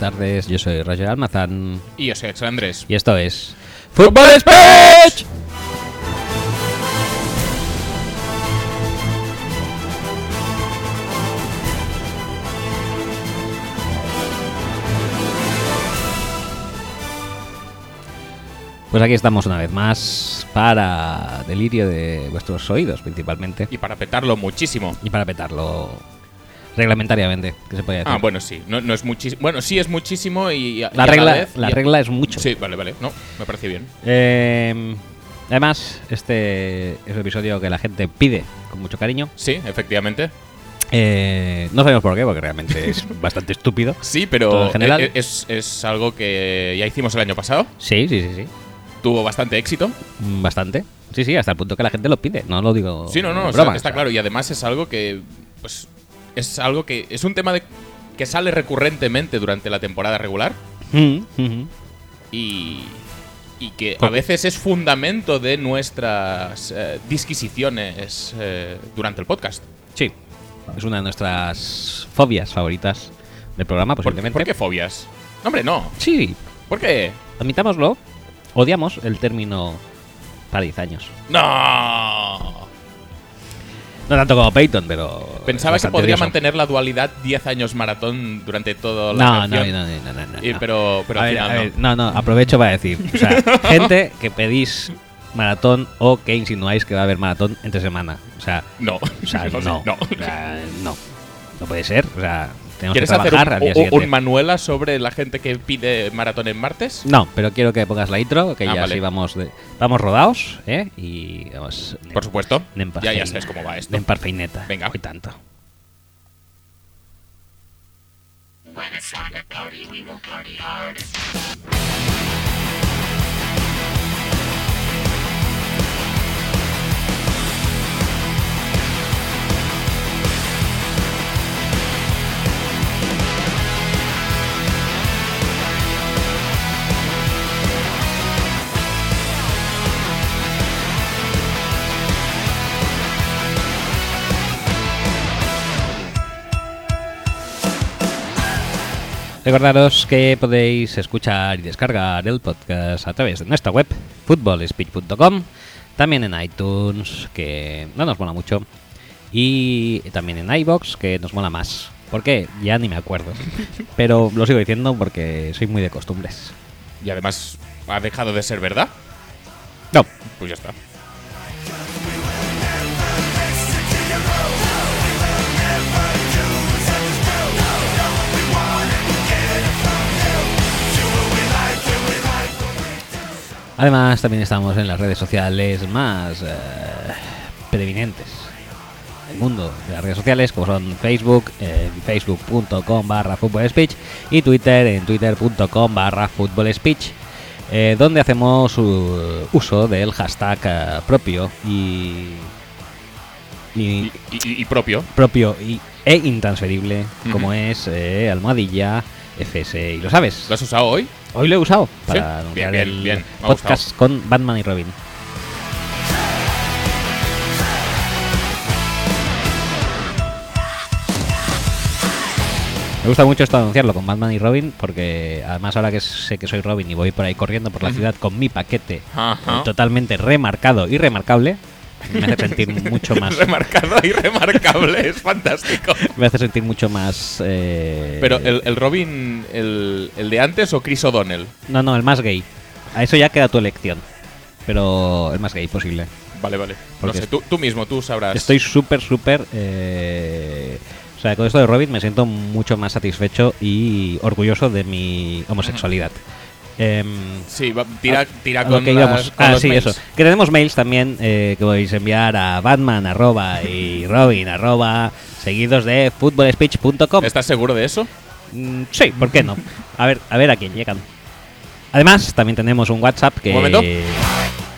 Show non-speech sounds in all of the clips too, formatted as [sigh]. tardes. Yo soy Roger Almazán Y yo soy Axel Andrés. y esto es. ¡Fútbol Speech! Pues aquí estamos una vez más para delirio de vuestros oídos principalmente Y para petarlo muchísimo. y para petarlo reglamentariamente, que se puede decir. Ah, bueno, sí. No, no es muchísimo. Bueno, sí es muchísimo y. y a la regla, vez- la y a- regla es mucho. Sí, vale, vale. No, me parece bien. Eh, además, este es un episodio que la gente pide con mucho cariño. Sí, efectivamente. Eh, no sabemos por qué, porque realmente es [laughs] bastante estúpido. Sí, Todo pero en general. e- e- es, es algo que ya hicimos el año pasado. Sí, sí, sí, sí. Tuvo bastante éxito. Mm, Bastante. Sí, sí, hasta el punto que la gente lo pide. No lo digo. Sí, no, no, en o sea, broma, o está sea. claro. Y además es algo que. Pues. Es algo que. Es un tema de, que sale recurrentemente durante la temporada regular. Mm, mhm. Y. Y que a Por- veces es fundamento de nuestras eh, disquisiciones eh, durante el podcast. Sí. Es una de nuestras fobias favoritas del programa, ¿Por, posiblemente. por qué fobias? No, hombre, no. Sí, ¿Por qué? admitámoslo. Odiamos el término parizaños. ¡No! No tanto como Peyton, pero. Pensaba es que bastante podría odioso. mantener la dualidad 10 años maratón durante toda la No, no, canción. no, no, no, no, Y- no. pero pero A al ver, final a no. ver, no, no, aprovecho para decir. O [laughs] sea, gente que pedís maratón o que insinuáis que va a haber maratón entre semana. O sea, No. o sea, [laughs] No, no. no. O sea, no. No puede ser. O sea, tenemos que ¿Quieres hacer trabajar un, al día un- siguiente. un manuela sobre la gente que pide maratón en martes? no, pero quiero que pongas la intro, que Ah, ya vale. sí vamos, de- vamos rodados, ¿eh? Y vamos. Por supuesto. en Ya, ya parfeina- sabes cómo va esto. En parfeineta. Venga. Hoy tanto. Recordaros que podéis escuchar y descargar el podcast a través de nuestra web, footballspeech.com, también en iTunes, que no nos mola mucho, y también en iBox, que nos mola más. ¿Por qué? Ya ni me acuerdo. Pero lo sigo diciendo porque soy muy de costumbres. Y además ha dejado de ser verdad. No, Pues ya está. Además, también estamos en las redes sociales más eh, preeminentes del mundo de las redes sociales, como son Facebook, en facebook.com barra Fútbol speech y Twitter en twitter.com barra Fútbol speech, eh, donde hacemos uh, uso del hashtag eh, propio y, Y, y y- y propio. propio y, e intransferible, como Ujú. es eh, almohadilla, FS, y lo sabes. ¿Lo has usado hoy? Hoy lo he usado para Sí. anunciar Bien, bien, el bien. Me ha podcast con Batman y Robin. Me gusta mucho esto de anunciarlo con Batman y Robin porque además ahora que sé que soy Robin y voy por ahí corriendo por la Ujú. Ah. ciudad con mi paquete Ajá. totalmente remarcado y remarcable, me hace [laughs] sentir mucho más Eh, Remarcado y remarcable. es fantástico. me hace sentir mucho más eh, Pero el, el Robin, el, el de antes o Chris O'Donnell? No, no, el más gay. A eso ya queda tu elección. Pero el más gay posible. Vale, vale. No Porque sé, tú, tú mismo, tú sabrás. Estoy súper, súper... eh, O sea, con esto de Robin me siento mucho más satisfecho y orgulloso de mi homosexualidad. Em, Sí, va- tira, a- tira a lo con, que las- íbamos. con Ah, los sí, mails. eso. Que tenemos mails también eh, que podéis enviar a batman arroba y robin arroba seguidos de footballspeech.com. ¿Estás seguro de eso? Mm, Sí, ¿por qué no? A ver, a ver a quién llegan. Además, también tenemos un WhatsApp que. Un momento.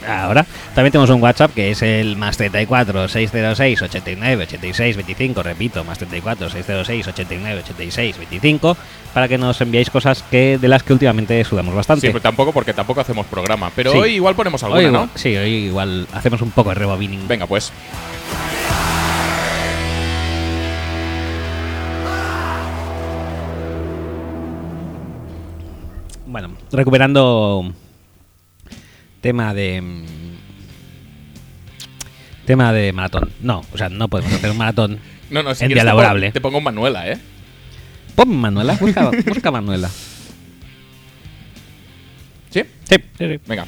Ahora, también tenemos un WhatsApp que es el más 34 606 89 86 25, repito, más 34 606 89 86 25, para que nos enviéis cosas que de las que últimamente sudamos bastante. Sí, pero tampoco porque tampoco hacemos programa. Pero Sí. hoy igual ponemos alguna, hoy, igual- ¿no? Sí, hoy igual hacemos un poco de rebobining. Venga, pues. Bueno, recuperando tema de mm, tema de maratón. No, o sea, no podemos hacer un maratón. No, no, si En quieres día te laborable. pongo, te pongo Manuela, ¿eh? Pon Manuela, busca, busca Manuela. ¿Sí? Sí, sí, sí. Venga.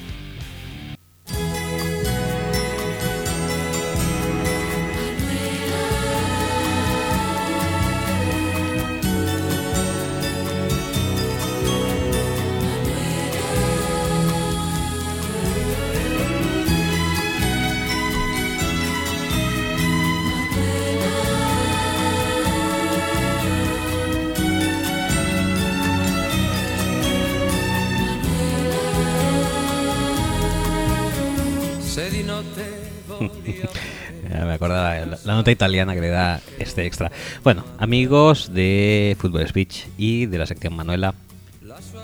Ya me acordaba de la, la nota italiana que le da este extra. Bueno, amigos de Fútbol Speech y de la sección Manuela,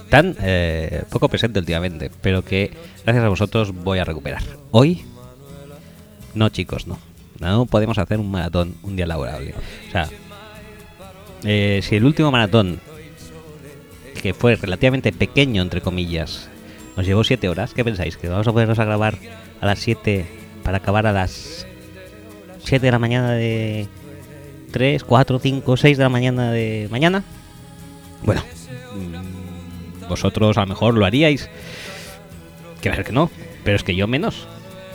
tan eh, poco presente últimamente, pero que gracias a vosotros voy a recuperar. Hoy, no chicos, no. No podemos hacer un maratón un día laborable. O sea, eh, si el último maratón, que fue relativamente pequeño, entre comillas, nos llevó 7 horas, ¿qué pensáis? ¿Que vamos a ponernos a grabar a las 7 para acabar a las 7 de la mañana de 3, 4, 5, 6 de la mañana de mañana? Bueno, mm, vosotros a lo mejor lo haríais. Que va a ser que no, pero es que yo menos.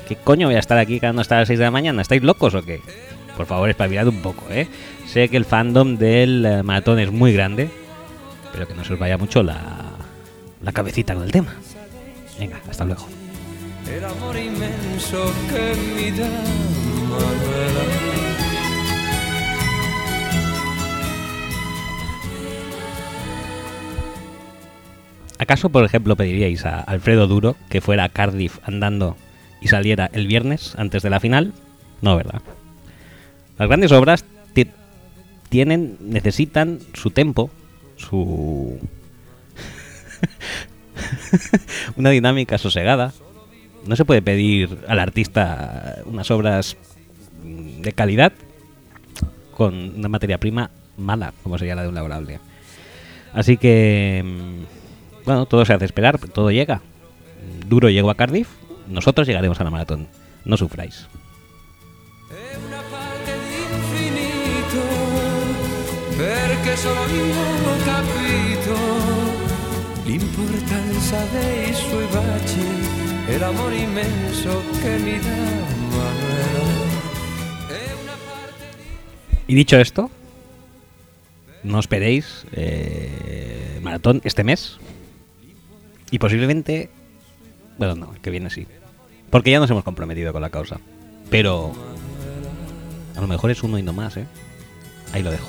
¿Qué coño voy a estar aquí quedando hasta las 6 de la mañana? ¿Estáis locos o qué? Por favor, espabilad un poco, ¿eh? Sé que el fandom del eh, maratón es muy grande, pero que no se os vaya mucho la, la cabecita con el tema. Venga, hasta luego. el amor inmenso que me da Manuela. ¿Acaso, por ejemplo, pediríais a Alfredo Duro que fuera a Cardiff andando y saliera el viernes antes de la final? No, ¿verdad? Las grandes obras ti- tienen, necesitan su tempo, su... [laughs] una dinámica sosegada. No se puede pedir al artista unas obras mm, de calidad con una materia prima mala, como sería la de un laborable. Así que, mm, bueno, todo se hace esperar, todo llega. Duro llegó a Cardiff, nosotros llegaremos a la maratón. No sufráis. È una parte di infinito, perché solo io ho capito l'importanza dei suoi baci e l'amore immenso che mi dà Manuela. È una parte di Y dicho esto, no esperéis eh, maratón este mes. Y posiblemente, bueno, no, el que viene sí. Porque ya nos hemos comprometido con la causa. Pero a lo mejor es uno y no más, ¿eh? Ahí lo dejo.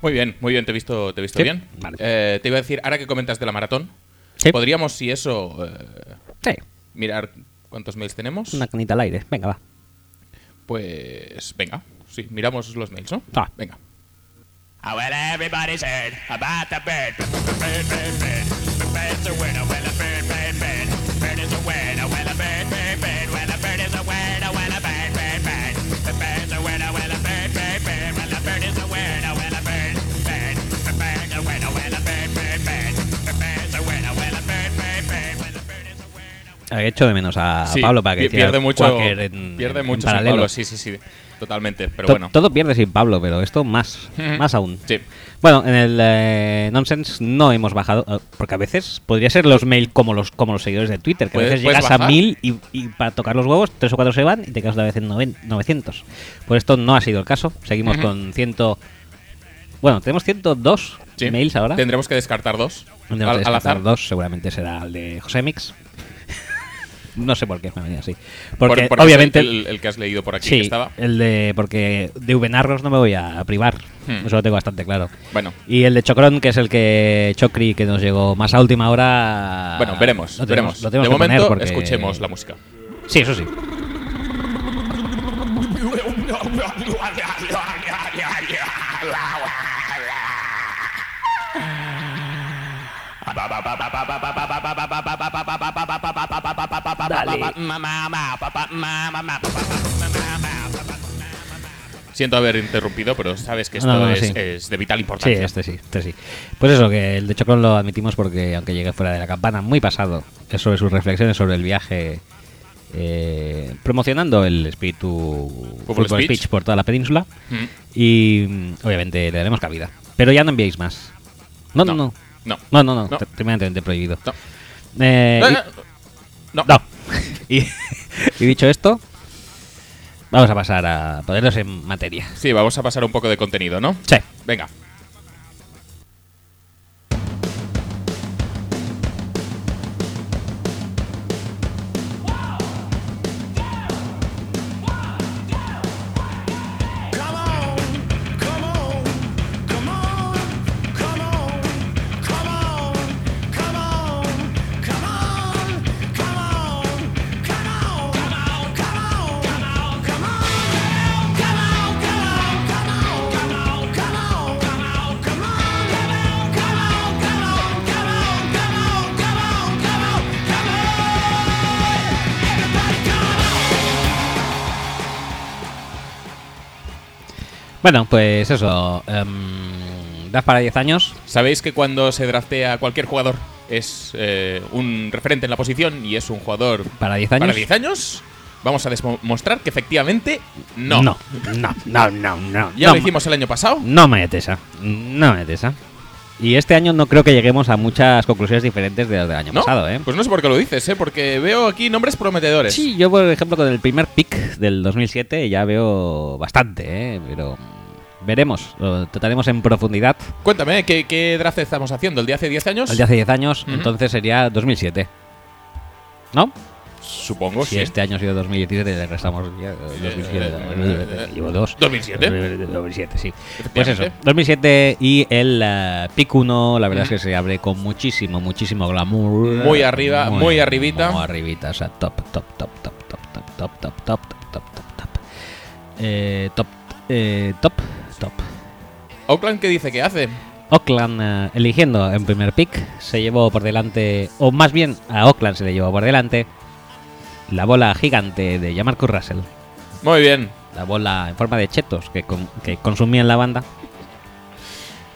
Muy bien, muy bien, te he visto, te he visto Sí, bien. vale. Eh, te iba a decir, ahora que comentas de la maratón, Sí. podríamos, si eso, eh, Sí, mirar cuántos mails tenemos. una canita al aire. Venga, va. Pues venga, sí, miramos los mails, ¿no? Ah. Venga. I will everybody's heard about the bird. Bird, bird, bird. The bird's a word, oh, well, a bird, bird, bird. Bird is a word, oh, well, a bird, bird, bird. Well, a bird is a word, oh, well, a bird, bird, bird. The bird's a word, oh, well, a bird, bird, bird. Well, a bird is a word, oh, well, a bird, bird. The bird's a word, oh, well, a bird, bird, bird. The bird's a word, oh, well, a bird, bird, bird. Well, a bird is a word, oh, He hecho de menos a Sí, Pablo para que pi- hiciera pierde mucho, Quaker en- pierde en mucho sin paralelo. Pablo, sí, sí, sí, totalmente, pero To- bueno. Todo pierde sin Pablo, pero esto más, Ujú. más aún. Sí. Bueno, en el eh, Nonsense no hemos bajado, eh, porque a veces podría ser los mail como los como los seguidores de Twitter, que a Puedes- veces puedes llegas a bajar. mil y, y para tocar los huevos, tres o cuatro se van y te quedas otra vez en noven- 900. Pues esto no ha sido el caso, seguimos Ujú. con 100... Bueno, tenemos 102 Sí. mails ahora. Tendremos que descartar dos. Tendremos al- que al descartar azar. dos, seguramente será el de José Mix. [laughs] no sé por qué me ha venido así. Porque, Por- porque es obviamente... El, el- el que has leído por aquí Sí, que estaba. el de. Porque de Ubenarros no me voy a privar. Hmm. Eso lo tengo bastante claro. Bueno, Y el de Chocron, que es el que Chocri, que nos llegó más a última hora. bueno, veremos, Ah, lo tenemos- veremos. lo tenemos de que poner momento, porque- escuchemos la música. Sí, eso sí. well, a bird, bird, bird. Siento haber interrumpido, pero sabes que esto No, no, es, sí. es de vital Sí, importancia. este sí, este sí. Pues eso, que el de Chocron lo admitimos porque, aunque llegue fuera de la campana, muy pasado, es sobre sus reflexiones sobre el viaje, eh, promocionando el espíritu Fútbol speech. por toda la península. Mm. Y mm, obviamente le daremos cabida. Pero ya no enviéis más. No, no, no. No. No, no, no. No. te- Terminantemente prohibido. No. Eh, No, y- no, no. no. [laughs] y, y dicho esto, vamos a pasar a ponernos en materia. Sí, vamos a pasar un poco de contenido, ¿no? Sí. Venga. Bueno, pues eso. em, DAF para 10 años. Sabéis que cuando se draftea cualquier jugador es eh, un referente en la posición y es un jugador ¿Para 10 años? para 10 años. Vamos a demostrar que efectivamente no. No, no, no, no. no Ya no, lo hicimos el año pasado. No me esa. No me esa. Y este año no creo que lleguemos a muchas conclusiones diferentes de las del año ¿No? pasado, ¿eh? Pues no sé por qué lo dices, ¿eh? Porque veo aquí nombres prometedores. Sí, yo por ejemplo con el primer pick del 2007 ya veo bastante, ¿eh? pero veremos, lo trataremos en profundidad. Cuéntame, ¿eh? ¿qué, qué draft estamos haciendo? ¿El de hace 10 años? El de hace 10 años, Ujú. entonces sería 2007. ¿No? Supongo, si Pues sí. este año ha sido 2017, le restamos ya, eh, eh, 2007, llevo dos. 2007. 2007, sí. Pues eso, Efectivamente. 2007 y el eh, pick 1, la verdad es que se abre con muchísimo, muchísimo glamour. Muy arriba, muy arribita. Muy arribita, o sea, top, top, top, top, top, top, top, top, top, top, top, top, top. Eh, top, eh, top, top. Oakland, ¿qué dice que hace? Oakland eh, eligiendo en primer pick, se llevó por delante, o más bien a Oakland se le llevó por delante, la bola gigante de Jamarcus Russell. Muy bien. la bola en forma de chetos que, con- que consumía en la banda,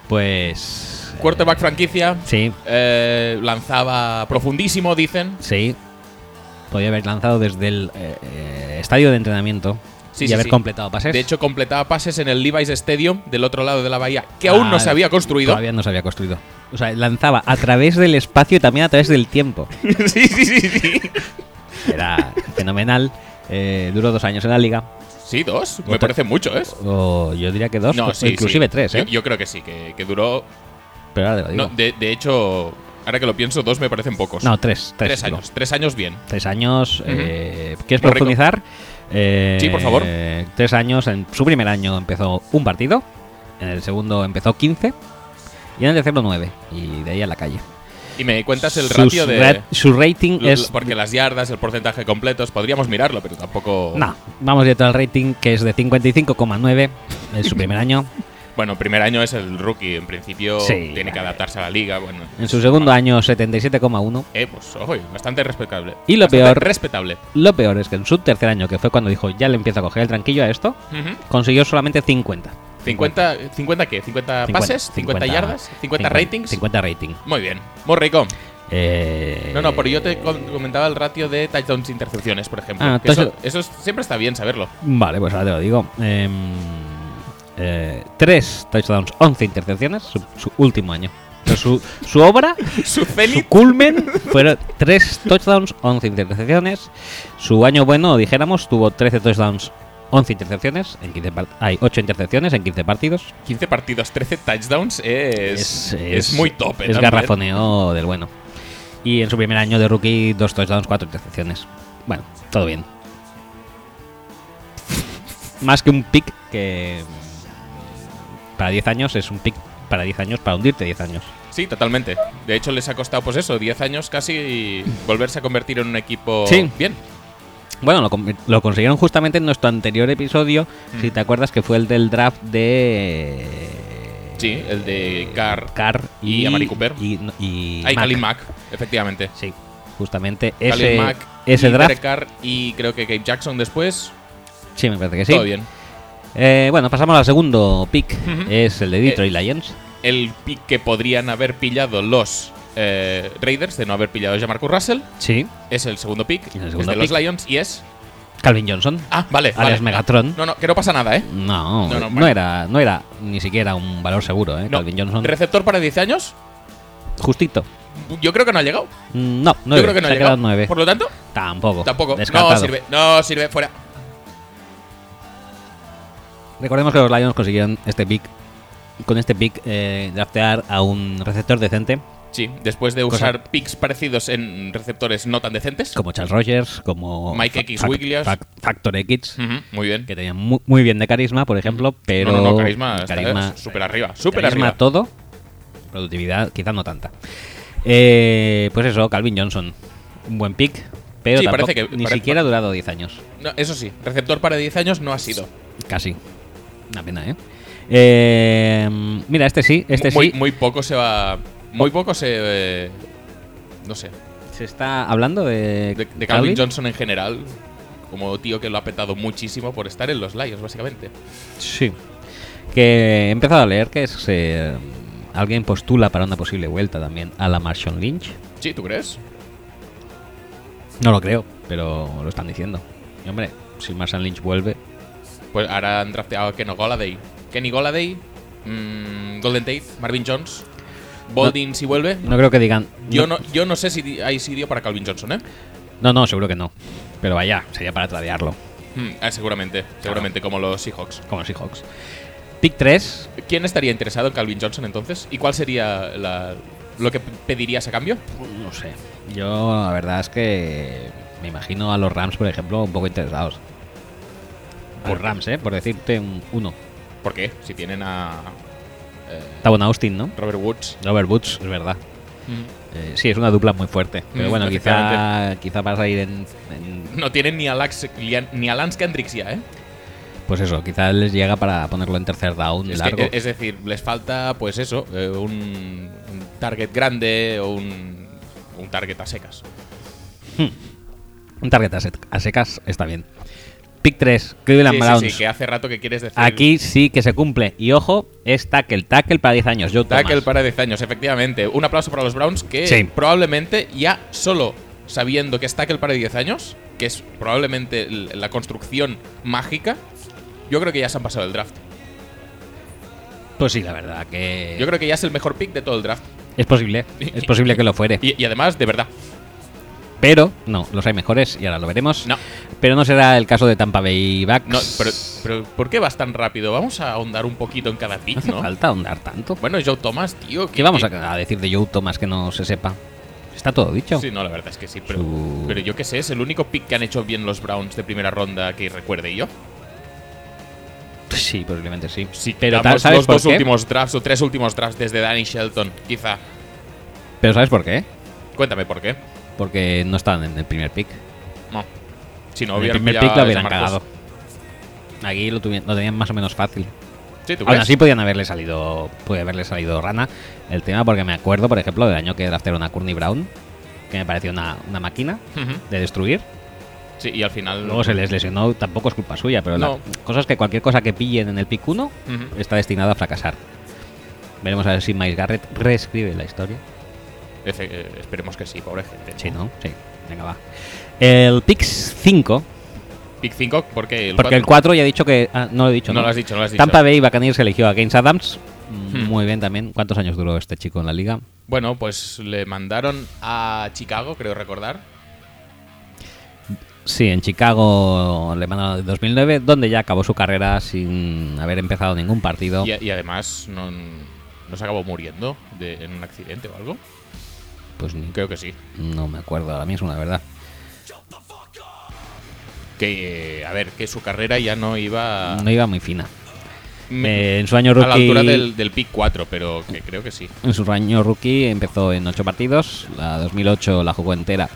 pues... Quarterback franquicia. Sí, eh, lanzaba profundísimo, dicen. sí. Podía haber lanzado desde el eh, eh, estadio de entrenamiento Sí, y sí, haber sí. completado pases. De hecho, completaba pases en el Levi's Stadium del otro lado de la bahía, que aún no Ah, se había construido. Todavía no se había construido. O sea, lanzaba a través del espacio y también a través del tiempo. [laughs] sí, sí, sí, sí. Era fenomenal. Eh, duró dos años en la liga. Sí, dos. Me Otra- parece mucho, ¿eh? O yo diría que dos, o No, sí, inclusive sí. tres, ¿eh? Yo, yo creo que sí, que, que duró. Pero ahora te lo digo. No, de, de hecho, ahora que lo pienso, dos me parecen pocos. No, tres. Tres, tres, digo. años. Tres años bien. Tres años. Ujú. eh, ¿Quieres Muy rico. profundizar? Eh, Sí, por favor. Tres años. En su primer año empezó un partido. En el segundo empezó 15. Y en el tercero 9. Y de ahí a la calle. Y me cuentas el Sus ratio de. ra- su rating lo- es. Porque las yardas, el porcentaje completos, podríamos mirarlo, pero tampoco. No, vamos directo al rating que es de 55,9 en su primer año. Bueno, primer año es el rookie, en principio Sí, tiene que vale. adaptarse a la liga. Bueno, En su segundo año 77,1. Eh, pues, ojo, bastante respetable. Y lo Bastante peor- Respetable. Lo peor es que en su tercer año, que fue cuando dijo ya le empiezo a coger el tranquillo a esto, Ujú. consiguió solamente 50. 50, ¿50 qué? ¿50 pases? 50, yardas? 50, ratings? 50 rating. Muy bien, muy rico. Eh, No, no, pero yo te com- comentaba el ratio de touchdowns e intercepciones, por ejemplo. Ah, Que eso, touchdown. eso es- siempre está bien saberlo. Vale, pues ahora te lo digo. Em, eh, tres touchdowns, 11 intercepciones, su, su último año. O sea, su, su obra, Su su cenit, [laughs] culmen, fueron tres touchdowns, 11 intercepciones. Su año bueno, dijéramos, tuvo 13 touchdowns, 11 intercepciones. En 15 par- hay 8 intercepciones en 15 partidos. 15 partidos, 13 touchdowns, es, es, es- muy tope. Es también. garrafoneo del bueno. Y en su primer año de rookie, dos touchdowns, cuatro intercepciones. Bueno, todo bien. Más que un pick que mm, para 10 años es un pick para 10 años, para hundirte 10 años. Sí, totalmente. De hecho, les ha costado, pues eso, 10 años casi y volverse a convertir en un equipo Sí. bien. Bueno, lo, con- lo consiguieron justamente en nuestro anterior episodio, Mm. si te acuerdas que fue el del draft de... Sí, el de Car, Carr y, y, a Mary Cooper. Y, no, y Hay Mac. Kalin Mack, efectivamente. Sí, justamente Kalin ese, Mack, ese y draft. Derek Carr y creo que Gabe Jackson después. Sí, me parece que sí. Todo bien. Eh, bueno, pasamos al segundo pick. Ujú. Eh, Es el de Detroit Lions. El pick que podrían haber pillado los eh, Raiders, de no haber pillado a Jamarcus Russell, Sí. es el segundo pick. Y el es segundo de pick. los Lions y es. Calvin Johnson. Ah, vale. Alias vale. Megatron. No, no, que no pasa nada, ¿eh? No, no, No, no, vale. era, no era ni siquiera un valor seguro, ¿eh? No. Calvin Johnson. Receptor para 10 años, Justito. yo creo que no ha llegado. Mm, No, nueve. yo creo que no Se ha ha quedado llegado. nueve. Por lo tanto, Tampoco. tampoco. Descartado. No sirve, no sirve, fuera. Recordemos que los Lions consiguieron este pick. Con este pick, eh, draftear a un receptor decente Sí, después de Cosa- usar picks parecidos en receptores no tan decentes. como Charles Rogers, como Mike Fa- X. Fac- Wiglias. Fac- Factor X, Ujú, muy bien. que tenían mu- muy bien de carisma, por ejemplo, pero. no, no, no, carisma, está carisma- súper arriba, súper carisma arriba. todo, productividad quizás no tanta. Eh, pues eso, Calvin Johnson, un buen pick, pero Sí, tampoco- parece que- ni pare- siquiera ha durado 10 años, No, eso sí, receptor para 10 años no ha sido. casi. Una pena, ¿eh? Eh, mira, este sí, este muy, sí. muy poco se va. Muy poco se. eh, no sé. Se está hablando de, De, de Calvin Johnson en general. Como tío que lo ha petado muchísimo por estar en los Lions, básicamente. Sí. Que he empezado a leer que es, eh, alguien postula para una posible vuelta también a la Marshawn Lynch. Sí, ¿tú crees? No lo creo, pero lo están diciendo. Y hombre, si Marshawn Lynch vuelve, Pues ahora han drafteado a Kenny Goladay. Kenny Goladay, mm, Golden Tate, Marvin Jones, Boldin si vuelve. no creo que digan. Yo no, yo no sé si di- hay sitio para Calvin Johnson, ¿eh? No, no, seguro que no. Pero vaya, sería para tradearlo, Mm, ah, seguramente, seguramente, como los Seahawks. como los Seahawks. Pick 3, ¿Quién estaría interesado en Calvin Johnson entonces? ¿Y cuál sería la- lo que pedirías a cambio? no sé. Yo la verdad es que me imagino a los Rams, por ejemplo, un poco interesados. Por Rams, ¿eh? Por decirte un uno. ¿Por qué? Si tienen a eh, Tabon Austin, ¿no? Robert Woods. Robert Woods, es verdad. Eh, sí, es una dupla muy fuerte. Pero Mm, bueno, quizá, quizá para salir en, en- No tienen ni a, Lax, ni a Lance Kendricks ya, ¿eh? Pues eso, quizá les llega para ponerlo en tercer down Es, que- largo. es decir, les falta, pues eso, eh, un, un target grande o un, un target a secas. Un target a, sec- a secas está bien. Pick 3, Cleveland Sí, sí, Browns. sí, que hace rato que quieres decir. Aquí sí que se cumple. Y ojo, es tackle, tackle para 10 años. Joe Tackle Thomas. para 10 años, efectivamente. Un aplauso para los Browns que Sí. probablemente ya solo sabiendo que es tackle para 10 años, que es probablemente l- la construcción mágica, yo creo que ya se han pasado el draft. Pues sí, la verdad que Yo creo que ya es el mejor pick de todo el draft. es [laughs] posible. Es posible que lo fuere. Y, y además, de verdad. Pero no, los hay mejores y ahora lo veremos. No. Pero no será el caso de Tampa Bay Bucks. No, pero, pero ¿por qué vas tan rápido? Vamos a ahondar un poquito en cada [laughs] pick, hace ¿no? falta ahondar tanto. Bueno, Joe Thomas, tío. ¿Qué vamos a, a decir de Joe Thomas que no se sepa? Está todo dicho. Sí, no, la verdad es que sí, pero, Su- pero yo qué sé, es el único pick que han hecho bien los Browns de primera ronda que recuerde yo. Sí, posiblemente sí. Si pero quitamos tal, ¿sabes los por dos qué? últimos drafts o tres últimos drafts desde Danny Shelton, quizá. Pero ¿sabes por qué? Cuéntame por qué. Porque no están en el primer pick. No. Si no en el hubieran primer pillado pick lo a hubieran Marcos. cagado. Aquí lo, tuvi- lo tenían más o menos fácil. Sí, tú Aún crees. así podían haberle salido puede haberle salido rana el tema porque me acuerdo, por ejemplo, del año que draftearon a Courtney Brown, que me pareció una, una máquina Ujú. de destruir. Sí, y al final. Luego se les lesionó, tampoco es culpa suya, pero No. la cosa es que cualquier cosa que pillen en el pick 1 Ujú. está destinada a fracasar. Veremos a ver si Miles Garrett reescribe la historia. Efe- eh, esperemos que sí, pobre gente. Sí, ¿no? Sí. Venga, va. El pick 5 Pick 5, porque el Porque el cuatro- 4 ya he dicho que. ah, no lo he dicho. No lo has dicho, no lo has dicho. Tampa Bay Buccaneers eligió a Gaines Adams. Mm, Hmm. Muy bien también. ¿Cuántos años duró este chico en la liga? Bueno, pues le mandaron a Chicago, creo recordar. Sí, en Chicago le mandaron en 2009, donde ya acabó su carrera sin haber empezado ningún partido. Y, y además no, no se acabó muriendo de- en un accidente o algo. Pues ni- Creo que sí. no me acuerdo ahora mismo, la verdad. Que, eh, a ver, que su carrera ya no iba. No iba muy fina. Ah. Me- Eh, en su año a rookie. la altura del, del pick 4, pero que creo que sí. En su año rookie empezó en 8 partidos. La 2008 la jugó entera.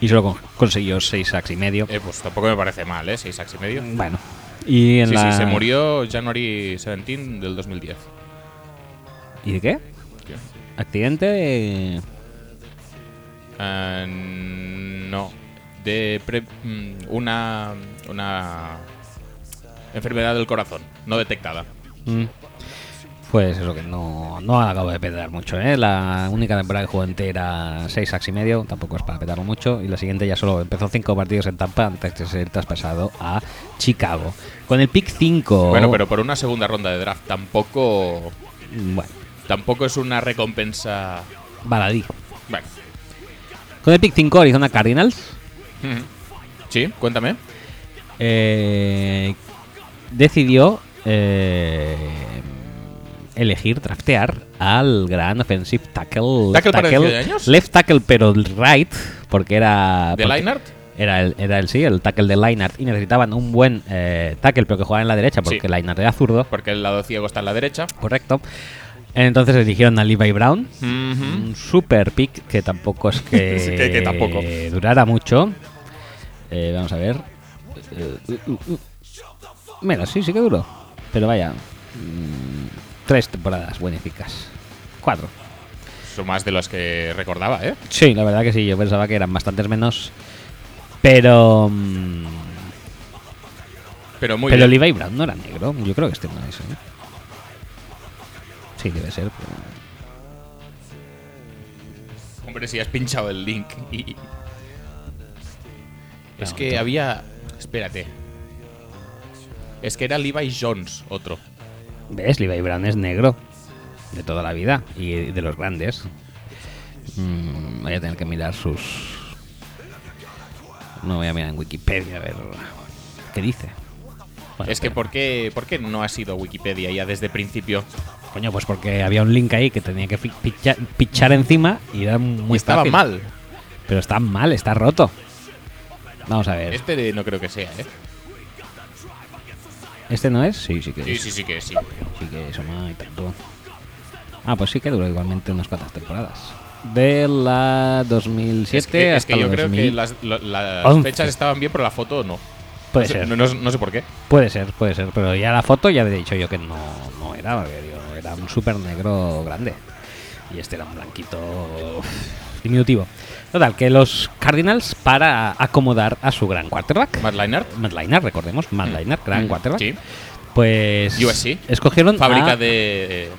Y solo con- consiguió 6 sacks y medio. Eh, pues tampoco me parece mal, ¿eh? 6 sacks y medio. Bueno, Y Mm, en sí, la... sí, se murió January 17 del 2010. ¿Y de qué? ¿Qué? ¿Accidente? de- Ah, no. De pre- mm, una, una enfermedad del corazón, no detectada. Mm. Pues eso que no, no acabo de petar mucho, ¿eh? La única temporada que jugó entera, 6 sacks y medio, tampoco es para petarlo mucho. Y la siguiente ya solo empezó 5 partidos en Tampa antes de ser traspasado a Chicago. Con el pick 5. Bueno, pero por una segunda ronda de draft tampoco, Bueno, tampoco es una recompensa. baladí. Bueno. Con el pick 5, Arizona Cardinals. Ujú. Sí, cuéntame. eh, decidió eh, elegir, draftear al gran offensive tackle. ¿Tackle para 19 años? Left tackle, pero right, porque era. ¿De porque Leinart? Era el, era el sí, el tackle de Leinart. Y necesitaban un buen eh, tackle, pero que jugara en la derecha, porque Sí. Leinart era zurdo. Porque el lado ciego está en la derecha. Correcto. Entonces eligieron a Levi Brown. Ujú. Un super pick que tampoco [laughs] es que, Sí, que- que tampoco. durara mucho. Eh, vamos a ver. Eh, uh, uh, uh. Menos, sí, sí que duró. Pero vaya. mm, tres temporadas bueníficas. Cuatro. Son más de los que recordaba, ¿eh? Sí, la verdad que sí. Yo pensaba que eran bastantes menos. Pero. mm, Pero muy pero bien. Levi Brown no era negro. Yo creo que este no es. ¿eh? Sí, debe ser. pero- Hombre, si has pinchado el link. y- Es No, que tú- había. Espérate. Es que era Levi Jones, otro. ¿Ves? Levi Brown es negro. De toda la vida. Y de los grandes. Mm, voy a tener que mirar sus. No voy a mirar en Wikipedia a ver. ¿Qué dice? Bueno, es que espera. ¿por qué, ¿por qué no ha sido Wikipedia ya desde el principio? Coño, pues porque había un link ahí que tenía que fi- picha- pichar encima y era muy Y estaba fácil. mal. Pero está mal, está roto. Vamos a ver. Este no creo que sea, ¿eh? ¿Este no es? Sí, sí que Sí, es. sí, sí que sí. Sí que eso no hay tanto. Ah, pues sí que duró igualmente unas cuantas temporadas. De la 2007 Es que, es hasta que yo la creo 2000. que las, lo- las 11. fechas estaban bien, pero la foto no. Puede No sé- ser, No, no- no sé por qué. puede ser, puede ser. Pero ya la foto ya he dicho yo que no, no era, porque digo, era un súper negro grande. Y este era un blanquito uf, diminutivo. Total, que los Cardinals para acomodar a su gran quarterback. Matt Leinart. Matt Leinart, recordemos, Matt Mm. Leinart, gran Mm, quarterback. Sí. Pues USC. escogieron Fábrica a- de. eh,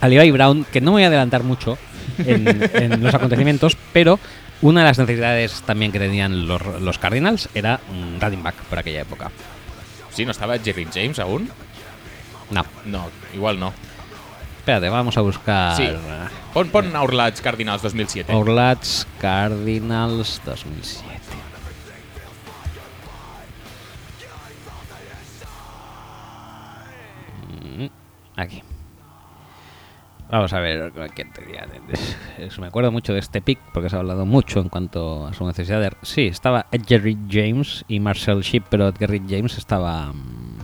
a Levi Brown, que no me voy a adelantar mucho en, en los acontecimientos, pero una de las necesidades también que tenían los, los Cardinals era un running back por aquella época. Sí, ¿no estaba Jerry James aún? No, No, igual no. espérate, vamos a buscar Sí. Pon, Mm. pon Our Lads Cardinals 2007. Orlats Cardinals 2007. Mm, Aquí. Vamos a ver qué tenía. Es- Me acuerdo mucho de este pick porque se ha hablado mucho en cuanto a su necesidad. de- Sí, estaba Jerry James y Marcel Ship, pero Edgerry James estaba. mm,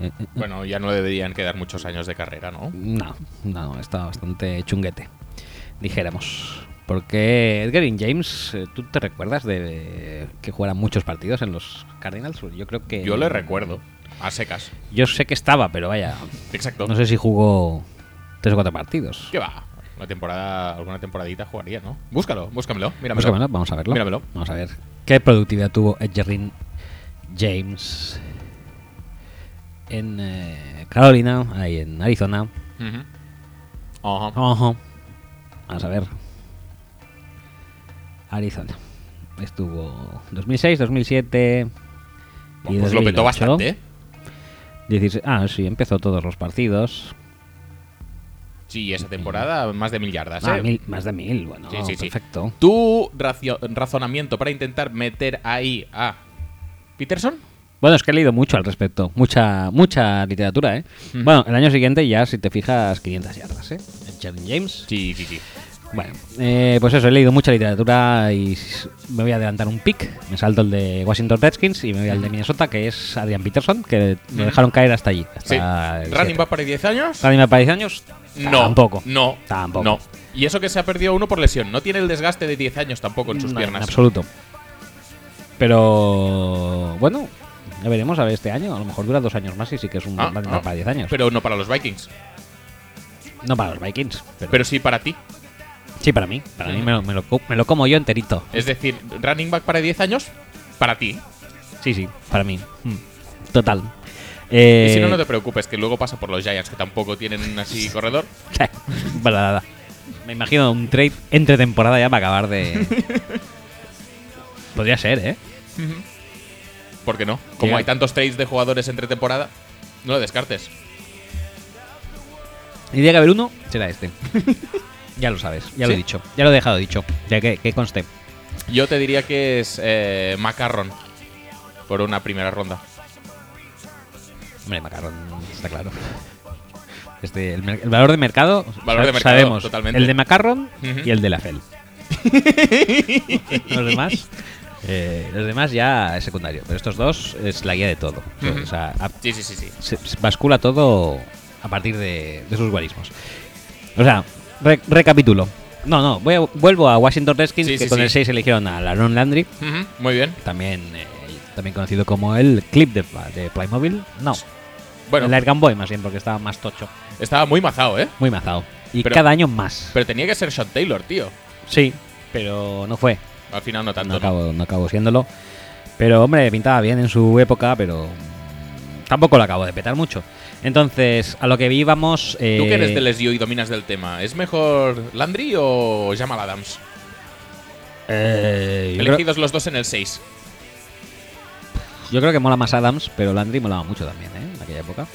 eh, eh, Bueno, ya no le deberían quedar muchos años de carrera, ¿no? no, no, estaba bastante chunguete, dijéramos. Porque Edgarin James, eh, ¿tú te recuerdas de que jugara muchos partidos en los Cardinals? Yo creo que... Yo le recuerdo. A secas. Yo sé que estaba, pero vaya, Exacto. no sé si jugó tres o cuatro partidos. ¿Qué va? Una temporada, alguna temporadita jugaría, ¿no? Búscalo, búscamelo, míramelo. Búscamelo, vamos a verlo. Míramelo. Vamos a ver. ¿Qué productividad tuvo Edgerrin James en eh, Carolina, ahí en Arizona? Ujú. Ajá. Ojo. Vamos a ver. Arizona. Estuvo 2006, 2007 y Pues lo petó 2008. bastante, ¿eh? 16 ah, sí, empezó todos los partidos. Sí, esa temporada más de mil yardas, Ah, ¿eh? mil- más de mil, bueno, Sí, sí, sí. Ah, perfecto. Tu racio- razonamiento para intentar meter ahí a Peterson Bueno, es que he leído mucho al respecto. Mucha mucha literatura, ¿eh? Ujú. Bueno, el año siguiente ya, si te fijas, 500 yardas, ¿eh? Jalen James. Sí, sí, sí. Bueno, eh, pues eso, he leído mucha literatura y s- me voy a adelantar un pick. Me salto el de Washington Redskins y me voy al de Minnesota, que es Adrian Peterson, que lo dejaron caer hasta allí. Mm. sí. Hasta Ah, el Running siete. back para 10 años. Running back para 10 años. No. Tampoco. No. Tampoco. No. Y eso que se ha perdido uno por lesión. No tiene el desgaste de 10 años tampoco en sus No, en piernas. absoluto. Pero bueno, Ya veremos a ver este año. A lo mejor dura dos años más y sí que es un Ah, Batman ah, para 10 años. Pero no para los Vikings. no para los Vikings. Pero, Pero Mm. sí para ti. sí, para mí. Para mí me lo, me lo co- me lo como yo enterito. Es decir, running back para 10 años, para ti. Sí, sí, para mí. Mm. Total. Eh, Y si no, no te preocupes, que luego pasa por los Giants, que tampoco tienen así corredor. [laughs] Para nada. Me imagino un trade entre temporada ya para acabar de. [laughs] Podría ser, ¿eh? ¿Por qué no? Como Llega- hay tantos trades de jugadores entre temporada, no lo descartes. Y día que haber uno, será este. [laughs] ya lo sabes, ya lo he ¿Sí? dicho. Ya lo he dejado dicho. Ya que, que conste. Yo te diría que es eh, Macarron por una primera ronda. Hombre, macarrón, está claro. Este, el, mer- el valor de mercado, Valor de sa- mercado, sabemos. totalmente. El de macarrón Ujú. y el de la [laughs] FEL. los demás. eh, los demás ya es secundario, pero estos dos es la guía de todo. Ujú. O sea, a- Sí, sí, sí, sí. se, se bascula todo a partir de, de sus guarismos. O sea, re- recapitulo. No, no, voy a- vuelvo a Washington Redskins, Sí, que sí, con sí. el 6 eligieron a Laron Landry, Ujú, Muy bien. también, eh, también conocido como el clip de, de Playmobil. No, el Bueno, Air Gun Boy más bien, porque estaba más tocho, estaba muy mazado, ¿eh? muy mazado. Y Pero- cada año más. Pero tenía que ser Sean Taylor, tío. sí, pero no fue. Al final no No tanto. ¿no? acabó, no acabó siéndolo. Pero, hombre, pintaba bien en su época, pero mm, tampoco lo acabo de petar mucho. Entonces, a lo que íbamos... Tú que eres eh, del SEO y dominas del tema, ¿es mejor Landry o Jamal Adams? Eh, yo, creo, Elegidos los dos en el 6. yo creo que mola más Adams, pero Landry molaba mucho también, ¿eh? En aquella época.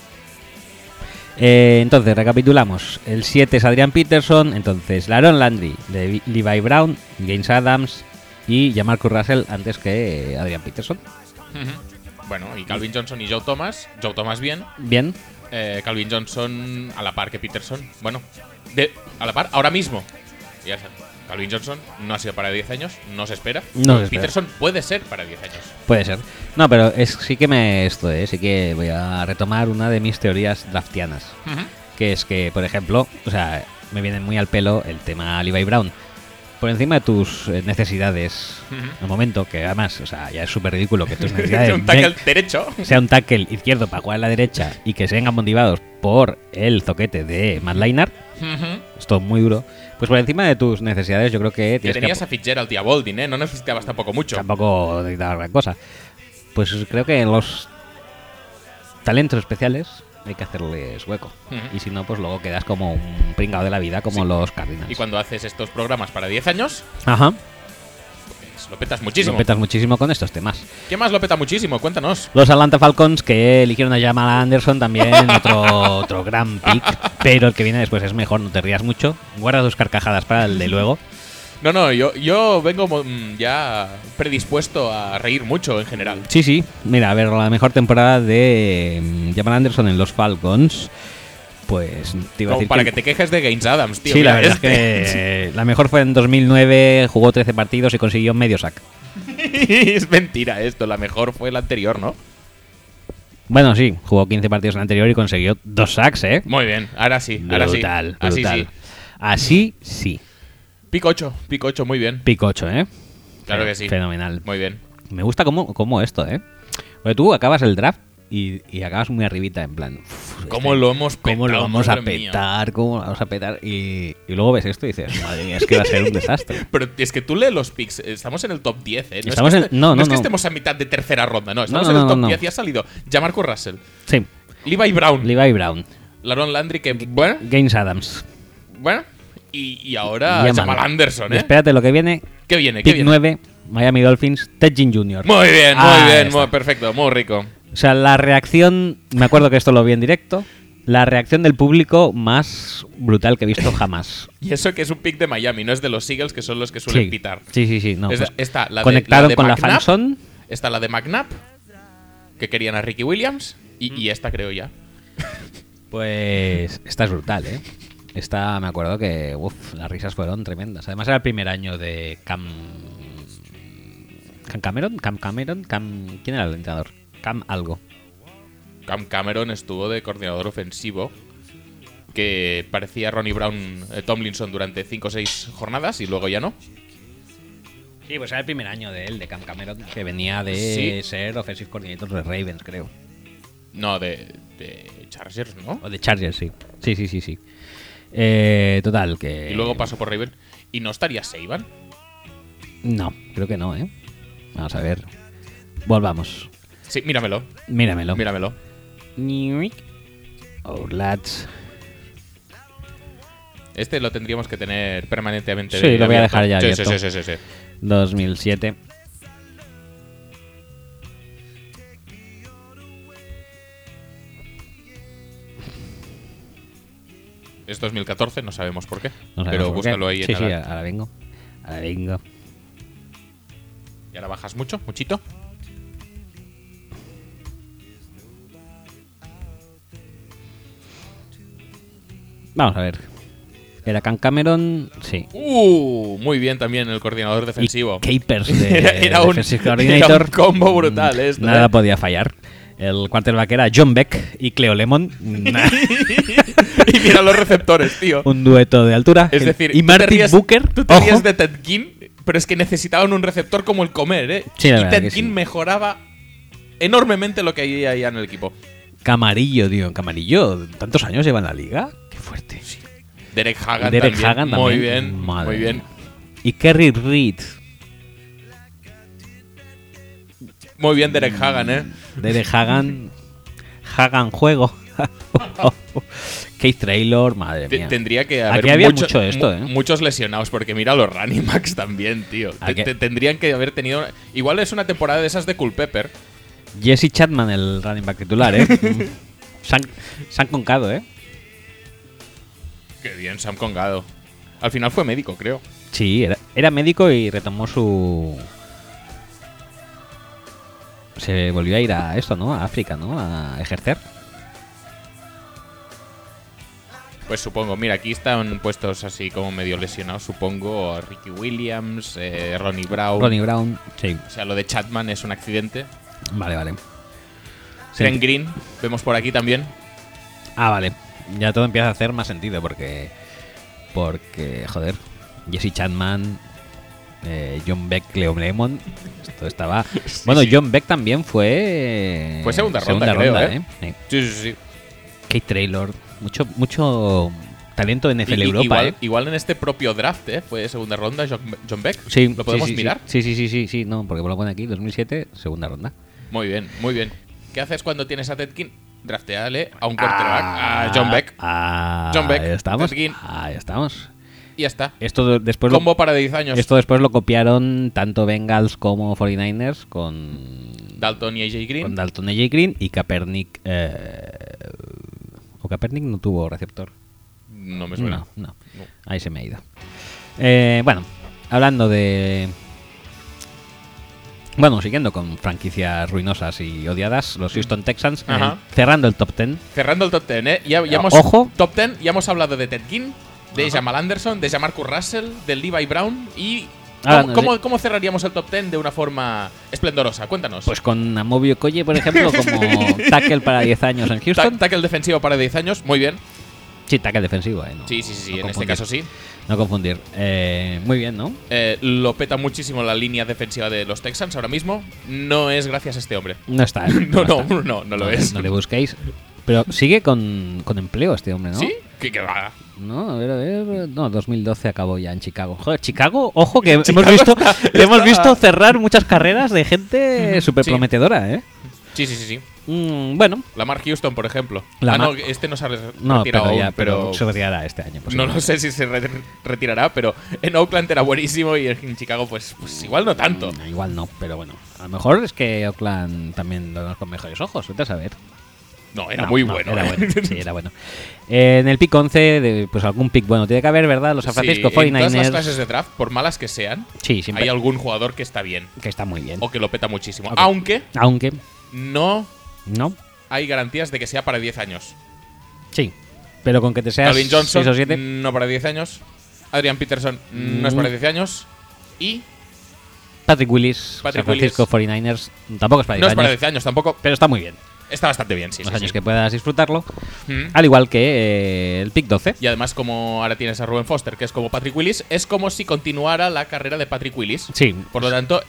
Eh, entonces, recapitulamos. El 7 es Adrian Peterson, entonces Laron Landry, Levi- Levi Brown, James Adams y Jamarcus Russell antes que eh, Adrian Peterson. Bueno, y Calvin Johnson y Joe Thomas. Joe Thomas bien. Bien, Eh, Calvin Johnson a la par que Peterson. Bueno, de, a la par, ahora mismo. Ya está. Calvin Johnson no ha sido para 10 años, no se espera. No se espera. Peterson puede ser para 10 años. puede ser. No, pero es, sí que me esto, ¿eh? Sí que voy a retomar una de mis teorías draftianas. que es que, por ejemplo, o sea, me viene muy al pelo el tema Levi Brown. Por encima de tus eh, necesidades Ujú. al momento, que además, o sea, ya es súper ridículo [laughs] que tus Tiene necesidades un tackle ven- derecho. sea un tackle izquierdo para jugar a la derecha y que se vengan motivados por el zoquete de Matt Leinart, Ujú. esto muy duro, pues por encima de tus necesidades yo creo que Que tienes tenías que... a Fitzgerald y a Boldin, ¿eh? No necesitabas tampoco mucho. Tampoco necesitabas gran cosa. Pues creo que los talentos especiales hay que hacerles hueco. Ujú. Y si no, pues luego quedas como un pringado de la vida, como Sí. los Cardinals. Y cuando haces estos programas para 10 años, Ajá. pues, lo petas muchísimo. Lo petas muchísimo con estos temas. ¿Qué más lo peta muchísimo? Cuéntanos. Los Atlanta Falcons que eligieron a Jamal Anderson [laughs] también, otro, otro gran pick, pero el que viene después es mejor, no te rías mucho. Guarda tus carcajadas para el de luego. No, no, yo, yo vengo mo- mm, ya predispuesto a reír mucho en general. Sí, sí, mira, a ver, la mejor temporada de mm, Jamal Anderson en los Falcons, pues te iba a Como decir para que te quejes de Gaines Adams, tío. Sí, la mira, verdad es que la mejor fue en 2009, jugó 13 partidos y consiguió medio sack. [laughs] es mentira esto, la mejor fue la anterior, ¿no? Bueno, sí, jugó 15 partidos en el anterior y consiguió dos sacks, ¿eh? Muy bien, ahora sí, ahora sí. Brutal, Así brutal. Ah, sí. Así sí. Pico 8, pico 8, muy bien. Picocho, ¿eh? Claro Fe- que sí. Fenomenal. Muy bien. Me gusta cómo, cómo esto, ¿eh? Porque tú acabas el draft y, y acabas muy arribita, en plan. "Uf, este, ¿Cómo lo hemos petado? ¿Cómo lo vamos a madre mía? petar? ¿Cómo lo vamos a petar? Y, y luego ves esto y dices, madre mía, es que va a ser un [laughs] desastre. Pero es que tú lees los picks, estamos en el top 10, ¿eh? No Estamos es en- que, este- no, no, es que no. estemos a mitad de tercera ronda, no, estamos no, en el no, top no. 10 y ha salido Jamarco Russell, Sí, Levi Brown, Levi Brown, Laron Landry, que bueno, Gaines Adams. bueno, y, y ahora Yaman. Ah, Jamal Anderson, Y ¿eh? Espérate lo que viene. ¿Qué viene? ¿Qué Pick viene? 9, Miami Dolphins, Ted Ginn Jr. Muy bien, muy Ah, bien, está. muy perfecto, muy rico. O sea, la reacción, me acuerdo que esto lo vi en directo, la reacción del público más brutal que he visto jamás. Y eso que es un pick de Miami, no es de los Eagles que son los que [laughs] suelen sí. pitar. Sí, sí, sí. No, Es- pues está la de- conectaron la de con la McNabb. fanson. Está la de McNabb, que querían a Ricky Williams, y, y esta creo ya. Pues esta es brutal, ¿eh? Esta me acuerdo que uf, las risas fueron tremendas. Además era el primer año de Cam... Cam Cameron, Cam Cameron, Cam... ¿Quién era el entrenador? Cam algo. Cam Cameron estuvo de coordinador ofensivo, que parecía Ronnie Brown eh, Tomlinson durante 5 o 6 jornadas y luego ya no. Sí, pues era el primer año de él, de Cam Cameron, que venía de Sí. ser Offensive Coordinator de Ravens, creo. No, de, de Chargers, ¿no? O de Chargers, sí. Sí, sí, sí, sí. Eh, total, que. Y luego pasó por Raven. ¿Y no estaría Saban? No, creo que no, ¿eh? Vamos a ver. Volvamos. Sí, míramelo. Míramelo. Míramelo. Newick. Oh, lads. Este lo tendríamos que tener permanentemente. Sí, de- lo voy a abierto. dejar ya Sí, abierto. Sí, sí, sí, sí, sí. 2007. Es 2014, no sabemos por qué. No sabemos pero por qué. búscalo ahí. en Sí, sí, Ara- ahora vengo. Ahora vengo. ¿Y ahora bajas mucho? ¿Muchito? Vamos a ver. Era Cam Cameron, sí. ¡Uh! Muy bien también el coordinador defensivo. Y Capers de Era- era un- Defensive era un Coordinator. combo brutal Mm, esto, Nada eh. podía fallar. El quarterback era John Beck y Cleo Lemon. Nah. [laughs] y mira los receptores, tío. [laughs] un dueto de altura. Es El- decir, y tú te Martin ríes- Booker. Tú te ojo. ríes de Ted Ginn, pero es que necesitaban un receptor como el comer, ¿eh? Sí, la y verdad Ted que Ginn sí. mejoraba enormemente lo que había ahí en el equipo. Camarillo, tío. Camarillo, ¿tantos años lleva en la liga? Qué fuerte. Derek Hagan Derek también. Hagan Muy también. bien, Madre muy bien. mía. Y Kerry Reed. Muy bien Derek Hagan, ¿eh? Derek [laughs] Hagan. Hagan Juego. [laughs] Keith Traylor, madre Te- mía. Tendría que haber Aquí había mucho- mucho esto, mu- ¿eh? muchos lesionados, porque mira los running backs también, tío. Te- Aquí- te- tendrían que haber tenido. Igual es una temporada de esas de Culpepper. Jesse Chapman, el running back titular, [laughs] ¿eh? Mm. se, han, se han concado, ¿eh? Qué bien, Sam Congado. Al final fue médico, creo. Sí, era, era médico y retomó su. Se volvió a ir a esto, ¿no? A África, ¿no? A ejercer. Pues supongo, mira, aquí están puestos así como medio lesionados, supongo. Ricky Williams, eh, Ronnie Brown. Ronnie Brown. Sí. O sea, lo de Chapman es un accidente. Vale, vale. Trent Green, vemos por aquí también. Ah, vale. Ya todo empieza a hacer más sentido porque. Porque, joder. Jesse Chapman. eh, John Beck, Cleo Lemon. Esto estaba. bueno, [laughs] sí. John Beck también fue. Fue segunda ronda, creo, ¿eh? Sí. Sí, sí, sí. Kate Traylor. Mucho, mucho talento de NFL Y- y- Europa, igual, ¿eh? igual en este propio draft, ¿eh? Fue de segunda ronda John, John Beck. Sí, ¿Lo podemos sí, sí, mirar? Sí, sí, sí, sí, sí, no, porque lo pone aquí, 2007, segunda ronda. Muy bien, muy bien. ¿Qué haces cuando tienes a Ted King? Drafteale a un quarterback, a John Beck, Ah, John Beck, Ahí estamos. Ted Ginn. Ahí estamos. y ya está. Esto Eh, de- después lo, Combo para 10 años. esto después lo copiaron tanto Bengals como 49ers con, Dalton y AJ con Green. Dalton AJ Green y Kaepernick. eh, o Kaepernick no tuvo receptor. No me suena. No, no. Pues No. Ahí se me ha ido. Eh, bueno, hablando de. Bueno, siguiendo con franquicias ruinosas y odiadas, los Houston Texans eh, Mm. Ajá. cerrando el top 10. Cerrando el top 10, ¿eh? Ya, ya Eh, hemos, ojo. Top 10, ya hemos hablado de Ted Ginn, de Jamal Anderson, de Jamarcus Russell, de Levi Brown y... Ah, ¿cómo, no, cómo- cómo cerraríamos el top 10 de una forma esplendorosa? Cuéntanos. Pues con Amobio Colle, por ejemplo, [laughs] como tackle para 10 años en Ta- Houston. tackle defensivo para 10 años, muy bien. Sí, tackle defensivo, eh, no- Sí, sí, sí, sí, no en este confundir. caso sí. No confundir. Eh, muy bien, ¿no? Eh, lo peta muchísimo la línea defensiva de los Texans ahora mismo. No es gracias a este hombre. [laughs] No está. eh, No, no, está. no, no, lo le- es. No le busquéis. Pero sigue con, con empleo este hombre, ¿no? ¿Sí? ¿Qué, qué va? No, a ver, a ver. No, 2012 acabó ya en Chicago. Joder, Chicago, ojo, [laughs] que hemos, Chicago visto, está- le hemos está- visto cerrar muchas carreras de gente súper sí. prometedora, ¿eh? Sí, sí, sí, sí. Mm, bueno, Lamar Houston, por ejemplo. Lamar- Ah, no, este no se ha re- no, retirado pero, ya, aún, pero, pero... se retirará este año. no posiblemente. lo sé si se re- retirará, pero en Oakland era buenísimo y en Chicago, pues, pues igual no tanto. Mm, igual no, pero bueno. A lo mejor es que Oakland también lo vemos con mejores ojos, vete a saber. No, era No, muy no, bueno. Era ¿eh? [laughs] bueno, sí, era bueno. Eh, en el pick 11, de- pues algún pick bueno tiene que haber, ¿verdad? Los San Francisco Sí, en todas las 49ers. clases de draft, por malas que sean, Sí, siempre. hay algún jugador que está bien Que está muy bien. o que lo peta muchísimo. Ok. Aunque Aunque, no ¿no? hay garantías de que sea para 10 años. Sí. Pero con que te seas Calvin Johnson, mm, 6 o 7. no para 10 años. Adrian Peterson, no Mm. es para 10 años. Y Patrick Willis, Patrick San Francisco 49ers, tampoco es para 10 no es para años, 10 años tampoco. pero está muy bien. Está bastante bien, sí. los sí, años sí. que puedas disfrutarlo. Mm. Al igual que eh, el PIC 12. Y además, como ahora tienes a Ruben Foster, que es como Patrick Willis, es como si continuara la carrera de Patrick Willis. Sí. Por lo tanto,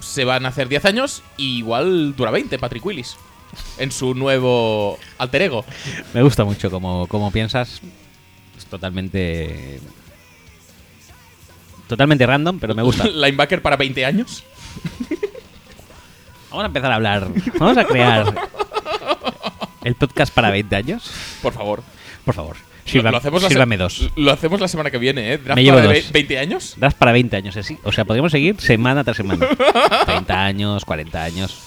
se van a hacer 10 años y igual dura 20 Patrick Willis en su nuevo alter ego. Me gusta mucho como, como piensas. Es totalmente. Totalmente random, pero me gusta. [laughs] Linebacker para 20 años. Vamos a empezar a hablar. Vamos a crear el podcast para 20 años. Por favor. Por favor, Lo- sírva- lo, hacemos la se- sírvame dos. Lo hacemos la semana que viene, ¿eh? Draft Me llevo para dos. ve- 20 años. Das para 20 años, así. O sea, podríamos seguir semana tras [laughs] semana. 30 años, 40 años.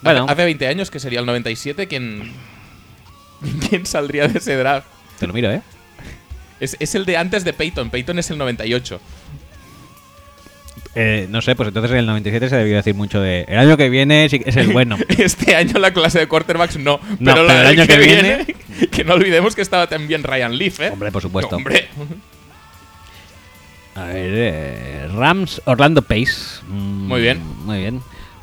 Bueno, Hace- Hace 20 años, que sería el 97, ¿quién, [laughs] quién saldría de ese draft? te lo miro, ¿eh? Es, es el de antes de Peyton. Peyton es el 98. Eh, No sé, pues entonces en el 97 se debió decir mucho de. El año que viene sí que es el [laughs] bueno. Este año la clase de quarterbacks no. Pero, No, la pero el del año que [laughs] Que no olvidemos que estaba también Ryan Leaf, ¿eh? Hombre, por supuesto. Hombre. A ver, eh, Rams, Orlando Pace. Mm, Muy bien. Muy bien.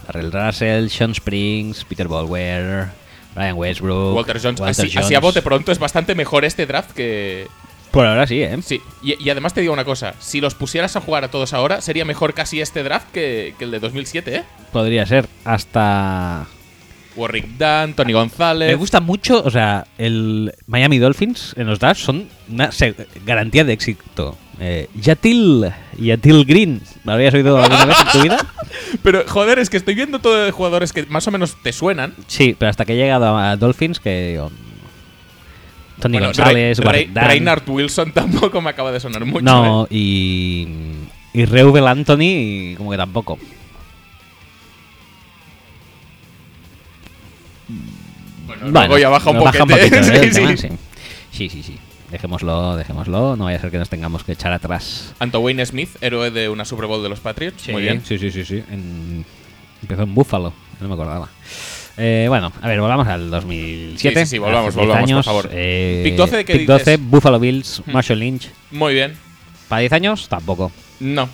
Darrell Russell, Sean Springs, Peter Ballware, Ryan Westbrook. Walter Jones. Walter así, así Jones. a bote pronto es bastante mejor este draft que. Por ahora sí, ¿eh? Sí. Y, y además te digo una cosa: si los pusieras a jugar a todos ahora, sería mejor casi este draft que, que el de 2007, ¿eh? Podría ser. Hasta. Warwick Dunn, Tony González. Ah, Me gusta mucho, o sea, el Miami Dolphins en los drafts son una se- garantía de éxito. Eh, Yatil, Yatil Green, ¿lo habías oído alguna vez en tu [laughs] vida? Pero joder, es que estoy viendo todo de jugadores que más o menos te suenan. Sí, pero hasta que he llegado a Dolphins, que digo, Tony Bueno, González, Re- Re- Warwick Dunn. Reinhard Wilson [laughs] tampoco me acaba de sonar mucho. No, ¿eh? y, y Reuben Anthony, como que tampoco. Bueno, luego ya baja un nos poquete. [laughs] poquito, ¿eh? Sí, el sí. tema, sí. sí, sí, sí. Dejémoslo, dejémoslo. No vaya a ser que nos tengamos que echar atrás Anto Wayne Smith, héroe de una Super Bowl de los Patriots. Sí, Muy bien. Sí, sí, sí, sí. En- Empezó en Buffalo, no me acordaba. Eh, bueno, a ver, volvamos al 2007. Sí, sí, sí, volvamos, hace 10 volvamos, por años, favor. eh, Pick 12, ¿de qué pick 12, dices? Hmm. Buffalo Bills, Marshall Lynch. Muy bien. ¿Para 10 años? Tampoco. No.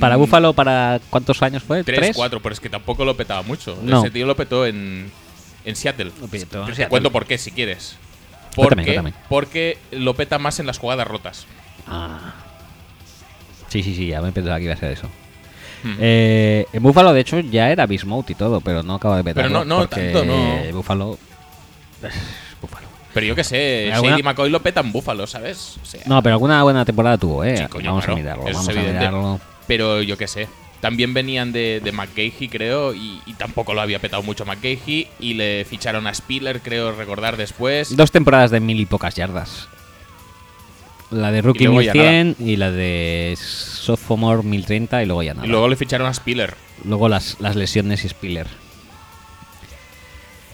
¿Para Mm, Buffalo, para cuántos años fue? Tres, ¿Tres? cuatro, pero es que tampoco lo petaba mucho. No. Ese tío lo petó en, en Seattle. Lo petó en Te Seattle. cuento por qué, si quieres. Cuéntame, Porque, cuéntame. porque lo peta más en las jugadas rotas. Ah. Sí, sí, sí, ya me pensaba que iba a ser eso. Hmm. Eh, en Buffalo, de hecho, ya era Bismuth y todo, pero no acaba de petarlo. no- no porque tanto, no. Buffalo... [sighs] Buffalo. Pero yo qué sé, ¿Alguna? Shady McCoy lo peta en Búfalo, ¿sabes? O sea, No, pero alguna buena temporada tuvo, ¿eh? Sí, coño, vamos claro, a mirarlo, eso es vamos a evidente. mirarlo. Pero yo qué sé. También venían de, de McGahey, creo, y, y tampoco lo había petado mucho McGahey. Y le ficharon a Spiller, creo recordar después. Dos temporadas de mil y pocas yardas. La de Y Rookie luego ya 1100 y la de Sophomore 1030 y luego ya nada. y luego le ficharon a Spiller. Luego las, las lesiones y Spiller.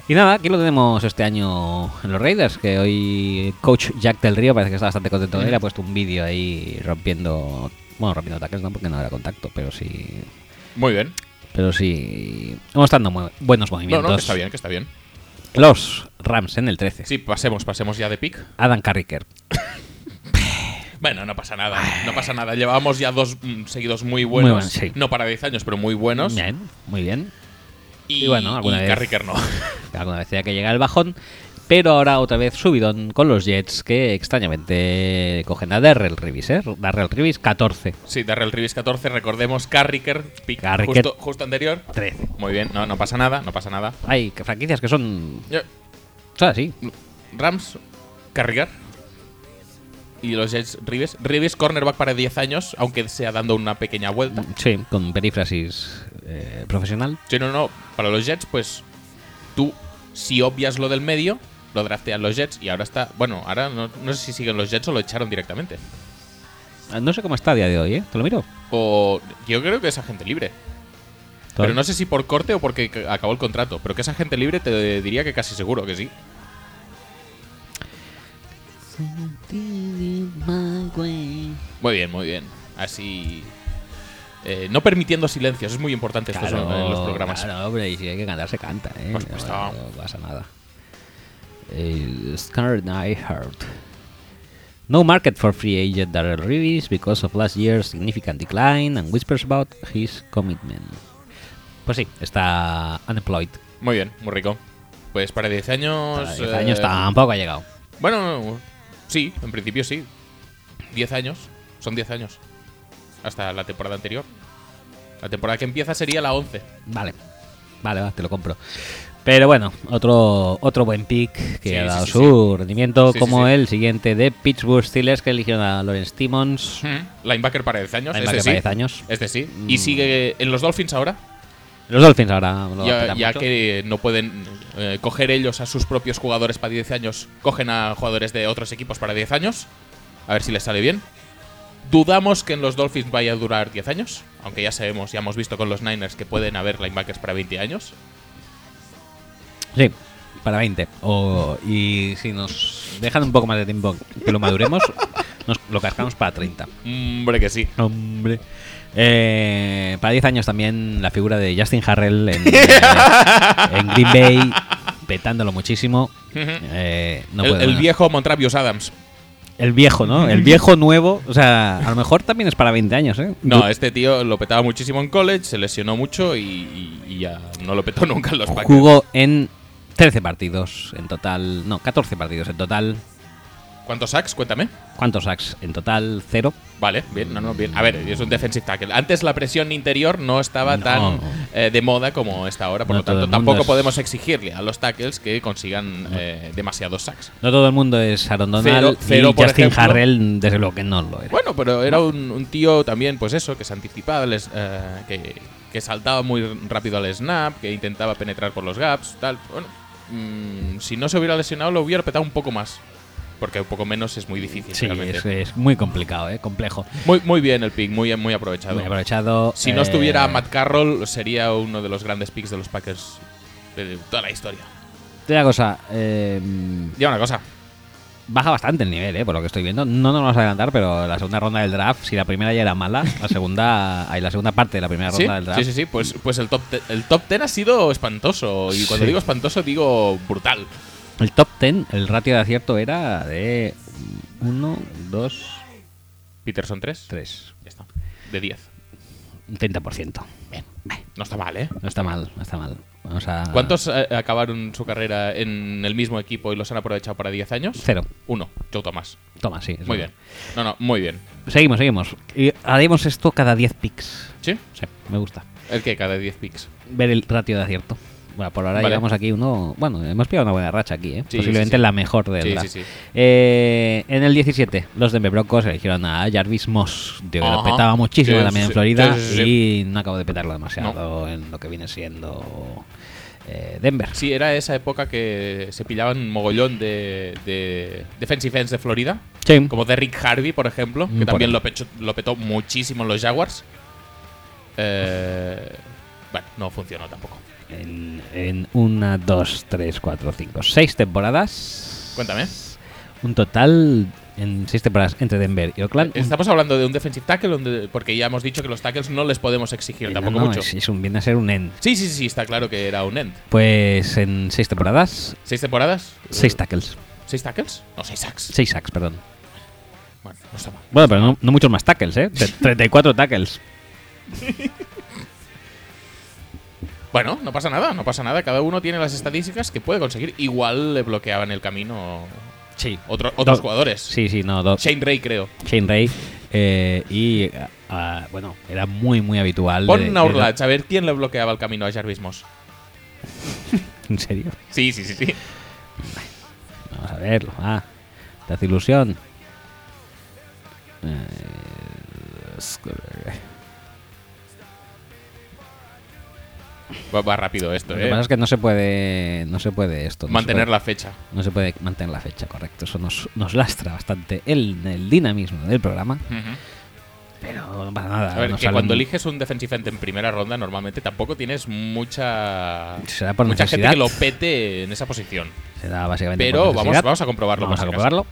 Y nada, aquí lo tenemos este año en los Raiders, que hoy coach Jack del Río parece que está bastante contento de él. Ha puesto un vídeo ahí rompiendo... Bueno, rompiendo ataques, ¿no? Porque no era contacto, pero sí... Muy bien. Pero sí... Vamos estando mu- buenos No, movimientos. no, que está bien, que está bien. Los Rams en el 13. Sí, pasemos, pasemos ya de pick. Adam Carricker. Bueno, no pasa nada, no pasa nada. Llevábamos ya dos mm, seguidos muy buenos. Muy buenos, sí. No para 10 años, pero muy buenos. Bien, muy bien. Y, Y bueno, alguna y vez. Carricker no. Alguna vez tenía que llegar el bajón. Pero ahora otra vez subidón con los Jets que extrañamente cogen a Darrell Rivis, ¿eh? Darrell Rivis 14. Sí, Darrell Reeves 14, recordemos Carricker, pick Carricker. Justo, justo anterior. 13. Muy bien, no, no pasa nada, no pasa nada. Hay que- franquicias que son. Yo- Son así. Rams, Carricker. Y los Jets, Reeves. Reeves, cornerback para 10 años, aunque sea dando una pequeña vuelta. Sí, con perífrasis eh, profesional. Sí, no, no, para los Jets, pues tú, si obvias lo del medio, lo draftean los Jets y ahora está. Bueno, ahora no, no sé si siguen los Jets o lo echaron directamente. Ah, No sé cómo está a día de hoy, ¿eh? Te lo miro. O yo creo que es agente libre. Pero no sé si por corte o porque c- acabó el contrato. Pero que es agente libre te diría que casi seguro que sí. Muy bien, muy bien. Así... eh, no permitiendo silencios, es muy importante esto Claro, en los programas. Pues, Claro, hombre, y si hay que cantar, se canta, ¿eh? Por supuesto. No, no pasa nada. Eh, Scarred I Heart. No market for free agent Darrell Reeves because of last year's significant decline and whispers about his commitment. Pues sí, está unemployed. Muy bien, muy rico. Pues para 10 años. Para 10 eh, años Este tampoco ha llegado. Bueno, sí, en principio sí. 10 años. Son 10 años. Hasta la temporada anterior. La temporada que empieza sería la 11. Vale, vale, va, te lo compro. Pero bueno, otro, otro buen pick que Sí, ha sí, dado sí, su rendimiento, Sí, sí, como sí. el siguiente de Pittsburgh Steelers que eligieron a Lawrence Timmons. Linebacker para 10 años. Hmm. Linebacker este para 10 sí. años. Mm. Este sí. Y sigue en los Dolphins ahora. Los Dolphins ahora lo Ya, apretan ya mucho. que no pueden eh, coger ellos a sus propios jugadores para 10 años, cogen a jugadores de otros equipos para 10 años. A ver si les sale bien. Dudamos que en los Dolphins vaya a durar 10 años, aunque ya sabemos, ya hemos visto con los Niners que pueden haber linebackers para 20 años. Sí, para 20. O, y si nos dejan un poco más de tiempo que lo [laughs] maduremos, nos lo cascamos para 30. Mm, Hombre, que sí. Hombre. Eh, para 10 años también la figura de Justin Harrell en, eh, en Green Bay, petándolo muchísimo. Eh, no el, puedo, el no. viejo Montravius Adams. El viejo, ¿no? El viejo nuevo. O sea, a lo mejor también es para 20 años, ¿eh? No, Du- este tío lo petaba muchísimo en college, se lesionó mucho y, y- y ya no lo petó [laughs] nunca en los Packers. Jugó en 13 partidos en total. No, 14 partidos en total. ¿Cuántos sacks? Cuéntame. ¿Cuántos sacks en total? Cero. Vale, bien, no, no, bien. A ver, es un defensive tackle. Antes la presión interior no estaba No. tan eh, de moda como está ahora, por No lo todo tanto el mundo tampoco es- podemos exigirle a los tackles que consigan eh, demasiados sacks. No todo el mundo es Aaron Cero- Donald cero, y por Justin ejemplo. Harrell, desde luego que no lo era. Bueno, pero era un, un tío también, pues eso, que se anticipaba, les, eh, que, que saltaba muy rápido al snap, que intentaba penetrar por los gaps, tal. Bueno, mm, si no se hubiera lesionado lo hubiera petado un poco más, porque un poco menos es muy difícil. Sí, realmente. es, es muy complicado, ¿eh? Complejo. Muy, muy bien el pick, muy, muy aprovechado. Muy aprovechado. Si no eh, estuviera Matt Carroll, sería uno de los grandes picks de los Packers de toda la historia. Te digo una cosa. eh, Y una cosa, baja bastante el nivel, ¿eh? Por lo que estoy viendo. No nos vamos a adelantar, pero la segunda ronda del draft, si la primera ya era mala, la [laughs] segunda. Ay, la segunda parte de la primera ¿sí? ronda del draft. sí, sí, sí, pues, pues el, top te- el top 10 ha sido espantoso. Y cuando Sí. digo espantoso, digo brutal. El top 10, el ratio de acierto era de 1, 2, Peterson 3, 3. ya está, de 10. Un 30%. Bien. No está mal, ¿eh? No está mal, no está mal. Vamos a. ¿Cuántos eh, acabaron su carrera en el mismo equipo y los han aprovechado para 10 años? Cero. Uno, Joe Thomas. Toma, sí. es Muy bien. verdad. No, no, muy bien. Seguimos, seguimos. Y haremos esto cada 10 picks. ¿Sí? Sí, me gusta. El que cada 10 picks. Ver el ratio de acierto. Bueno, por ahora Vale. llegamos aquí uno. Bueno, hemos pillado una buena racha aquí, ¿eh? Sí, Posiblemente sí, sí. la mejor del Sí, draft. sí, sí. Eh, en el 17, los Denver Broncos eligieron a Jarvis Moss. un tío que lo Ajá. petaba muchísimo Sí, también sí, en Florida sí, sí, sí. y no acabo de petarlo demasiado en lo que viene siendo eh, Denver. Sí, era esa época que se pillaban un mogollón de, de defensive ends de Florida. Sí. Como Derrick Harvey, por ejemplo, que Mm, Por también ejemplo. lo, pecho- lo petó muchísimo en los Jaguars. Eh, bueno, no funcionó tampoco. En, en una, dos, tres, cuatro, cinco, seis temporadas. Cuéntame. Un total en seis temporadas entre Denver y Oakland. un- Estamos hablando de un defensive tackle, donde- porque ya hemos dicho que los tackles no les podemos exigir eh, tampoco no, no, mucho. Es, es un, viene a ser un end. Sí, sí, sí, está claro que era un end. Pues en seis temporadas, ¿Seis temporadas? seis tackles. ¿Seis tackles? No, seis sacks. Seis sacks, perdón. Bueno, no está mal. Bueno, pero no, no muchos más tackles, ¿eh? [laughs] Tre- 34 tackles. Bueno, no pasa nada, no pasa nada. Cada uno tiene las estadísticas que puede conseguir. Igual le bloqueaban el camino Sí. otro- otros Do- jugadores. Sí, sí, no, dos. Shane Ray, creo. Shane Ray. eh, y ah, ah, bueno, era muy, muy habitual. de- Pon de- a Urlach a ver quién le bloqueaba el camino a Jarvis Moss. ¿En serio? Sí, sí, sí, sí. Vamos a verlo. Ah, te hace ilusión. Eh, Eh, Va, va rápido esto, Lo que eh. pasa es que no se puede, no se puede esto. no Mantener se la fecha. puede- No se puede mantener la fecha, correcto. Eso nos, nos lastra bastante el, el dinamismo del programa. Pero no pasa nada. A ver, nos que sale cuando un- eliges un defensive end en primera ronda, normalmente tampoco tienes mucha. Será por mucha gente necesidad. que lo pete en esa posición. Se da básicamente por Pero vamos, necesidad. vamos a comprobarlo. Vamos por a si acaso. comprobarlo.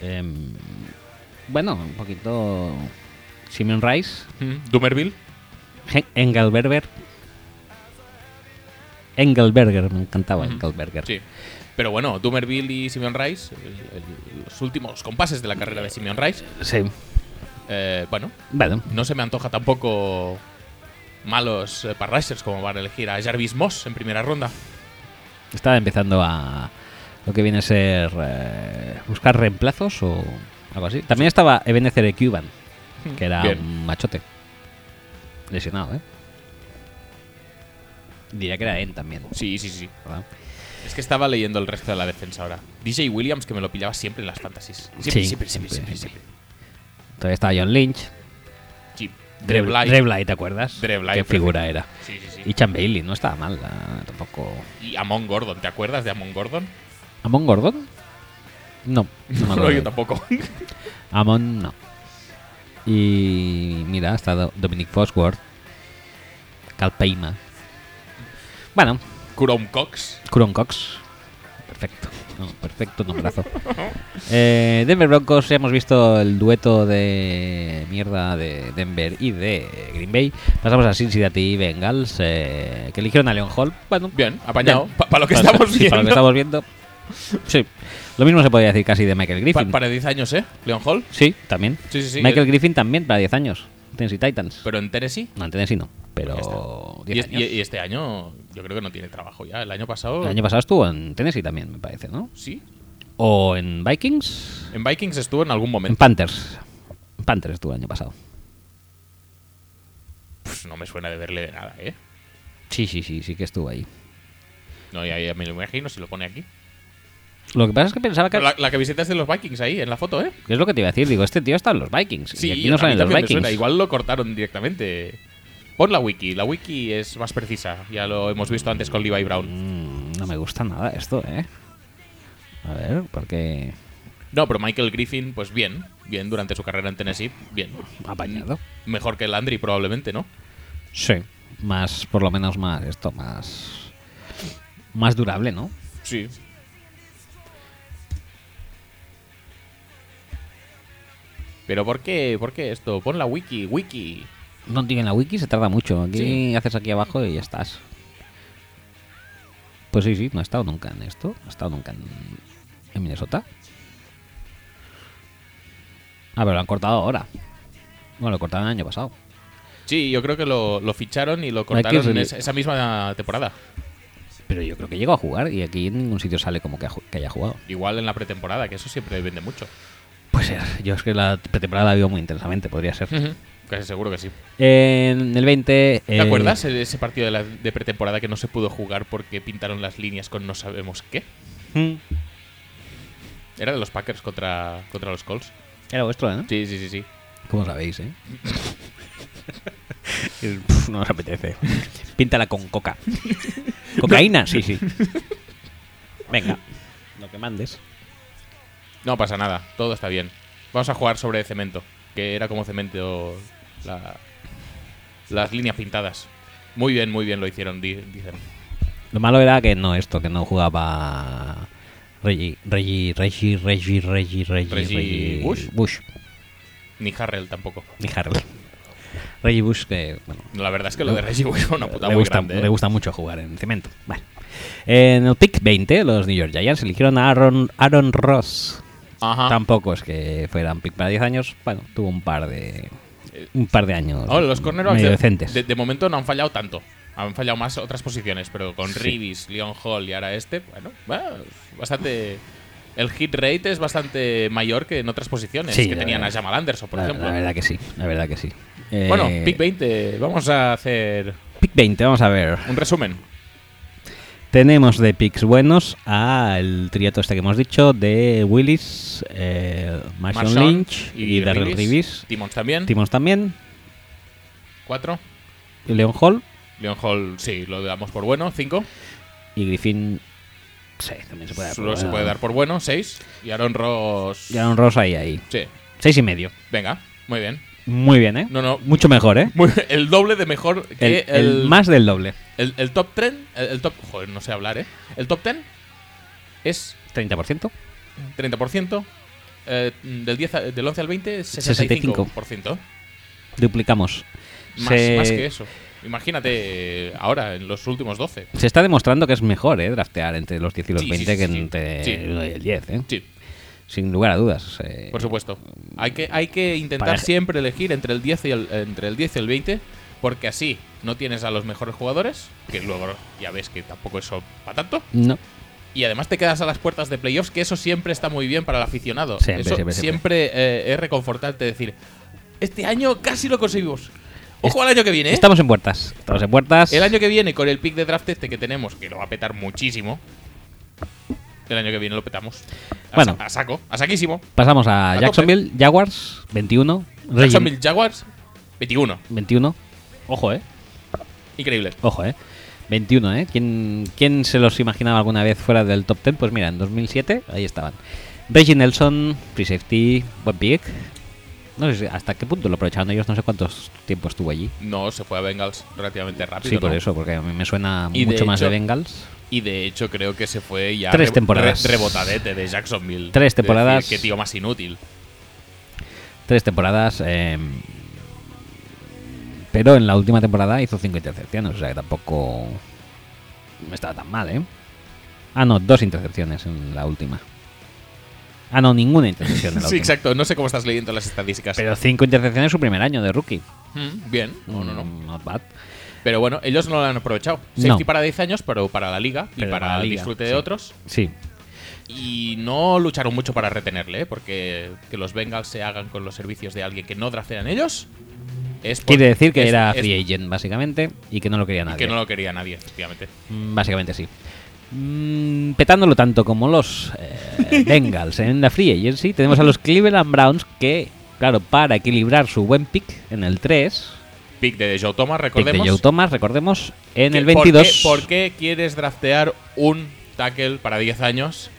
Em, bueno, un poquito. Simon Rice, Ujú. Doomerville. Hen- Engelberger. Engelberger, me encantaba Engelberger. Sí. Pero bueno, Doomerville y Simeon Rice, el- el- los últimos compases de la carrera de Simeon Rice, Sí. Eh, bueno, Bueno, no se me antoja tampoco malos eh, pass rushers como van a elegir a Jarvis Moss en primera ronda. está empezando a lo que viene a ser eh, buscar reemplazos o algo así. También estaba Ebenezer de Cuban, que era Bien. un machote. Lesionado, ¿eh? Diría que era él también. Sí, sí, sí. ¿verdad? Es que estaba leyendo el resto de la defensa ahora. DJ Williams, que me lo pillaba siempre en las fantasies. Siempre, Sí, siempre, siempre, siempre, siempre. siempre. Todavía estaba John Lynch. Sí, Dre Dre Blythe. Bly, ¿te acuerdas? Dre Blythe, Qué figura era. Sí, sí, Y sí. Chan Bailey, no estaba mal ah, tampoco. Y Amon Gordon, ¿te acuerdas de Amon Gordon? ¿Amon Gordon? No, [laughs] no me No, acuerdo. yo tampoco. Amon no. Y mira, está Do- Dominic Fosworth, Cal Peima. Bueno, Kurom Cox. Curon Cox. Perfecto. No, perfecto [laughs] nombrazo. Eh, Denver Broncos, hemos visto el dueto de mierda de Denver y de Green Bay. Pasamos a Cincinnati Bengals, eh, que eligieron a Leon Hall. Bueno, Bien, apañado. bien. Para lo que Pa- estamos sí, Para lo que viendo. estamos viendo. Sí. Lo mismo se podría decir casi de Michael Pa- Griffin. para 10 años, ¿eh? Leon Hall. Sí, también. Sí, sí, sí. Michael Griffin también para 10 años. Tennessee Titans. Pero en Tennessee. no, en Tennessee no, Ya pero 10 Y, es- años. y- y este año, yo creo que no tiene trabajo ya. El año pasado. El año pasado estuvo en Tennessee también, me parece, ¿no? Sí. O en Vikings. En Vikings estuvo en algún En momento. Panthers. En Panthers estuvo el año pasado. Pues no me suena de verle de nada, ¿eh? Sí, sí, sí, sí que estuvo ahí. No, ya, ya me lo imagino si lo pone aquí. Lo que pasa es que pensaba que... La, la camiseta es de los Vikings ahí, en la foto, ¿eh? ¿Qué es lo que te iba a decir? Digo, este tío está en los Vikings. y aquí no a mí salen los también me Vikings. suena. Igual lo cortaron directamente. Pon la wiki, la wiki es más precisa. Ya lo hemos visto antes con Levi Brown. Mm, no me gusta nada esto, ¿eh? A ver, porque... No, pero Michael Griffin, pues bien, bien durante su carrera en Tennessee, bien. Apañado. Mejor que Landry probablemente, ¿no? Sí. Más, por lo menos más, esto, más... Más durable, ¿no? Sí. Pero ¿por qué? ¿Por qué esto? Pon la wiki, wiki. No tiene la wiki, se tarda mucho. Aquí Sí. haces aquí abajo y ya estás. Pues sí, sí, no he estado nunca en esto. No he estado nunca en, en Minnesota. Ah, pero lo han cortado ahora. Bueno, lo cortaron el año pasado. Sí, yo creo que lo, lo ficharon y lo cortaron Michael- en esa, esa misma temporada. Pero yo creo que llegó a jugar y aquí en ningún sitio sale como que, ha ju- que haya jugado. [laughs] Igual en la pretemporada, que eso siempre vende mucho. Puede ser. Yo es que la pretemporada la vivo muy intensamente, podría ser. [laughs] Eh, Casi seguro que sí. en el eh, 20... ¿Te acuerdas de ese partido de, la, de pretemporada que no se pudo jugar porque pintaron las líneas con no sabemos qué? mm, Era de los Packers contra, contra los Colts. Era vuestro, ¿no? Sí, sí, sí, sí. ¿Cómo sabéis, [laughs] eh? El- pf, no nos apetece. Píntala con [laughs] coca. ¿Cocaína? Sí, sí. Venga. Lo que mandes. No pasa nada, todo está bien. Vamos a jugar sobre cemento, que era como cemento la- las líneas pintadas. Muy bien, muy bien lo hicieron, di- dicen. Lo malo era que no esto, que no jugaba Reggie, Reggie, Reggie, Reggie, Reggie, Reggie, Reggie Bush. Bush. Ni Harrell tampoco. Ni Harold. Reggie Bush, que bueno, La verdad es que lo de Reggie Bush fue una puta le, muy gusta, grande. ¿eh? le gusta mucho jugar en cemento. Vale. En el pick 20, los New York Giants eligieron a Aaron, Aaron Ross. Ajá. Tampoco es que fuera un pick para 10 años. Bueno, tuvo un par de un par de años Ahora, los cornerbacks medio de, decentes. de- de momento no han fallado tanto. Han fallado más otras posiciones, pero con Reeves, Leon Hall y ahora este, bueno, va, bastante. El hit rate es bastante mayor que en otras posiciones Sí, que la tenían verdad. a Jamal Anderson, por la, ejemplo. la verdad que sí, la verdad que sí. Eh, bueno, pick 20, vamos a hacer pick 20, vamos a ver. un resumen. Tenemos de picks buenos al triato este que hemos dicho de Willis, eh, Marshawn Marshawn Lynch y, Darrell Reeves. Timmons también. Timons también, Cuatro. y Leon Hall Leon Hall, sí, lo damos por bueno. Cinco. y Griffin. Sí, también se puede dar. por Solo bueno. se pues puede dar por bueno. Seis. Y Aaron Ross. Y Aaron Ross ahí, ahí. Sí. Seis y medio. Venga, muy bien. Muy bien, ¿eh? No, Eh, no. Mucho mejor, ¿eh? Muy- el doble de mejor El, que el más del doble. El, el top 10, el, el top, joder, no sé hablar, ¿eh? El top 10 es 30%. 30%, eh, del, 10 a- del 11 al 20 es 65%. Duplicamos. Más, más que eso. Imagínate eh, ahora, en los últimos 12. se está demostrando que es mejor eh, draftear entre los 10 y los Sí, sí, 20 sí, que sí. entre Sí. el 10. ¿eh? Sí. sin lugar a dudas. eh, Por supuesto. Hay que, hay que intentar Para- siempre elegir entre el 10 y el, entre el 10 y el 20, porque así no tienes a los mejores jugadores, que luego ya ves que tampoco eso para tanto. no. Y además te quedas a las puertas de playoffs, que eso siempre está muy bien para el aficionado. Siempre, Eso siempre, siempre. eh, es reconfortante decir, este año casi lo conseguimos. Ojo al año que viene, ¿eh? Estamos en puertas. Estamos en puertas. El año que viene, con el pick de draft este que tenemos, que lo va a petar muchísimo. El año que viene lo petamos. A, Bueno. sa- a saco, a saquísimo. Pasamos a, tope. Jacksonville, Jaguars, 21. Reggie, Jacksonville Jaguars, 21. 21. Ojo, eh. Increíble. Ojo, eh. 21, ¿eh? ¿Quién, quién se los imaginaba alguna vez fuera del top 10? Pues mira, en 2007, ahí estaban. Reggie Nelson, Free Safety, buen pick. No sé si- hasta qué punto lo aprovecharon ellos, no sé cuántos tiempo estuvo allí. No, se fue a Bengals relativamente rápido. Sí, por ¿no? eso, porque a mí me suena Y de mucho más de hecho- Bengals. Y de hecho creo que se fue ya Tres rebo- temporadas. re- rebotadete de Jacksonville. Tres De decir, temporadas. Qué tío más inútil. Tres temporadas, eh, pero en la última temporada hizo cinco intercepciones, o sea que tampoco no estaba tan mal, ¿eh? Ah, no, dos intercepciones en la última. Ah, no, ninguna intercepción en la [laughs] Sí, última. exacto. No sé cómo estás leyendo las estadísticas. Pero cinco intercepciones en su primer año de rookie. Mm, bien. No, no, no. Mm, Not bad. Pero bueno, ellos no lo han aprovechado. No. Safety para 10 años, pero para la liga y Pero para, para la el liga, disfrute sí. de otros. Sí, Y no lucharon mucho para retenerle, ¿eh? porque que los Bengals se hagan con los servicios de alguien que no draftean ellos. Es por- quiere decir que Pues es- era es- free agent, básicamente, y que no lo quería y nadie. que no lo quería nadie, efectivamente. Mm, Básicamente sí. Mm, petándolo tanto como los [laughs] eh, Bengals en la Free Agency, tenemos a los Cleveland Browns que, claro, para equilibrar su buen pick en el 3, Pick de Joe Thomas, pick de recordemos. Joe Thomas, recordemos, en que- el ¿por qué- 22. ¿por qué, quieres draftear un tackle para 10 años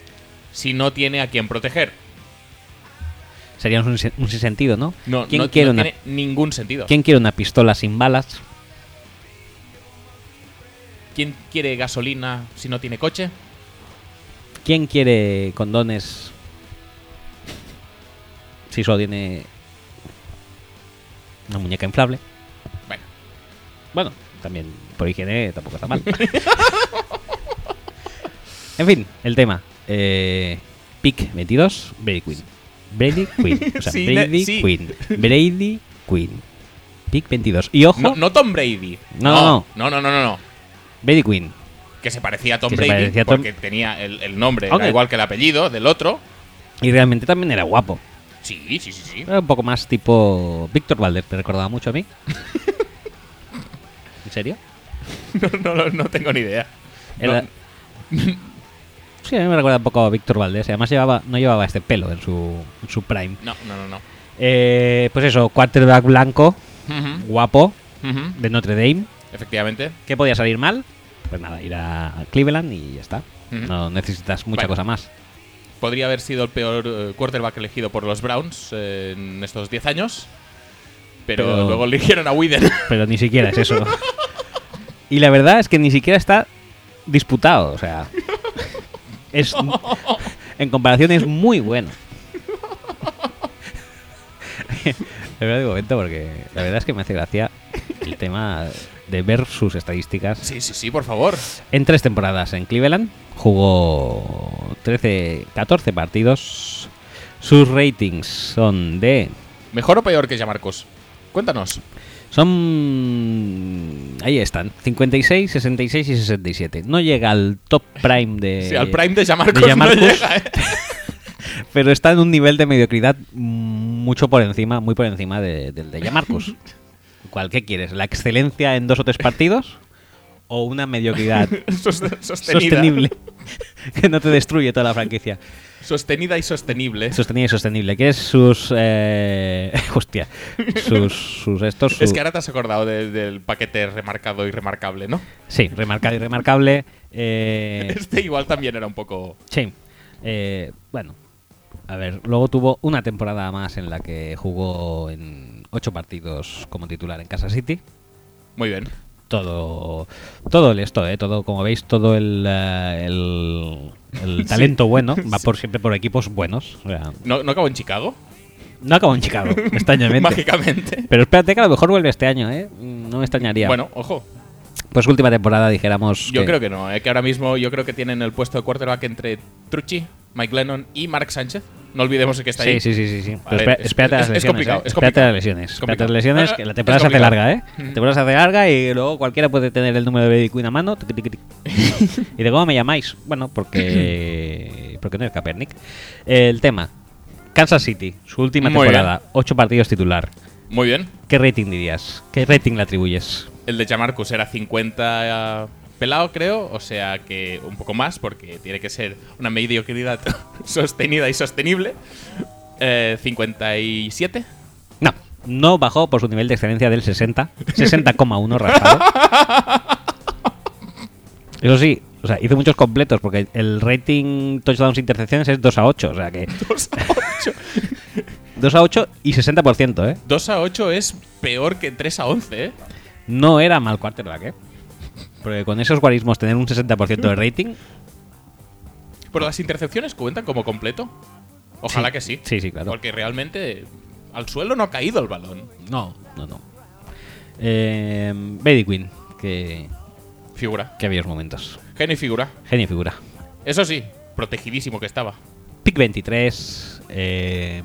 si no tiene a quien proteger? Sería un, sin- un sinsentido, ¿no? No, ¿Quién, no- no quiere una, tiene ningún sentido. ¿Quién? ¿Quién quiere una pistola sin balas? quiere gasolina si no tiene coche? ¿Quién quiere condones si solo tiene una muñeca inflable? Bueno, Bueno, también por higiene tampoco está [laughs] mal. en fin, el tema. Eh, pick 22, Brady Quinn. Brady Quinn. O sea, Sí, ne- Brady sí. Quinn. Brady Quinn. Pick 22. Y ojo, no, no Tom Brady. No, no, no, no, no, no, no. Brady Quinn. Que se parecía a Tom Que se Brady parecía a Tom- porque tenía el, el nombre, era Hombre. igual que el apellido del otro. Y realmente también era guapo. Sí, sí, sí, [laughs] sí. Era un poco más tipo Víctor Valder, me recordaba mucho a [laughs] mí. ¿En serio? No, no, no tengo ni idea. Era- No, Sí, a mí me recuerda un poco a Víctor Valdés. y Además, llevaba, no llevaba este pelo en su, en su prime. no, no, no. no. Eh, pues eso, quarterback blanco, Ujú, guapo, ujú. de Notre Dame. Efectivamente. ¿Qué podía salir mal? Pues nada, ir a Cleveland y ya está. Ujú. No necesitas mucha Bueno. cosa más. Podría haber sido el peor eh, quarterback elegido por los Browns eh, en estos 10 años. Pero, Pero- luego eligieron a Widen. Pero ni siquiera es eso. [laughs] y la verdad es que ni siquiera está disputado. O sea, [laughs] es, en comparación es muy bueno. Le voy a dar un momento porque la verdad es que me hace gracia el tema de ver sus estadísticas. [laughs] sí, sí, sí, por favor. En tres temporadas en Cleveland jugó 13, 14 partidos. Sus ratings son de. ¿Mejor o peor que ya Marcos? Cuéntanos. Son. Ahí están: 56, 66 y 67. No llega al top prime Eh, de. [laughs] Sí, al prime de Yamarcos, Yamarcos. no llega, ¿eh? [laughs] Pero está en un nivel de mediocridad mucho por encima, muy por encima de- del de [laughs] Yamarcus. ¿Cuál que quieres? ¿La excelencia en dos o tres partidos? ¿O una [laughs] mediocridad Sos- Sostenida. sostenible [laughs] que no te destruye toda la franquicia? Sostenida y sostenible. Sostenible y sostenible. ¿Quieres sus. Eh, [laughs] hostia. Sus, sus estos. su- Es que ahora te has acordado de- del paquete remarcado y remarcable, ¿no? Sí, remarcado y remarcable. [laughs] eh, Este igual también era un poco. sí. Eh, bueno. A ver, luego tuvo una temporada más en la que jugó en ocho partidos como titular en Kansas City. Muy bien. Todo, todo el esto, eh, todo, como veis, todo el, eh, el, [laughs] el talento bueno va por siempre por equipos buenos. O sea, ¿No, no acabó en Chicago? no acabó en [laughs] Chicago, extrañamente. Mágicamente. Pero espérate que a lo mejor vuelve este año, ¿eh? No me extrañaría. Bueno, ojo. Pues última temporada, dijéramos. Yo creo que no, eh, que ahora mismo yo creo que tienen el puesto de quarterback entre Trucci, Mike Lennon y Mark Sánchez. No olvidemos el que está Sí, ahí. sí, sí, sí. sí. Vale, Pero espera- es- espérate a las es- es lesiones. complicado, ¿eh? es Espérate a las complicado. lesiones. Es Espérate a las complicado. lesiones, No, no, que no, la es temporada se hace complicado. larga, ¿eh? La temporada se hace larga y luego cualquiera puede tener el número de Bedicú en la mano. tuc, tuc, tuc. [laughs] ¿Y de cómo me llamáis? Bueno, porque. [clears throat] porque no es Kaepernick. El tema: Kansas City, su última Muy temporada, ocho partidos titular. Muy bien. ¿Qué rating dirías? ¿Qué rating le atribuyes? El de Jamarcus era 50 pelado, creo. O sea que un poco más, porque tiene que ser una mediocridad [laughs] sostenida y sostenible. Eh, [laughs] 57. No, no bajó por su nivel de excelencia del 60, 60,1 raspado. Eso sí, o sea, hizo muchos completos porque el rating touchdowns e intercepciones es 2 a 8, o sea que 2 a 8. 2 a 8 y 60%, ¿eh? 2 a 8 es peor que 3 a 11, ¿eh? No era mal quarterback, ¿eh? Porque con esos guarismos tener un 60% de rating, Pero las intercepciones cuentan como completo. Ojalá Sí. que sí. Sí, sí, claro. Porque realmente al suelo no ha caído el balón. no, no, no. Eh, Betty Quinn, que, Figura. que había momentos. Genio y figura. Genio y figura. Eso sí, protegidísimo que estaba. Pick 23. Eh,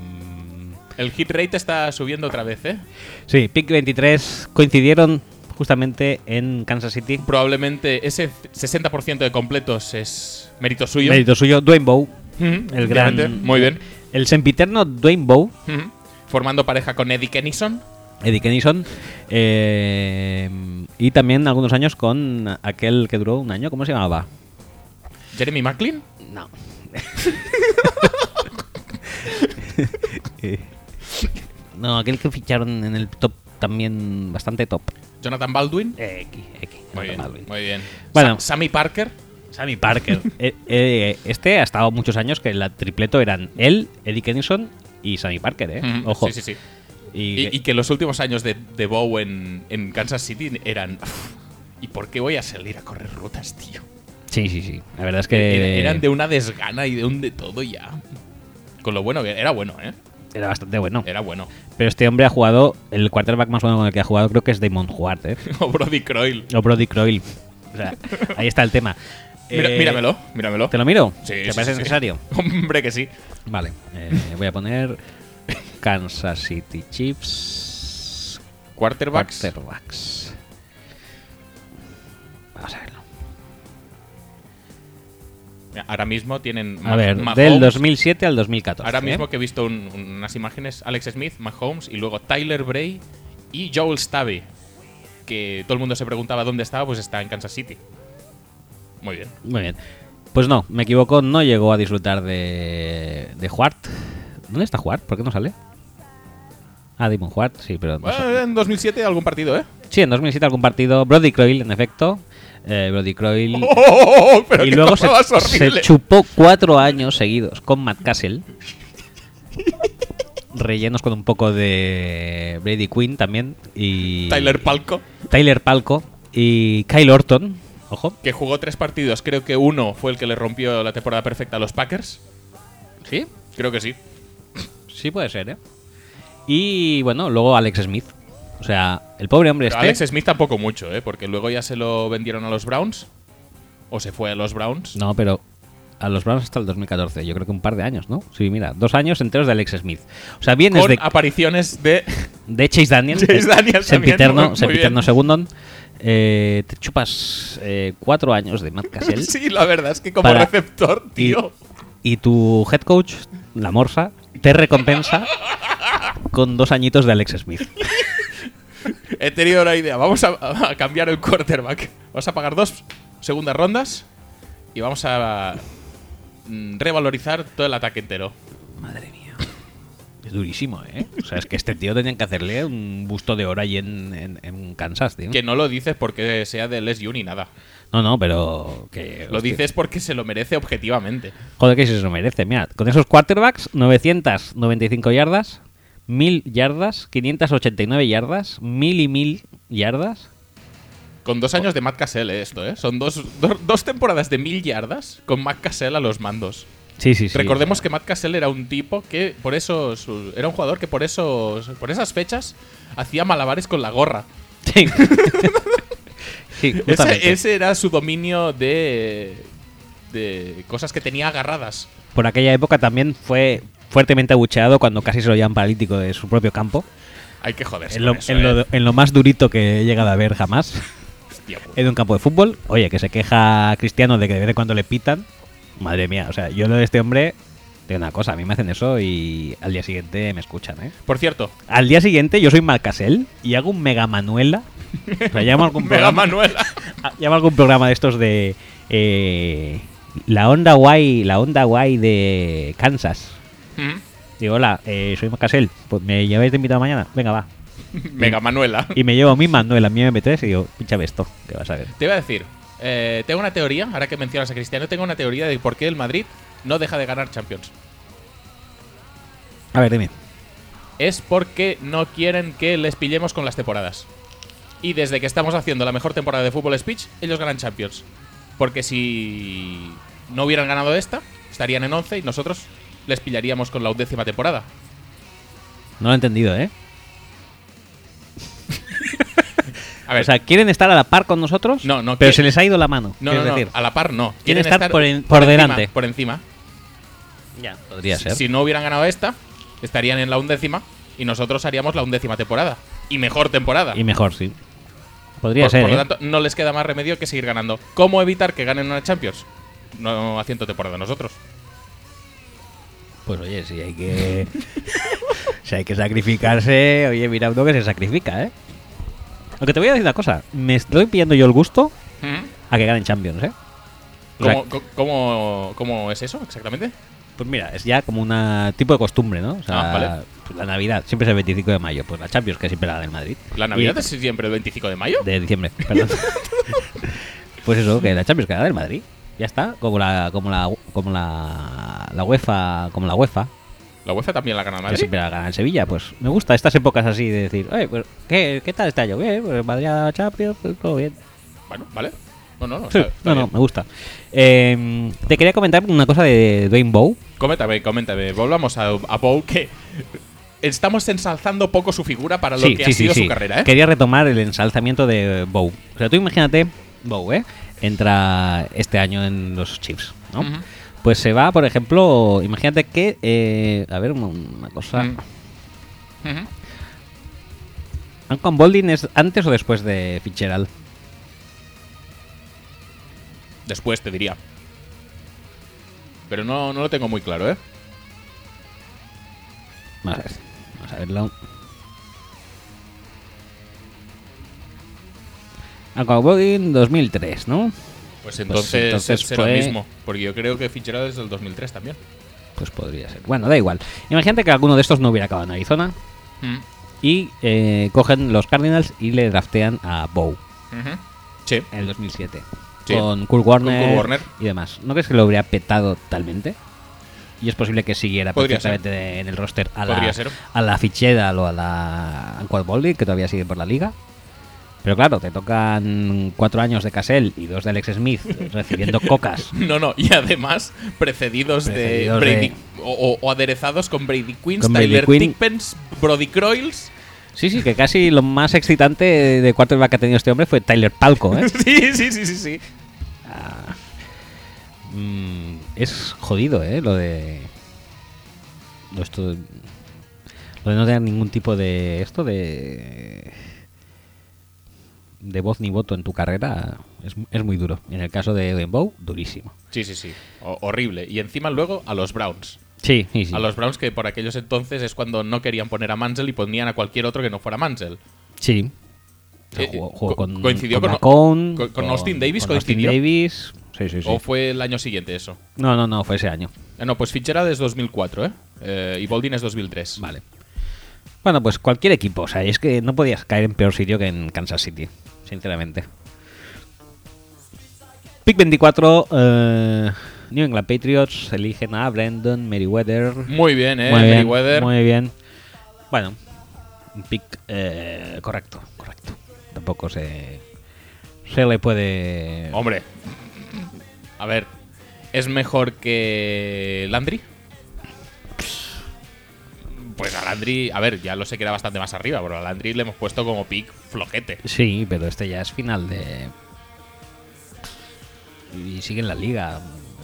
El hit rate está subiendo otra vez, ¿eh? Sí, pick 23 coincidieron justamente en Kansas City. Probablemente ese 60% de completos es mérito suyo. Mérito suyo, Dwayne Bow, Ujú, el gran- obviamente. Muy bien. el sempiterno Dwayne Bow, Ujú. Formando pareja con Eddie Kennison. Eddie Kennison, eh, y también algunos años con aquel que duró un año, ¿cómo se llamaba? Jeremy Macklin. [laughs] No. no, aquel que ficharon en el top también bastante top. Jonathan Baldwin. Eh, X, X, Muy bien. Jonathan Baldwin. Muy bien. Bueno. Sa- Sammy Parker. Sammy Parker. [laughs] Eh, eh, este ha estado muchos años que la tripleto eran él, Eddie Kennyson y Sammy Parker, ¿eh? Ujú, Ojo. Sí, sí, sí. Y, Y, y que los últimos años de, de Bow en, en Kansas City eran. "Uf, ¿Y por qué voy a salir a correr rutas, tío? sí, sí, sí. La verdad es que e- Eran de una desgana y de un de todo ya. Con lo bueno que era bueno, ¿eh? era bastante bueno. Era bueno. [laughs] Pero este hombre ha jugado, el quarterback más bueno con el que ha jugado creo que es Damon Ward, [laughs] ¿eh? o Brody Croyle. O Brody Croyle. O sea, ahí está el tema. Mira- Eh, míramelo, míramelo. ¿Te lo miro? Sí, ¿Te sí, parece sí, sí. necesario? [laughs] Hombre, que sí. [laughs] Vale. eh, voy a poner Kansas City Chiefs Quarterbacks. Quarterbacks. Vamos a verlo. Mira, Ahora mismo tienen. A Mah- ver, Mahomes. del 2007 al 2014. Ahora ¿eh? mismo que he visto un- unas imágenes, Alex Smith, Mahomes y luego Tyler Bray y Joel Stabby. Que todo el mundo se preguntaba dónde estaba, pues está en Kansas City. Muy bien. Muy bien. Pues no, me equivoco, no llegó a disfrutar de, de Huart. ¿Dónde está Huart? ¿Por qué no sale? Ah, Damon Huart, sí, pero... no Bueno, sale. Ah, en 2007 algún partido, ¿eh? Sí, en 2007 algún partido. Brody Croyle, en efecto. eh, Brody Croyle... [laughs] ¡Oh, oh, oh! pero y qué luego se, cosa más se horrible. chupó cuatro años seguidos con Matt Castle. rellenos con un poco de Brady Quinn también. Y Tyler Palco, Tyler Palco y Kyle Orton. Ojo. que jugó tres partidos. Creo que uno fue el que le rompió la temporada perfecta a los Packers. Sí, Creo que sí. sí puede ser, ¿eh? Y bueno, luego Alex Smith. O sea, el pobre hombre Pero este. Alex Smith tampoco mucho, ¿eh? Porque luego ya se lo vendieron a los Browns. O se fue a los Browns. No, pero a los Browns hasta el 2014. Yo creo que un par de años, ¿no? Sí, mira, dos años enteros de Alex Smith. O sea, vienes con de, apariciones de. de Chase Daniel. Chase de Daniel Sempiterno, también, muy- muy Sempiterno bien. Segundon. Eh, te chupas eh, cuatro años de [laughs] Matt Cassell. sí, la verdad es que como Para- receptor, y, tío. y tu head coach, la morsa, te recompensa con dos añitos de Alex Smith. He tenido una idea. Vamos a, a cambiar el quarterback. Vamos a pagar dos segundas rondas. Y vamos a. mm, Revalorizar todo el ataque entero. Madre mía. Es durísimo, ¿eh? O sea, es que este tío tenían que hacerle un busto de oro ahí en, en- en Kansas, tío. Que no lo dices porque sea de Les ni nada. No, no, pero que... Lo hostia. dices porque se lo merece objetivamente. Joder, que se lo merece. Mira, con esos quarterbacks, 995 yardas, 1000 yardas, 589 yardas, 1000 y 1000 yardas. Con dos años de Matt Cassell, eh, esto, ¿eh? Son dos, do- dos temporadas de mil yardas con Matt Cassell a los mandos. Sí, sí, sí. Recordemos que Matt Cassell era un tipo que, por eso, su- era un jugador que por, esos, por esas fechas hacía malabares con la gorra. [laughs] Sí. Sí, justamente. Ese, ese era su dominio de, de cosas que tenía agarradas. Por aquella época también fue fuertemente abucheado cuando casi se lo llaman paralítico de su propio campo. Hay que joderse. En lo, con eso, en lo- eh. en lo más durito que he llegado a ver jamás. Hostia pues. puta. En un campo de fútbol, oye, que se queja Cristiano de que de vez en cuando le pitan. Madre mía, o sea, yo lo de este hombre, de una cosa, a mí me hacen eso y al día siguiente me escuchan, ¿eh? Por cierto, Al día siguiente yo soy Marcasel y hago un Mega Manuela. O sea, llamo a algún [laughs] Mega programa, Manuela. [laughs] a- llamo a algún programa de estos de. eh, la onda guay, la onda guay de Kansas. Mm. Digo, hola, eh, soy Marcasel, pues me lleváis de invitado mañana, venga va. Mega Manuela. Y me llevo a mi Manuela, mi MP3 y digo, pinchame esto, que vas a ver. Te iba a decir, eh, tengo una teoría, ahora que mencionas a Cristiano, tengo una teoría de por qué el Madrid no deja de ganar Champions. A ver, dime. Es porque no quieren que les pillemos con las temporadas. Y desde que estamos haciendo la mejor temporada de fútbol speech, ellos ganan Champions. Porque si no hubieran ganado esta, estarían en 11 y nosotros les pillaríamos con la undécima temporada. No lo he entendido, ¿eh? A ver, O sea, quieren estar a la par con nosotros, No, no pero quiere- se les ha ido la mano. no, no, quiero no, Ah, decir. a la par no. Quieren estar por en- por encima, delante. por encima. Ya, podría Si- ser. Si no hubieran ganado esta, estarían en la undécima y nosotros haríamos la undécima temporada. Y mejor temporada. Y mejor, sí. Podría por, ser. por lo ¿eh? tanto, no les queda más remedio que seguir ganando. ¿Cómo evitar que ganen una Champions? No haciendo temporada nosotros. Pues oye, si hay que. [laughs] si hay que sacrificarse, oye, mira uno que se sacrifica, ¿eh? Aunque te voy a decir una cosa, me estoy pillando yo el gusto a que ganen Champions, ¿eh? O sea, ¿Cómo, co- cómo- cómo es eso exactamente? Pues mira, es ya como un tipo de costumbre, ¿no? O sea, Ah, vale. pues la Navidad siempre es el 25 de mayo, pues la Champions que siempre la gana el Madrid. ¿La Y- Navidad es siempre el 25 de mayo? De diciembre, [laughs] perdón. pues eso, que la Champions que era del Madrid. Ya está, como la como la como la, la UEFA, como la UEFA, La UEFA también la gana el que Madrid. siempre la gana en Sevilla, pues me gusta estas épocas así de decir, "Oye, pues ¿qué, qué tal este año? Bien, pues el Madrid ha Champions, pues todo bien." Bueno, ¿vale? No, no, no. Sí, está- está no, no, bien. me gusta. Eh, te quería comentar una cosa de Dwayne Bow. Coméntame, coméntame. Volvamos a, a Bow que estamos ensalzando poco su figura para lo que ha sido su carrera, ¿eh? Quería retomar el ensalzamiento de Bow. O sea, tú imagínate, Bow, ¿eh? Entra este año en los Chiefs, ¿no? Ujú. Pues se va, por ejemplo, imagínate que. eh, a ver, una, una cosa. Mm. Ujú. ¿Anquan Boldin es antes o después de Fitzgerald? Después te diría. Pero no, no lo tengo muy claro, ¿eh? Vamos a ver. Vamos a verlo. Anquan Boldin 2003, ¿no? Pues entonces, entonces será fue- el mismo. Porque yo creo que Fitzgerald es del 2003 también. Pues podría ser. Bueno, da igual. Imagínate que alguno de estos no hubiera acabado en Arizona y eh, cogen los Cardinals y le draftean a Bow Ujú. Sí. [laughs] en el 2007. Sí. Con Kurt Warner, Kurt Warner. y demás. ¿No crees que lo hubiera petado totalmente? Y es posible que siguiera Podría perfectamente de- en el roster a la, Podría ser. a la Fitzgerald o a la Anquan Boldin, que todavía sigue por la liga. Pero claro, te tocan cuatro años de Cassell y dos de Alex Smith [laughs] recibiendo cocas. No, no, y además precedidos, Precedidos de Brady de- O, o- o aderezados con Brady Quinn, Con Brady Tyler Quinn. Tickpence, Brody Croyles. Sí, sí, que casi lo más excitante de quarterback que ha tenido este hombre fue Tyler Palco, ¿eh? [laughs] Ah, Sí, sí, sí, sí, sí. Mm, es jodido, ¿eh? Lo de. Lo, esto, lo de no tener ningún tipo de. Esto de. De voz ni voto en tu carrera es, es muy duro. En el caso de Dembow, durísimo. Sí, sí, sí. O- horrible. Y encima luego a los Browns. Sí, sí, sí. A los Browns que por aquellos entonces es cuando no querían poner a Mansell y ponían a cualquier otro que no fuera Mansell. Sí. O sea, Eh, jugó- eh, jugó co- coincidió con- Macon, con- con Austin Davis, con Austin coincidió. Davis. Sí, sí, sí. ¿O fue el año siguiente eso? No, no, no, fue ese año. Eh, No, pues Fitzgerald es 2004, ¿eh? Eh, y Boldin es 2003. Vale. Bueno, pues cualquier equipo. O sea, es que no podías caer en peor sitio que en Kansas City, sinceramente. Pick 24, eh, New England Patriots eligen a Brandon Merriweather. Muy bien, ¿eh? Muy bien, Merriweather. muy bien. Bueno, un pick eh, correcto, correcto. Tampoco se, se le puede... Hombre. A ver. ¿Es mejor que Landry? Pues a Landry, a ver, ya lo sé que era bastante más arriba, pero a Landry le hemos puesto como pick flojete. Sí, pero este ya es final de... Y sigue en la liga.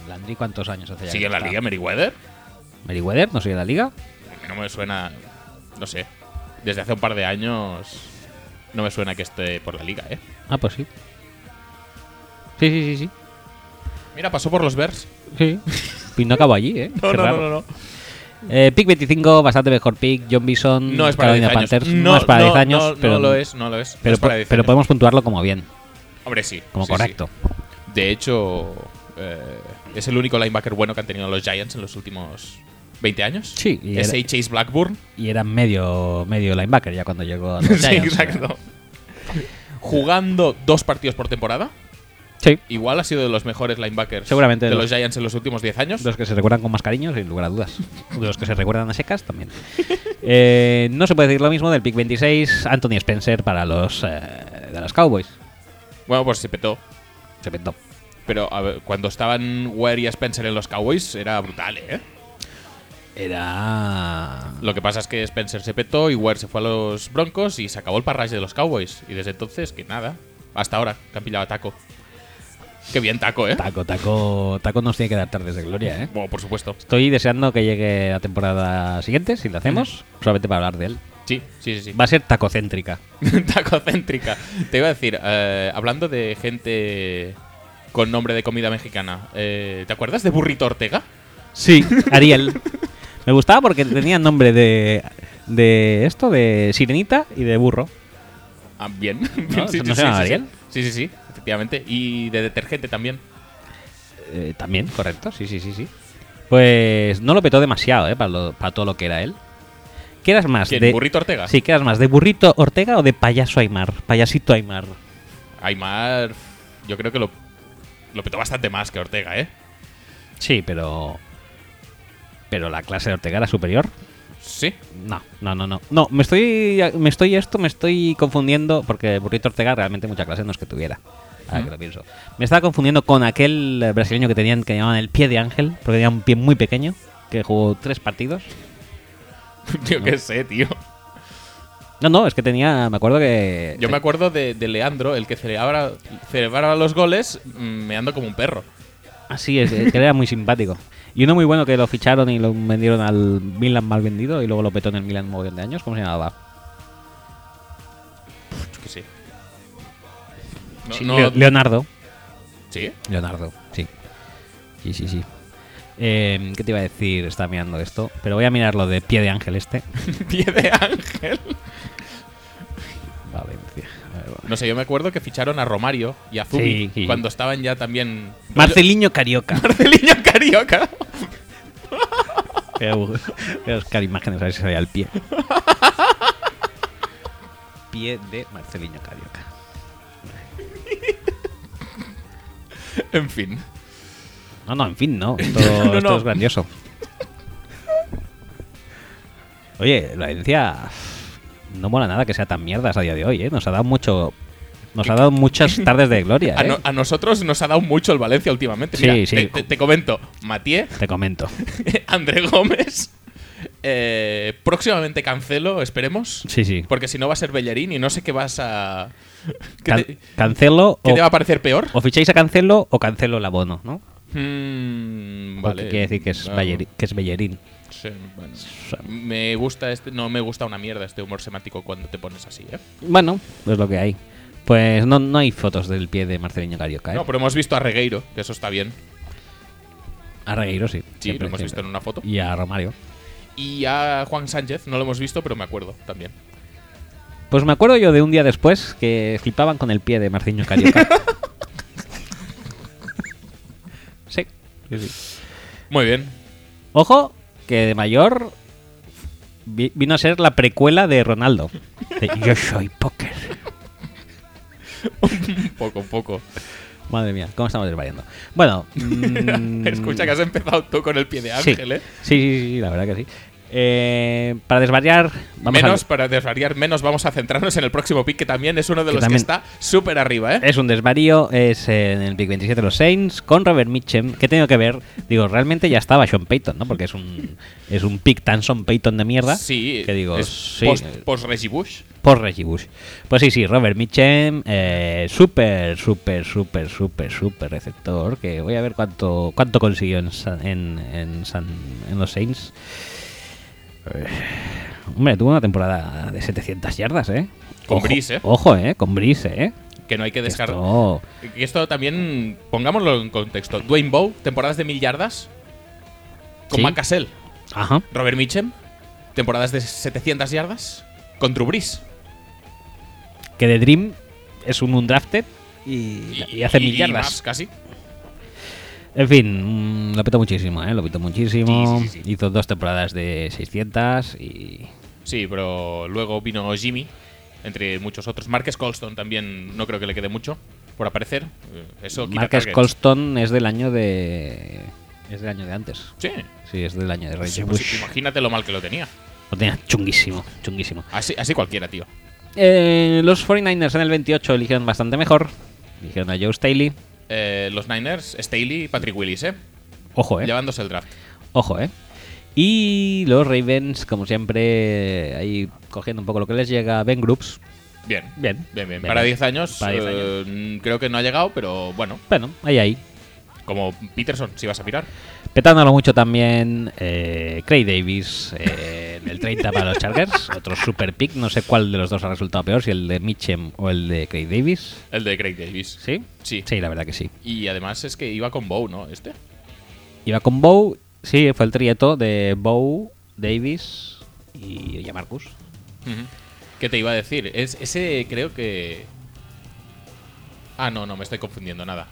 Landry, ¿cuántos años hace ya? ¿Sigue que en la está? liga Merriweather? Meriwether, no soy de la liga. A mí no me suena, no sé, desde hace un par de años no me suena que esté por la liga, ¿eh? Ah, pues sí. Sí, sí, sí, sí. Mira, pasó por los Bears. Sí. Pues no acabo allí, ¿eh? [laughs] No, Qué no, raro. no, no, no. Eh, pick 25, bastante mejor pick. John Bison, No es para 10 Mm, Carolina años. Panthers. No, es para 10 años, no, no pero, lo es, no lo es. No Pero, es para po- 10 pero años. podemos puntuarlo como bien, Hombre, sí. como sí, sí. correcto. De hecho, eh, es el único linebacker bueno que han tenido los Giants en los últimos 20 años. Sí, y Ese era- y Chase [laughs] Blackburn. Y era medio, medio linebacker ya cuando llegó [laughs] a los sí, Giants. exacto. Jugando dos partidos por temporada. Sí, Igual ha sido de los mejores linebackers Seguramente de de los, los- Giants en los últimos 10 años. de los que se recuerdan con más cariño, sin lugar a dudas. De los que se recuerdan a secas también. Eh, no se puede decir lo mismo del pick 26, Anthony Spencer para los, eh, de los Cowboys. Bueno, pues se petó. Se petó. Pero a ver, cuando estaban Ware y Spencer en los Cowboys era brutal, ¿eh? Era... Lo que pasa es que Spencer se petó y Ware se fue a los Broncos y se acabó el parraje de los Cowboys. Y desde entonces, que nada. Hasta ahora, que han pillado a Taco. Qué bien Taco, ¿eh? Taco, taco, taco nos tiene que dar tardes de gloria, ¿eh? Bueno, por supuesto. Estoy deseando que llegue la temporada siguiente, si la hacemos, solamente para hablar de él. Sí, sí, sí. Va a ser tacocéntrica. sí. [laughs] Tacocéntrica. Te iba a decir, eh, hablando de gente con nombre de comida mexicana, eh, ¿te acuerdas de Burrito Ortega? Sí, Ariel. Me gustaba porque tenía nombre de, de esto, de sirenita y de burro. Ah, bien. [laughs] ¿No? ¿No se llama Ariel? Sí, sí, sí, efectivamente. Y de detergente también. Eh, también, correcto, sí, sí, sí, sí. Pues no lo petó demasiado, ¿eh? Para, lo- para todo lo que era él. ¿Qué eras más? ¿Quién? De, ¿Burrito Ortega? Sí, ¿qué eras más? ¿De burrito Ortega o de payaso Aymar? Payasito Aymar. Aymar, yo creo que lo, lo petó bastante más que Ortega, ¿eh? Sí, pero... Pero la clase de Ortega era superior. Sí. [laughs] No, no, no, no. No, me estoy, me estoy esto, me estoy confundiendo porque Burrito Ortega realmente mucha clase no es que tuviera. Ahora que lo pienso. Me estaba confundiendo con aquel eh, brasileño que tenían que llamaban el pie de ángel, porque tenía un pie muy pequeño, que jugó tres partidos. Yo qué sé, tío. No, no, es que tenía, me acuerdo que... Yo me acuerdo de, de Leandro, el que celebraba, celebraba los goles mm, meando como un perro. Así es, eh, que era muy simpático. Y uno muy bueno que lo ficharon y lo vendieron al Milan mal vendido y luego lo petó en el Milan un mogollón de años, ¿cómo se llamaba? Yo qué sé. No, Sí, no- Leo- Leonardo. ¿Sí? Leonardo, sí. Sí, sí, sí. Eh, ¿Qué te iba a decir? Estaba mirando esto. Pero voy a mirar lo de pie de ángel este. [laughs] [laughs] Pie de ángel. Valencia. A ver, va. No sé, yo me acuerdo que ficharon a Romario y a Zubi Sí, sí. cuando estaban [laughs] ya también. Marceliño Carioca. [laughs] Marceliño Carioca. Voy a bu- voy a buscar imágenes a ver si salía el [laughs] pie. Pie de Marceliño Carioca. [laughs] En fin. No, no, en fin, [laughs] no. Esto, No, no, esto no. es grandioso. Oye, la herencia no mola nada que sea tan mierdas a día de hoy, ¿eh? Nos ha dado mucho. Nos ha dado [laughs] muchas tardes de gloria, ¿eh? A, Ah, no- a nosotros nos ha dado mucho el Valencia últimamente. Sí, Mira, sí. Te, te- te comento. Matié, Te comento. [laughs] André Gómez. eh, próximamente cancelo, esperemos. Sí, sí. [laughs] Porque si no va a ser Bellerín y no sé qué vas a. ¿Qué, Can- te, cancelo qué o, te va a parecer peor? o ficháis a Cancelo o Cancelo el abono, ¿no? Mm, Porque vale. quiere decir que es, Ah, Bellerín, que es Bellerín. sí, bueno. Me gusta este. No me gusta una mierda este humor semántico cuando te pones así, ¿eh? Bueno, es lo que hay. Pues no, no hay fotos del pie de Marceliño Carioca, ¿eh? No, pero hemos visto a Regueiro, que eso está bien. a Regueiro sí. Sí, siempre, lo hemos siempre. visto en una foto. Y a Romario. Y a Juan Sánchez, no lo hemos visto, pero me acuerdo también. Pues me acuerdo yo de un día después que flipaban con el pie de Marceliño [laughs] Carioca. sí, sí, sí. Muy bien. Ojo, que de mayor vi- vino a ser la precuela de Ronaldo. De yo soy póker. Un poco, un poco. Madre mía, ¿cómo estamos desvariando? Bueno, mm, [laughs] Escucha que has empezado tú con el pie de sí. ángel, ¿eh? Sí, sí, sí, la verdad que sí. Eh, para desvariar, vamos menos, a... para desvariar menos, vamos a centrarnos en el próximo pick, que también es uno de Que los también- que está súper arriba, ¿eh? Es un desvarío, es eh, en el Pick 27 de los Saints, con Robert Mitchum, que he tenido que ver. Digo, realmente ya estaba Sean Payton, ¿no? Porque es un, es un pick tan Sean Payton de mierda. Sí, Que digo, es sí, post, eh, post Reggie Bush. Por Reggie Bush. Pues sí, sí, Robert Mitchum, eh, súper, súper, súper, súper, súper receptor, que voy a ver cuánto cuánto consiguió en, San- en, en San- en los Saints. [sighs] Eh, hombre, tuvo una temporada de 700 yardas, ¿eh? Con Ojo- Breeze, ¿eh? Ojo, ¿eh? Con Breeze, ¿eh? Que no hay que descartar. Esto- Y esto también, pongámoslo en contexto. Dwayne Bow, temporadas de mil yardas. Con Sí. Matt Cassell. Ajá. Robert Mitchum, temporadas de 700 yardas. Con Drew Brees. Que de Dream es un undrafted y, y hace mil yardas. más, casi. En fin, mm, lo pito muchísimo, ¿eh? Lo pito muchísimo. Sí, sí, sí, sí. Hizo dos temporadas de 600 y... Sí, pero luego vino Jimmy, entre muchos otros. Marques Colston también no creo que le quede mucho por aparecer. Eh, Eso quita Marcus targets. Colston es del año de... Es del año de antes. Sí. Sí, es del año de Reggie Sí, pues, Bush. imagínate lo mal que lo tenía. Lo tenía chunguísimo, chunguísimo. Así, así cualquiera, tío. Eh, los 49ers en el 28 eligieron bastante mejor. Eligieron a Joe Staley. Eh, los Niners, Staley y Patrick Willis, ¿eh? Ojo, ¿eh? Llevándose el draft. Ojo, ¿eh? Y los Ravens, como siempre, ahí cogiendo un poco lo que les llega. Ben Groups. Bien. Bien. Bien, bien. Bien. Para 10 años, Para 10 eh, creo que no ha llegado, pero bueno, Bueno, ahí, ahí. como Peterson, si vas a pirar. Petándolo mucho también, eh, Craig Davis eh, en el 30 para los Chargers, [laughs] otro super pick. No sé cuál de los dos ha resultado peor, si el de Mitchem o el de Craig Davis. El de Craig Davis. ¿Sí? Sí. Sí, la verdad que sí. Y además es que iba con Bow, ¿no? Este. Iba con Bow, sí, fue el trieto de Bow, Davis y Yamarcus. Ujú. ¿Qué te iba a decir? Es, ese creo que. Ah, no, no, me estoy confundiendo, nada.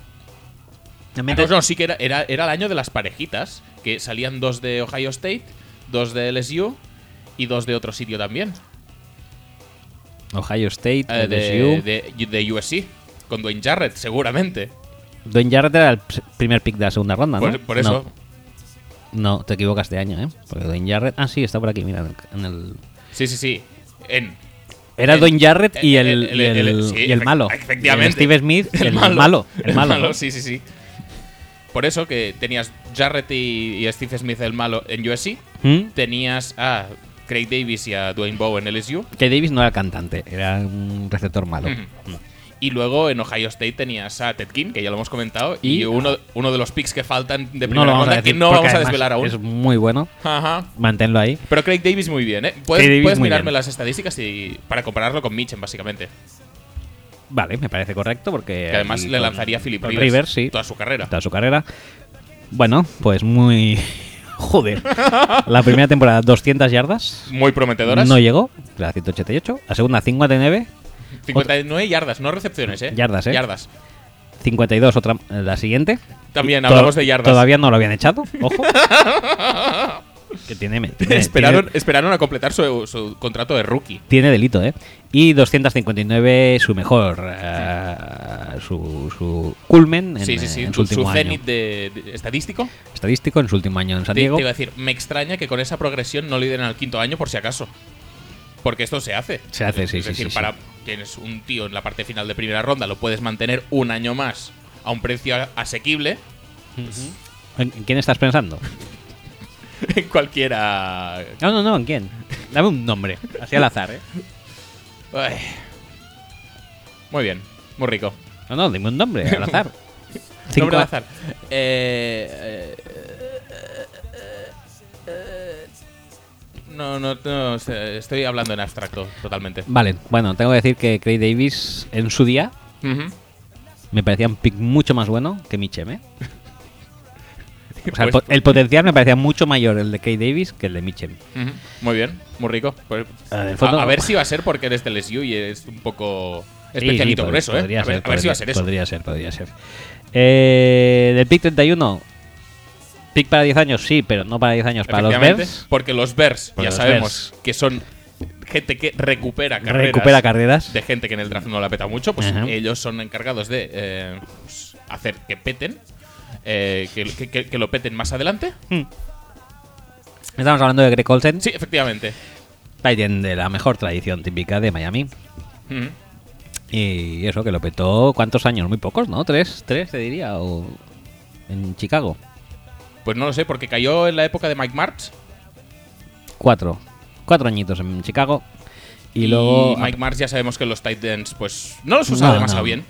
Ah, No, no, sí que era, era, era el año de las parejitas, que salían dos de Ohio State, dos de LSU y dos de otro sitio también. Ohio State, Eh, LSU. de, de, de USC, con Dwayne Jarrett, seguramente. Dwayne Jarrett era el pr- primer pick de la segunda ronda, ¿no? Por, por eso. No, no, te equivocas de año, ¿eh? Porque Dwayne Jarrett. Ah, sí, está por aquí, mira, en el- en el Sí, sí, sí. En. Era El- Don Jarrett y el, el- el- y el- el- sí, y el efect- malo. efectivamente. El Steve Smith, el, malo. El malo. ¿no? sí, sí, sí. Por eso que tenías Jarrett y, y Steve Smith, el malo, en USC. ¿Mm? Tenías a Craig Davis y a Dwayne Bowe en LSU. Que Davis no era cantante, era un receptor malo. Mm. Ujú. Y luego en Ohio State tenías a Ted King, que ya lo hemos comentado, y, Y- uno, uno de los picks que faltan de No primera lo vamos a ronda decir. que no porque vamos a además desvelar aún. Es muy bueno. Ajá. Manténlo ahí. Pero Craig Davis muy bien, ¿eh? Puedes, Davis puedes muy mirarme bien. las estadísticas y, para compararlo con Mitchell, básicamente. Vale, me parece correcto porque. Que además ahí le Eh, con- lanzaría a Philip con Rivers, Rivers, sí. toda su carrera. Toda su carrera. Bueno, pues muy. [laughs] [laughs] Joder. La primera temporada, 200 yardas. Muy prometedoras. No llegó, la 188. La segunda, 59. 59 yardas, no recepciones, ¿eh? Yardas, ¿eh? Yardas. 52, otra, eh, la siguiente. También To- hablamos de yardas. Todavía no lo habían echado, [laughs] ojo. que tiene, [laughs] tiene- Esperaron, tiene- esperaron a completar su, su contrato de rookie. tiene delito, ¿eh? Y 259 su mejor, eh, su, su culmen en, sí, sí, eh, sí. en su Su, su último año. cenit de, de- estadístico. Estadístico en su último año en San Te, te Diego. iba a decir, me extraña que con esa progresión no lideren al quinto año por si acaso. Porque esto se hace. Se hace, sí, Es sí, decir, sí, sí. para, tienes un tío en la parte final de primera ronda, lo puedes mantener un año más a un precio a- asequible. [laughs] ¿En en quién estás pensando? En cualquiera. No, no, no, ¿en quién? Dame un nombre, así al azar, ¿eh? Ay. Muy bien, muy rico. No, no, dime un nombre, al azar. Cinco [laughs] Nombre a- al azar. Eh, eh, eh, eh, no, no, no, o sea, estoy hablando en abstracto totalmente. Vale, bueno, tengo que decir que Craig Davis en su día Ujú. me parecía un pick mucho más bueno que Michem, [laughs] ¿eh? O sea, el, Pues- po- el potencial me parecía mucho mayor el de Kay Davis que el de Mitchell. Ujú. Muy bien, muy rico. Pues- Ah, en el a- fondo- a, ver si va a ser porque eres del SU y es un poco especialito por grueso, ¿eh? Podría a ver, ser, a ver si va podría- a ser eso. Podría ser, podría ser. Eh, del pick 31, pick para 10 años, sí, pero no para 10 años, para los Efectivamente, Bears. Porque los Bears, Porque ya los sabemos que son gente que recupera carreras. Recupera carreras. De gente que en el draft no la peta mucho, pues Ajá. ellos son encargados de eh, pues, hacer que peten, eh, que, que- que- que lo peten más adelante. Hmm. Estamos hablando de Greg Olsen, Sí, efectivamente. tight end de la mejor tradición típica de Miami. Ujú. Y eso, que lo petó, ¿cuántos años? Muy pocos, ¿no? ¿Tres? ¿Tres, te diría? O en Chicago. Pues no lo sé, porque cayó en la época de Mike Martz. Cuatro. Cuatro añitos en Chicago. Y luego... Mike Martz ya sabemos que los tight ends, pues no los usa No, demasiado no. bien.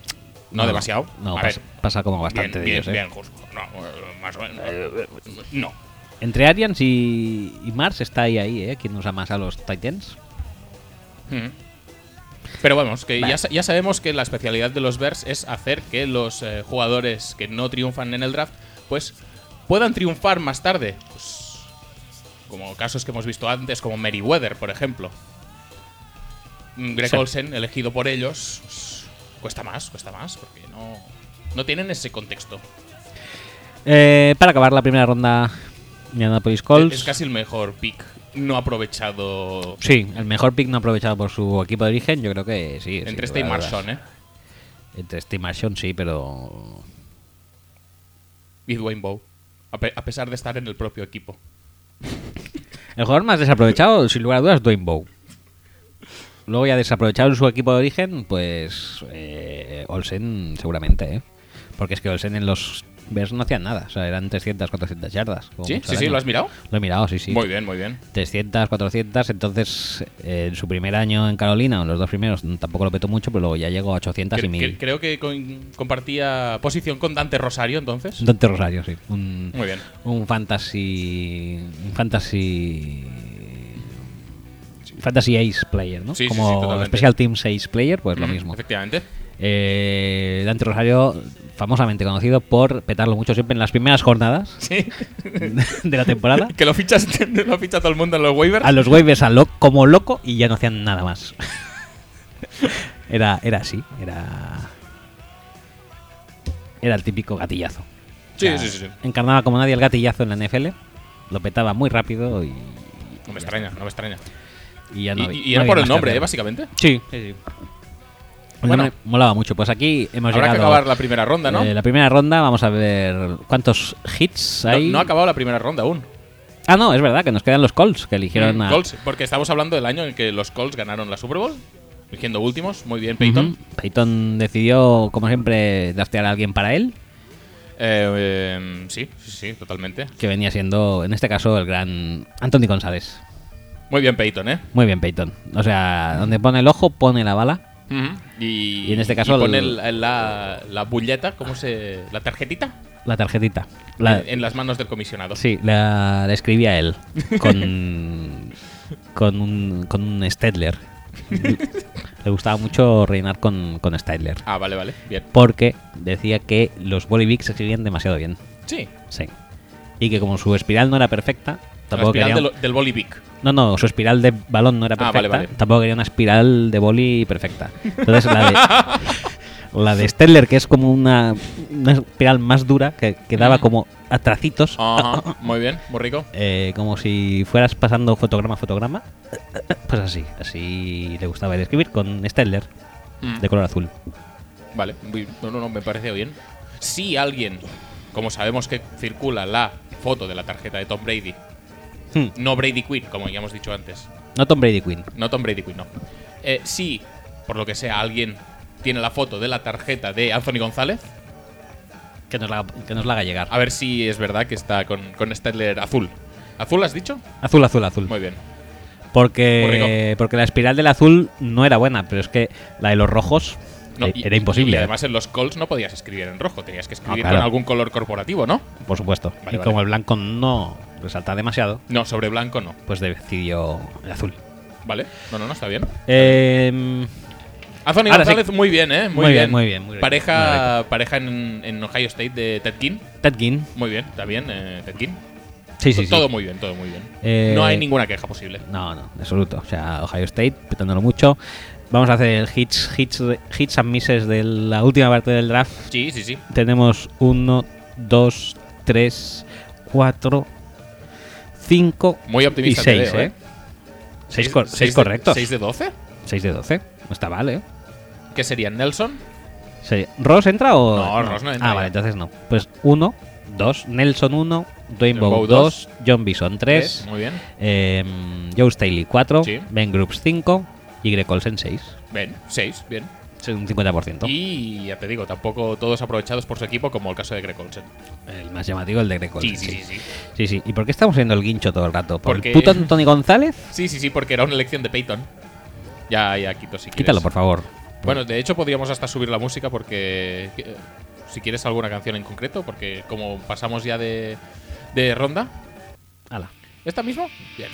No, demasiado. No, A pasa, ver, pasa como bien, bastante de bien, ellos, ¿eh? bien justo. No, eh, más o menos. No. Entre Arians y, y Mars está ahí, ahí, ¿eh? ¿Quién usa más a los Titans? Ujú. Pero vamos, que ya, sa- ya sabemos que la especialidad de los Bears es hacer que los eh, jugadores que no triunfan en el draft, pues puedan triunfar más tarde. Pues, como casos que hemos visto antes, como Merriweather, por ejemplo. Mm, Greg Sí. Olsen, elegido por ellos, pues, cuesta más, cuesta más, porque no, no tienen ese contexto. Eh, para acabar la primera ronda, Indianapolis Colts. Es casi el mejor pick no aprovechado Sí, el mejor pick no aprovechado por su equipo de origen, yo creo que sí. entre este y Marshawn, ¿eh? Entre este y Marshawn, sí, pero. Y Dwayne Bowe, a pe- a pesar de estar en el propio equipo. El jugador más desaprovechado, sin lugar a dudas, Dwayne Bow. Luego ya desaprovechado en su equipo de origen, pues. eh, Olsen, seguramente, ¿eh? Porque es que Olsen en los Bears no hacían nada. O sea, eran 300, 400 yardas. como ¿Sí? mucho ¿Sí, al sí? año. ¿Lo has mirado? Lo he mirado, sí, sí. Muy bien, muy bien. 300, 400. Entonces, eh, en su primer año en Carolina, o en los dos primeros, tampoco lo petó mucho, pero luego ya llegó a 800 y Cre- 1000. cre- creo que coin- compartía posición con Dante Rosario entonces. Dante Rosario, sí. Un, Muy bien. un fantasy. Un fantasy. Fantasy Ace player, ¿no? Sí, sí, sí, Como totalmente. Special Teams Ace player, pues lo Mm, mismo. Efectivamente. [laughs] Eh, Dante Rosario, famosamente conocido por petarlo mucho siempre en las primeras [laughs] jornadas Sí. de la temporada. que lo fichas, [laughs] lo ficha todo el mundo en los waivers. a los waivers a lo- como loco y ya no hacían nada más. [laughs] era, era así, era. Era el típico gatillazo. Sí, O sea, sí, sí, sí. Encarnaba como nadie el gatillazo en la NFL, lo petaba muy rápido y. No me extraña, no me extraña. Y ya Y, no había- y- y no era había por el más nombre, que ¿eh? hacer. básicamente. Sí, sí, sí. El Bueno. nombre molaba mucho. Pues aquí hemos Habrá que llegado. acabar la primera ronda, ¿no? eh, la primera ronda, vamos a ver cuántos hits No, hay. no ha acabado la primera ronda aún. Ah, no, es verdad que nos quedan los Colts que eligieron Mm, a. Colts, porque estamos hablando del año en que los Colts ganaron la Super Bowl, eligiendo últimos. Muy bien, Peyton. Ujú. Peyton decidió, como siempre, draftear a alguien para él, Eh, eh, sí, sí, sí, totalmente. que venía siendo, en este caso, el gran Anthony González. Muy bien, Peyton, ¿eh? Muy bien, Peyton. O sea, donde pone el ojo, pone la bala. y, Y en este caso y pone el- el- la, la bulleta, ¿cómo se...? ¿La tarjetita? La tarjetita. La- en, en las manos del comisionado. sí, la, la escribía él. [laughs] Con, con, un, con un Stedler. Le gustaba mucho reinar con, con Stedler. Ah, vale, vale. Bien. Porque decía que los Bolivics se escribían demasiado bien. Sí. Sí. Y que como su espiral no era perfecta, La tampoco espiral quería... del, del [coughs] Bolivic. No, no, su espiral de balón no era Ah, perfecta. vale, vale. Tampoco quería una espiral de boli perfecta. Entonces la de, la de Steller, que es como una, una espiral más dura, que quedaba Mm. como a tracitos, Ajá, muy bien, muy rico. eh, como si fueras pasando fotograma a fotograma. Pues así, así le gustaba él escribir con Steller Mm. de color azul. Vale, muy- no, no, no, me parece bien. Si alguien, como sabemos que circula la foto de la tarjeta de Tom Brady, Hmm. no Brady Quinn, como ya hemos dicho antes, No Tom Brady Queen. no Tom Brady Quinn, no. Eh, si, por lo que sea, alguien tiene la foto de la tarjeta de Anthony González, Que nos la, que nos la haga llegar. a ver si es verdad que está con, con Stedler azul. ¿Azul has dicho? Azul, azul, azul. Muy bien. Muy Porque, porque la espiral del azul no era buena, pero es que la de los rojos No, eh, y- era imposible. Y además en los calls no podías escribir en rojo, tenías que escribir claro. con algún color corporativo, ¿no? por supuesto. Vale, y vale. como el blanco no resalta demasiado, No, sobre blanco no. pues decidió el azul. ¿Vale? No, no, no, está bien. Em, Anthony Ahora sí. González, muy bien, ¿eh? Muy bien, muy bien, muy rico, pareja pareja en, en Ohio State de Ted King. Ted Ginn. Muy bien, está bien, eh, Ted King. Sí, sí, sí. Todo muy bien, todo muy bien. Eh, no hay ninguna queja posible. No, no, en absoluto. O sea, Ohio State, petándolo mucho. Vamos a hacer el hits, hits, hits and misses de la última parte del draft. Sí, sí, sí. Tenemos 1, 2, 3, 4, 5 Muy y optimista 6, te veo, ¿eh? ¿eh? 6 correctos. 6 de 12. 6 de 12. No está mal, ¿eh? ¿Qué serían? ¿Nelson? Sí. ¿Ross entra o.? No, Ross no entra Ah, ya. vale, entonces no. Pues 1, 2, Nelson 1, Dwayne Bowe Bowe 2, dos, John Bison 3, Muy bien. eh, Joe Staley 4, Sí. Ben Groups 5 y Greg Olsen 6. Ven, 6, bien. Es un 50%. Y ya te digo, tampoco todos aprovechados por su equipo, como el caso de Greg Olsen. El más llamativo, el de Greg Olsen. Sí, sí, sí, sí. Sí, sí. ¿Y por qué estamos haciendo el guincho todo el rato? ¿Por Porque- el puto Anthony González? Sí, sí, sí, porque era una elección de Peyton. Ya, ya, quito si quieres. Quítalo, por favor. Bueno, de hecho podríamos hasta subir la música porque eh, si quieres alguna canción en concreto, porque como pasamos ya de, de ronda, Hala. ¿esta misma? Bien.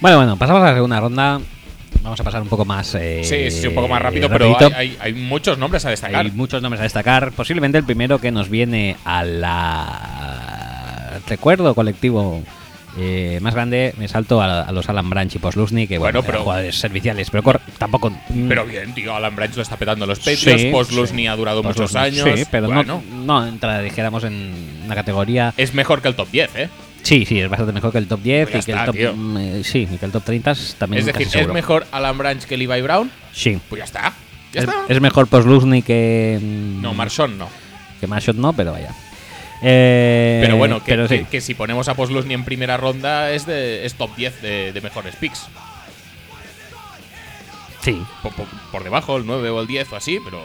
Bueno, bueno, pasamos a la segunda ronda. Vamos a pasar un poco más. eh, sí, sí, un poco más rápido, rapidito. pero hay, hay- hay muchos nombres a destacar. Hay muchos nombres a destacar. Posiblemente el primero que nos viene a la al recuerdo colectivo eh, más grande, me salto a, a los Alan Branch y Poslusny, que bueno, Bueno, pero- eran jugadores serviciales, pero cor- tampoco. mm, Pero bien, tío, Alan Branch lo está petando en los Patriots, sí, Post sí. ha durado Posluszny, muchos años. Sí, pero Bueno, no, no entra, dijéramos, en una categoría. Es mejor que el top 10, ¿eh? Sí, sí, es bastante mejor que el top 10 Pues ya y que está, el top. tío. mm, eh, sí, y que el top 30 es también es casi decir, ¿es seguro. mejor Alan Branch que Levi Brown? Sí. Pues ya está. Ya es, está. es mejor Poslusny que. mm, No, Marson no. Que Mashot no, pero vaya. Eh, Pero bueno, que, pero sí. que- que si ponemos a Poslusny en primera ronda es, de, es top 10 de, de mejores picks. sí. Por, por- por debajo, el 9 o el 10 o así, pero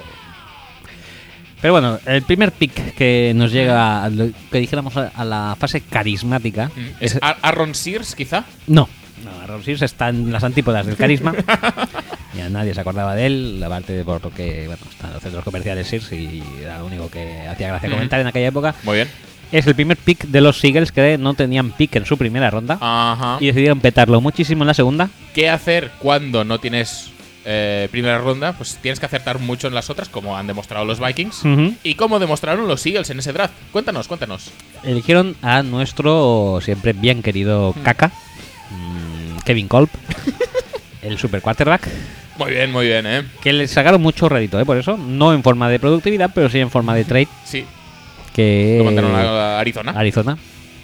Pero bueno, el primer pick que nos llega, a lo- que dijéramos a, a la fase carismática. mm, es es- Ar- Aaron Sears quizá. no, no, Aaron Sears está en las antípodas del carisma. [laughs] Ya nadie se acordaba de él, aparte de porque bueno, están los centros comerciales Sears y era lo único que hacía gracia Ujú. comentar en aquella época. Muy bien. Es el primer pick de los Seagulls que no tenían pick en su primera ronda Ajá. y decidieron petarlo muchísimo en la segunda. ¿Qué hacer cuando no tienes eh, primera ronda? Pues tienes que acertar mucho en las otras, como han demostrado los Vikings. Ujú. ¿Y cómo demostraron los Eagles en ese draft? Cuéntanos, cuéntanos. Eligieron a nuestro siempre bien querido Kaka, mm, Kevin Kolb, el super quarterback, Muy bien, muy bien, ¿eh? que le sacaron mucho rédito, ¿eh? por eso, no en forma de productividad, pero sí en forma de trade Sí, que lo mandaron a Arizona. Arizona,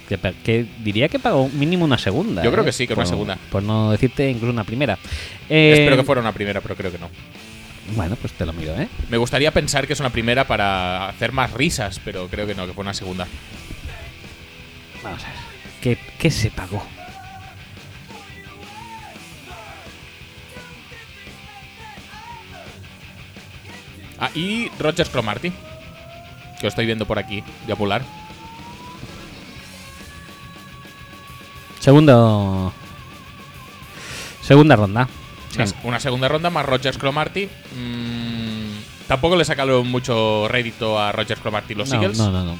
que, pa- que diría que pagó mínimo una segunda. Yo creo ¿eh? que sí, que por, una segunda. Por no decirte incluso una primera. Eh, Espero que fuera una primera, pero creo que no. Bueno, pues te lo miro, ¿eh? Me gustaría pensar que es una primera para hacer más risas, pero creo que no, que fue una segunda. Vamos a ver. ¿Qué, qué se pagó? Ah, y Roger Cromarty, que lo estoy viendo por aquí, de apular. Segundo. Segunda ronda. Sí. Una, una segunda ronda más Rogers Cromarty. Mm, tampoco le sacaron mucho rédito a Rogers Cromarty los no, Eagles, no, no, no.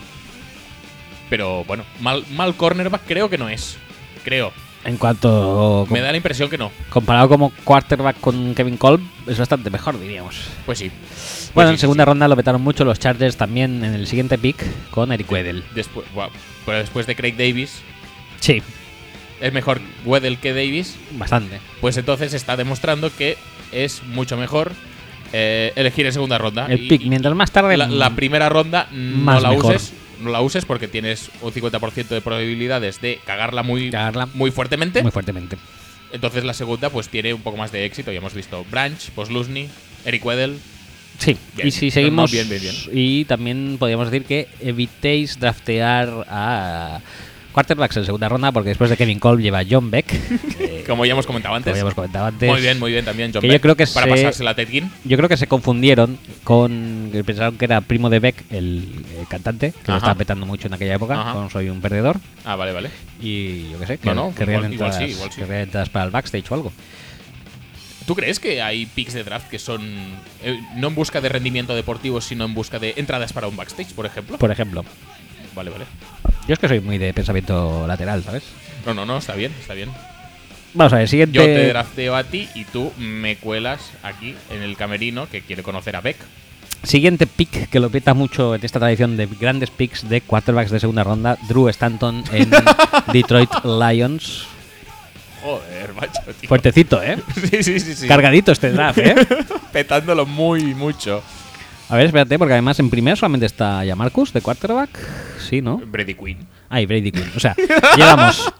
pero bueno, mal, mal cornerback creo que no es. Creo. En cuanto Me da la impresión que no. comparado como quarterback con Kevin Kolb es bastante mejor, diríamos. Pues sí. Pues bueno, sí, en segunda sí. ronda lo petaron mucho los Chargers también en el siguiente pick con Eric Weddell. Después, guau, pero después de Craig Davis, Sí, es mejor Weddell que Davis, bastante. pues entonces está demostrando que es mucho mejor eh, elegir en segunda ronda. El Y- pick, y- mientras más tarde mm, la, la primera ronda no Más la mejor. uses. No la uses porque tienes un 50% de probabilidades de cagarla muy, Cagarla. muy fuertemente. muy fuertemente. Entonces la segunda pues tiene un poco más de éxito. Ya hemos visto Branch, Poslusny, Eric Weddell. Sí, Bien, y si no, seguimos no, bien, bien, bien. y también podríamos decir que evitéis draftear a quarterbacks en segunda ronda porque después de Kevin Kolb lleva John Beck, [laughs] eh, Como ya hemos comentado antes. como ya hemos comentado antes. Muy bien, muy bien también, John que yo Beck, creo que Para se- pasársela a Ted Ginn. Yo creo que se confundieron con. que Pensaron que era primo de Beck, el, eh, cantante, que lo Ajá. estaba petando mucho en aquella época, Ajá. con Soy un perdedor. Ah, vale, vale. Y yo qué sé, que, No, no, querrían igual- igual entradas, sí, igual sí. querrían entradas para el backstage o algo. ¿Tú crees que hay picks de draft que son eh, no en busca de rendimiento deportivo, sino en busca de entradas para un backstage, por ejemplo? Por ejemplo, Vale, vale. Yo es que soy muy de pensamiento lateral, ¿sabes? No, no, no, está bien, está bien. Vamos a ver, siguiente. Yo te drafteo a ti y tú me cuelas aquí en el camerino que quiere conocer a Beck. Siguiente pick que lo peta mucho en esta tradición de grandes picks de quarterbacks de segunda ronda, Drew Stanton [laughs] en Detroit Lions. Joder, macho, tío. Fuertecito, ¿eh? [laughs] Sí, sí, sí, sí. Cargadito este draft, ¿eh? Petándolo muy mucho. A ver, espérate, porque además en primer solamente está ya Marcus de quarterback. Sí, ¿no? Brady Quinn. Ah, y Brady Quinn. O sea, llevamos,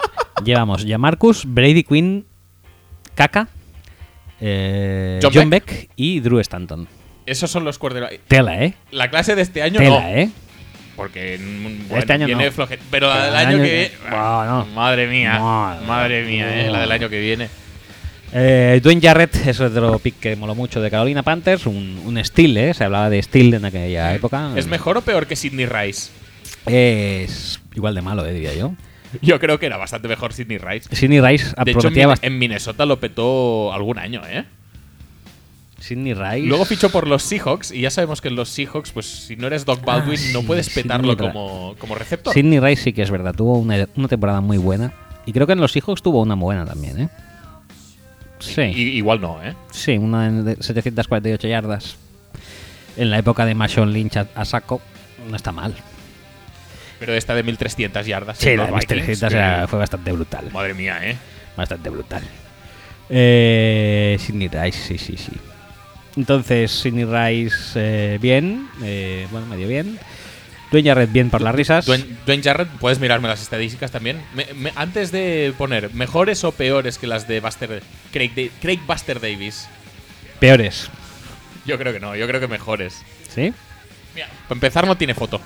llevamos ya Marcus, Brady Quinn, Kaka, eh, John John, Beck. y Drew Stanton. Esos son los quarterbacks. Tela, ¿eh? La clase de este año Tela, no. ¿eh? Porque mm, Este año viene no. floje- Pero la Pero del el año, año que que- viene. ah, Bueno. Madre mía. Madre Madre, mía, eh, la del año que viene. Eh, Dwayne Jarrett es otro pick que moló mucho de Carolina Panthers. Un, un steal, ¿eh? Se hablaba de steal en aquella época. Mm. ¿Es mejor o peor que Sidney Rice? Es igual de malo, eh, diría yo. Yo creo que era bastante mejor Sidney Rice. Sidney Rice De hecho, en, prometía Min- bastante. en Minnesota lo petó algún año, ¿eh? Sidney Rice. Luego fichó por los Seahawks y ya sabemos que en los Seahawks, pues si no eres Doc Baldwin, Ah, no sí, puedes Sidney petarlo Ra- como, como receptor. Sidney Rice sí que es verdad, tuvo una, una temporada muy buena. Y creo que en los Seahawks tuvo una buena también, ¿eh? Sí, I- igual no, ¿eh? sí, una de 748 yardas. En la época de Marshawn Lynch a, a saco, no está mal. Pero esta de 1300 yardas. Sí, en la los de Mr. Vikings, Hittas que- era- fue bastante brutal. Madre mía, ¿eh? Bastante brutal. Eh, Sidney Rice, sí, sí, sí. Entonces, Sidney Rice, eh, bien. eh, bueno, medio bien. Dueña Red, bien por las risas. Dwayne, Dwayne Jarrett, puedes mirarme las estadísticas también. Me- me- antes de poner mejores o peores que las de Buster, Craig, Da- Craig Buster Davis, Peores. yo creo que no, yo creo que mejores. ¿Sí? Mira, para empezar no tiene foto.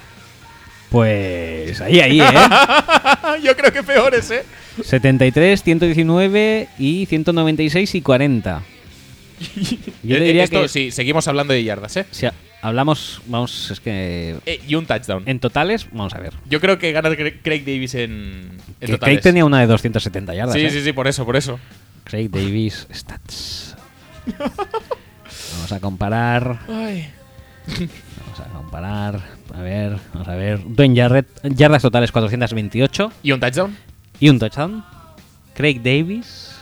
[laughs] Pues ahí, ahí, [laughs] ¿eh? yo creo que peores, ¿eh? 73, 119 y 196 y [laughs] 40. Yo te Eh, eh, diría esto, que- sí, seguimos hablando de yardas, ¿eh? Si ha- hablamos, vamos, es que Eh, Y un touchdown. en totales, vamos a ver. Yo creo que gana Craig Craig Davis en, en Que totales. Craig tenía una de 270 yardas. sí, ¿eh? sí, sí, por eso, por eso. Craig Davis [laughs] stats. vamos a comparar, vamos a comparar, a ver, vamos a ver. Dwayne Jarrett, yardas totales 428 ¿Y un touchdown? y un touchdown. Craig Davis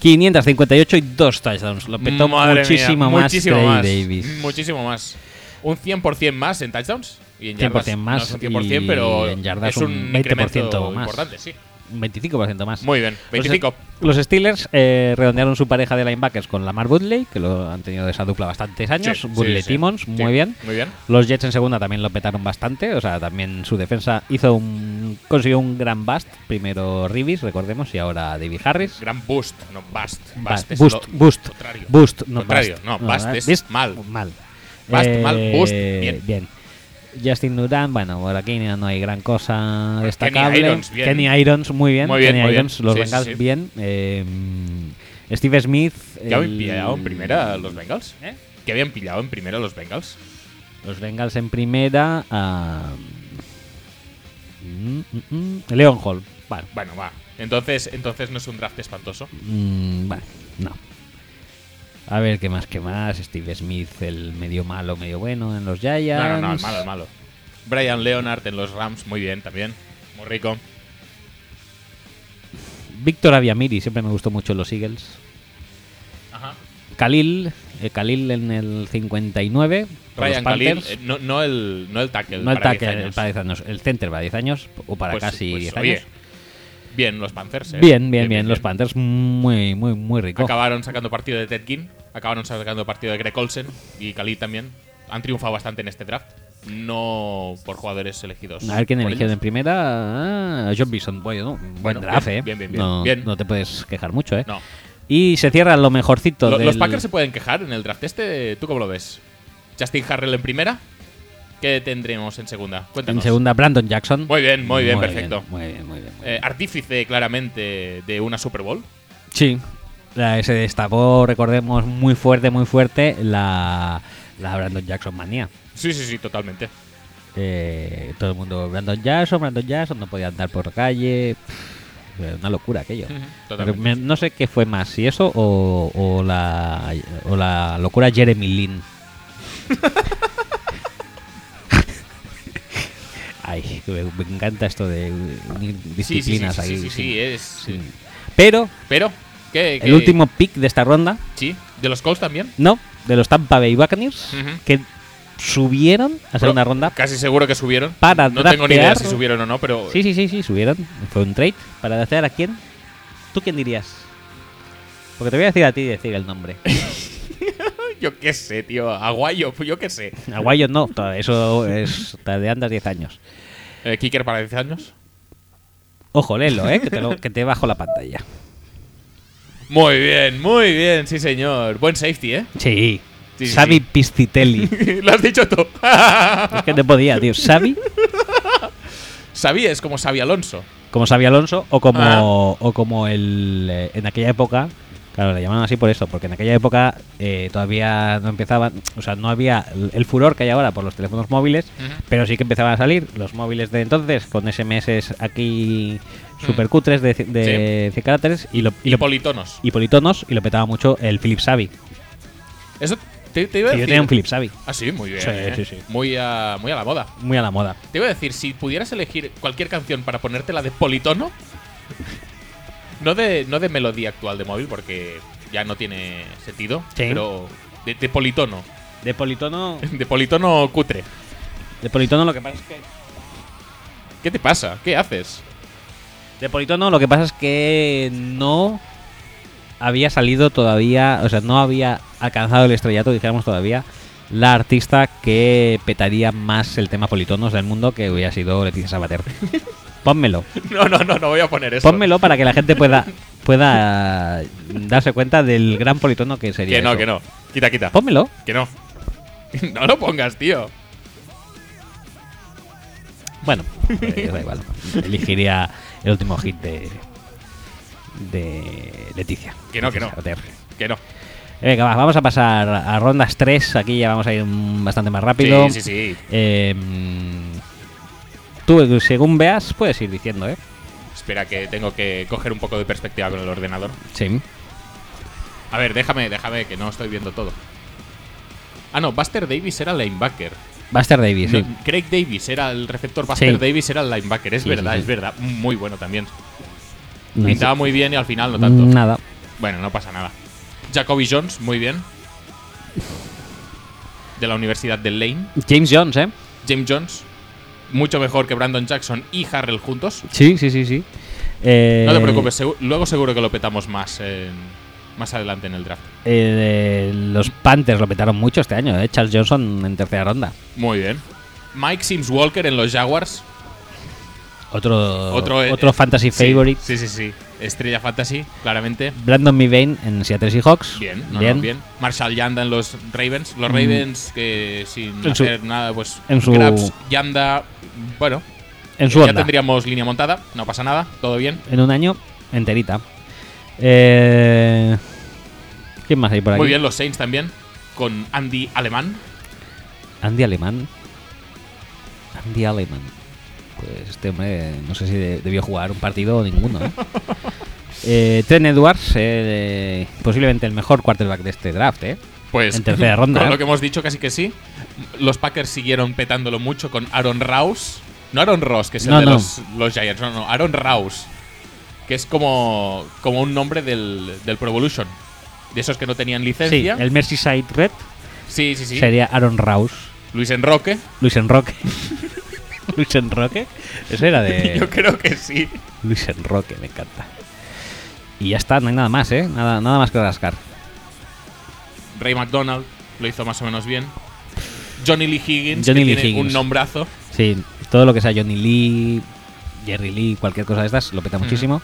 558 y dos touchdowns. Lo petó Madre mía, muchísimo más muchísimo Craig más, Davis. Muchísimo más. Un 100% más en touchdowns y en 100% yardas. más No es un 100%, y pero en yardas es un, un incremento 20% más. Pues importante, sí. Un 25% más. eh, Muy bien, 25. Los, los Steelers eh, redondearon su pareja de linebackers con Lamar Woodley, que lo han tenido de esa dupla bastantes años. Sí, sí, Woodley sí. Timmons, Sí, muy bien. Muy bien. Los Jets en segunda también lo petaron bastante, o sea, también su defensa hizo un consiguió un gran bust, primero Ribis, recordemos, y ahora David Harris. Gran boost, no bust. Bust, Bust, es boost, lo boost, contrario. boost, no eh, Contrario, bust. no, bust ¿verdad? es mal. Bust, Eh, mal, boost, bien. Justin Durant, bueno, por aquí no no hay gran cosa destacable. Pues Irons, bien. Kenny Irons, muy bien. Muy bien, Kenny muy Irons, bien. los Sí, sí, Bengals, sí. bien. Eh, Steve Smith. ¿Que habían el- pillado en primera los Bengals? ¿Eh? ¿Que habían pillado en primera los Bengals? Los Bengals en primera. ah, mm, mm, mm, Leon Hall. Vale. Bueno, va. Entonces, entonces no es un draft espantoso. Mm, vale, no. A ver, ¿qué más? ¿Qué más? Steve Smith, el medio malo, medio bueno en los Giants. No, no, no, es malo, es malo. Brian Leonard en los Rams, muy bien también. Muy rico. Víctor Aviamiri, siempre me gustó mucho en los Eagles. Ajá. Khalil, eh, Khalil en el 59. por los Ryan Khalil, Panthers. eh, no, no el, no el tackle. no el para tackle, 10 el años. para 10 años, el center para 10 años, o para Pues- casi pues, 10 oye, años. Bien, los Panthers. eh. Bien, bien, bien, Los Panthers, muy, muy, muy rico. Acabaron sacando partido de Ted Ginn, acabaron sacando partido de Greg Olsen y Khalil también. Han triunfado bastante en este draft. No por jugadores elegidos. A ver quién por eligieron en ellos. primera. Ah, John Bison. Bueno, no, buen Bueno, draft, bien, ¿eh? bien, bien, bien, no, bien. no te puedes quejar mucho, ¿eh? No. Y se cierra lo mejorcito Lo- del- Los Packers se pueden quejar en el draft este. ¿Tú cómo lo ves? Justin Harrell en primera. ¿Qué tendremos en segunda? En Cuéntanos. segunda, Brandon Jackson. Muy bien, muy bien, perfecto. muy bien, muy bien. muy Eh, bien. artífice claramente de una Super Bowl. sí. La- se destapó, recordemos, muy fuerte, muy fuerte la, la Brandon Jackson manía. Sí, sí, sí, totalmente. Eh, todo el mundo, Brandon Jackson, Brandon Jackson, no podía andar por calle. Pff, una locura aquello. Pero Totalmente. me- no sé qué fue más, si eso o, o la, [laughs] o la locura Jeremy Lin. que me, me encanta esto de unir Sí, sí, sí, disciplinas sí, aquí. sí, sí, sí. sí, es. Sí. Pero Pero, ¿qué, qué- el último pick de esta ronda, Sí, de los Colts también. no, de los Tampa Bay Buccaneers, Ujú. que subieron a segunda Pero ronda. Casi seguro que subieron. Para No tengo ni idea draftear. si subieron o no, pero. Sí, sí, sí, sí, subieron. Fue un trade para hacer a quién. ¿Tú quién dirías? Porque te voy a decir a ti decir el nombre. Yo qué sé, tío. Aguayo, yo qué sé. Aguayo no, to- eso es de andas 10 años. Eh, Kicker para 10 años. Ojo, léelo, ¿eh? que, te lo- que te bajo la pantalla. Muy bien, muy bien, sí, señor. Buen safety, ¿eh? [laughs] Sí. Sí, sí, Xavi sí. Pistitelli. Lo has dicho tú. es que te podía, tío. Xavi, Sabía, es como Xavi Alonso. como Xavi Alonso, o como, Ah. o como el. eh, en aquella época. Claro, le llamaban así por eso, porque en aquella época eh, todavía no empezaban, o sea, no había el, el furor que hay ahora por los teléfonos móviles, Ujú. pero sí que empezaban a salir los móviles de entonces con SMS aquí supercutres de, c- de 100 caracteres y, lo, y, Mm. Y lo- politonos. y politonos y lo petaba mucho el Philip Xavi. Eso te, te iba a Sí, yo decir. tenía un Philip Xavi, Ah, sí, muy bien. Sí, ¿eh? sí, sí. Muy, a, muy a la moda. muy a la moda. Te iba a decir, si pudieras elegir cualquier canción para ponértela de politono, no de, no de melodía actual de móvil, porque ya no tiene sentido, Sí. pero de, de politono, [laughs] De politono, de politono cutre. de politono lo que pasa es que ¿Qué te pasa? ¿Qué haces? [laughs] De Politono lo que pasa es que no había salido todavía, o sea, no había alcanzado el estrellato, dijéramos todavía, la artista que petaría más el tema Politonos del mundo que hubiera sido Leticia [laughs] Sabater. Pónmelo, No, no, no, no voy a poner eso. pónmelo para que la gente pueda, pueda darse cuenta del gran Politono que sería. Que no, eso. que no. Quita, quita. Pónmelo. Que no. [laughs] No lo pongas, tío. Bueno, eh, da igual. Elegiría el último hit de, de Leticia. Que no, que no. Leticia Sabater. Que no. Venga, va, vamos a pasar a rondas 3. Aquí ya vamos a ir mm, bastante más rápido. Sí, sí, sí. Eh, mm, tú, según veas, puedes ir diciendo, ¿eh? Espera que tengo que coger un poco de perspectiva con el ordenador. Sí. A ver, déjame, déjame, que no estoy viendo todo. Ah, no, Buster Davis era linebacker. Buster Davis, sí. No, Craig Davis era el receptor, Buster Sí. Davis era el linebacker. Es Sí, verdad, sí, sí. es verdad. Muy bueno también. No hizo Pintaba muy bien y al final no tanto. Nada. Bueno, no pasa nada. Jacoby Jones, muy bien. De la Universidad de Lane. James Jones, ¿eh? James Jones, mucho mejor que Brandon Jackson y Harrell juntos. Sí, sí, sí, sí. Eh, No te preocupes, segu- luego seguro que lo petamos más, en- más adelante en el draft. eh, los Panthers lo petaron mucho este año, ¿eh? Charles Johnson en tercera ronda. Muy bien. Mike Sims Walker en los Jaguars. Oh. Otro, Otro, eh, eh, fantasy sí, favorite. Sí, sí, sí. Estrella Fantasy, claramente. Brandon Mivane en Seattle Seahawks. Bien, no, no, bien. Marshall Yanda en los Ravens. Los Ravens que sin Mm. En su- hacer nada, pues en su- Grabs, Yanda, bueno, En su ya onda. tendríamos línea montada, no pasa nada, todo bien. en un año enterita. Eh, ¿Quién más hay por aquí? Muy bien los Saints también con Andy Alemán. Andy Alemán. Andy Alemán. Pues este hombre, no sé si de- debió jugar un partido o ninguno. [laughs] ¿eh? Eh, Trent Edwards, eh, posiblemente el mejor quarterback de este draft. ¿eh? Pues En tercera ronda, Con ¿eh? lo que hemos dicho, casi que sí. Los Packers siguieron petándolo mucho con Aaron Rouse. No Aaron Ross, que es el No, de no. Los, los Giants. No, no, Aaron Rouse. Que es como, como un nombre del, del Pro Evolution. De esos que no tenían Sí, licencia. el Merseyside Red Sí, sí, sí. sería Aaron Rouse. Luis Enroque. Luis Enroque. [laughs] Luis Enroque. Eso era de. [laughs] Yo creo que sí. Luis Enroque, me encanta. Y ya está, no hay nada más, ¿eh? Nada, nada más que rascar. Ray McDonald lo hizo más o menos bien. Johnny Lee Higgins, Johnny que Lee tiene un Higgins. nombrazo. Sí, todo lo que sea Johnny Lee, Jerry Lee, cualquier cosa de estas, lo peta Ujú. muchísimo.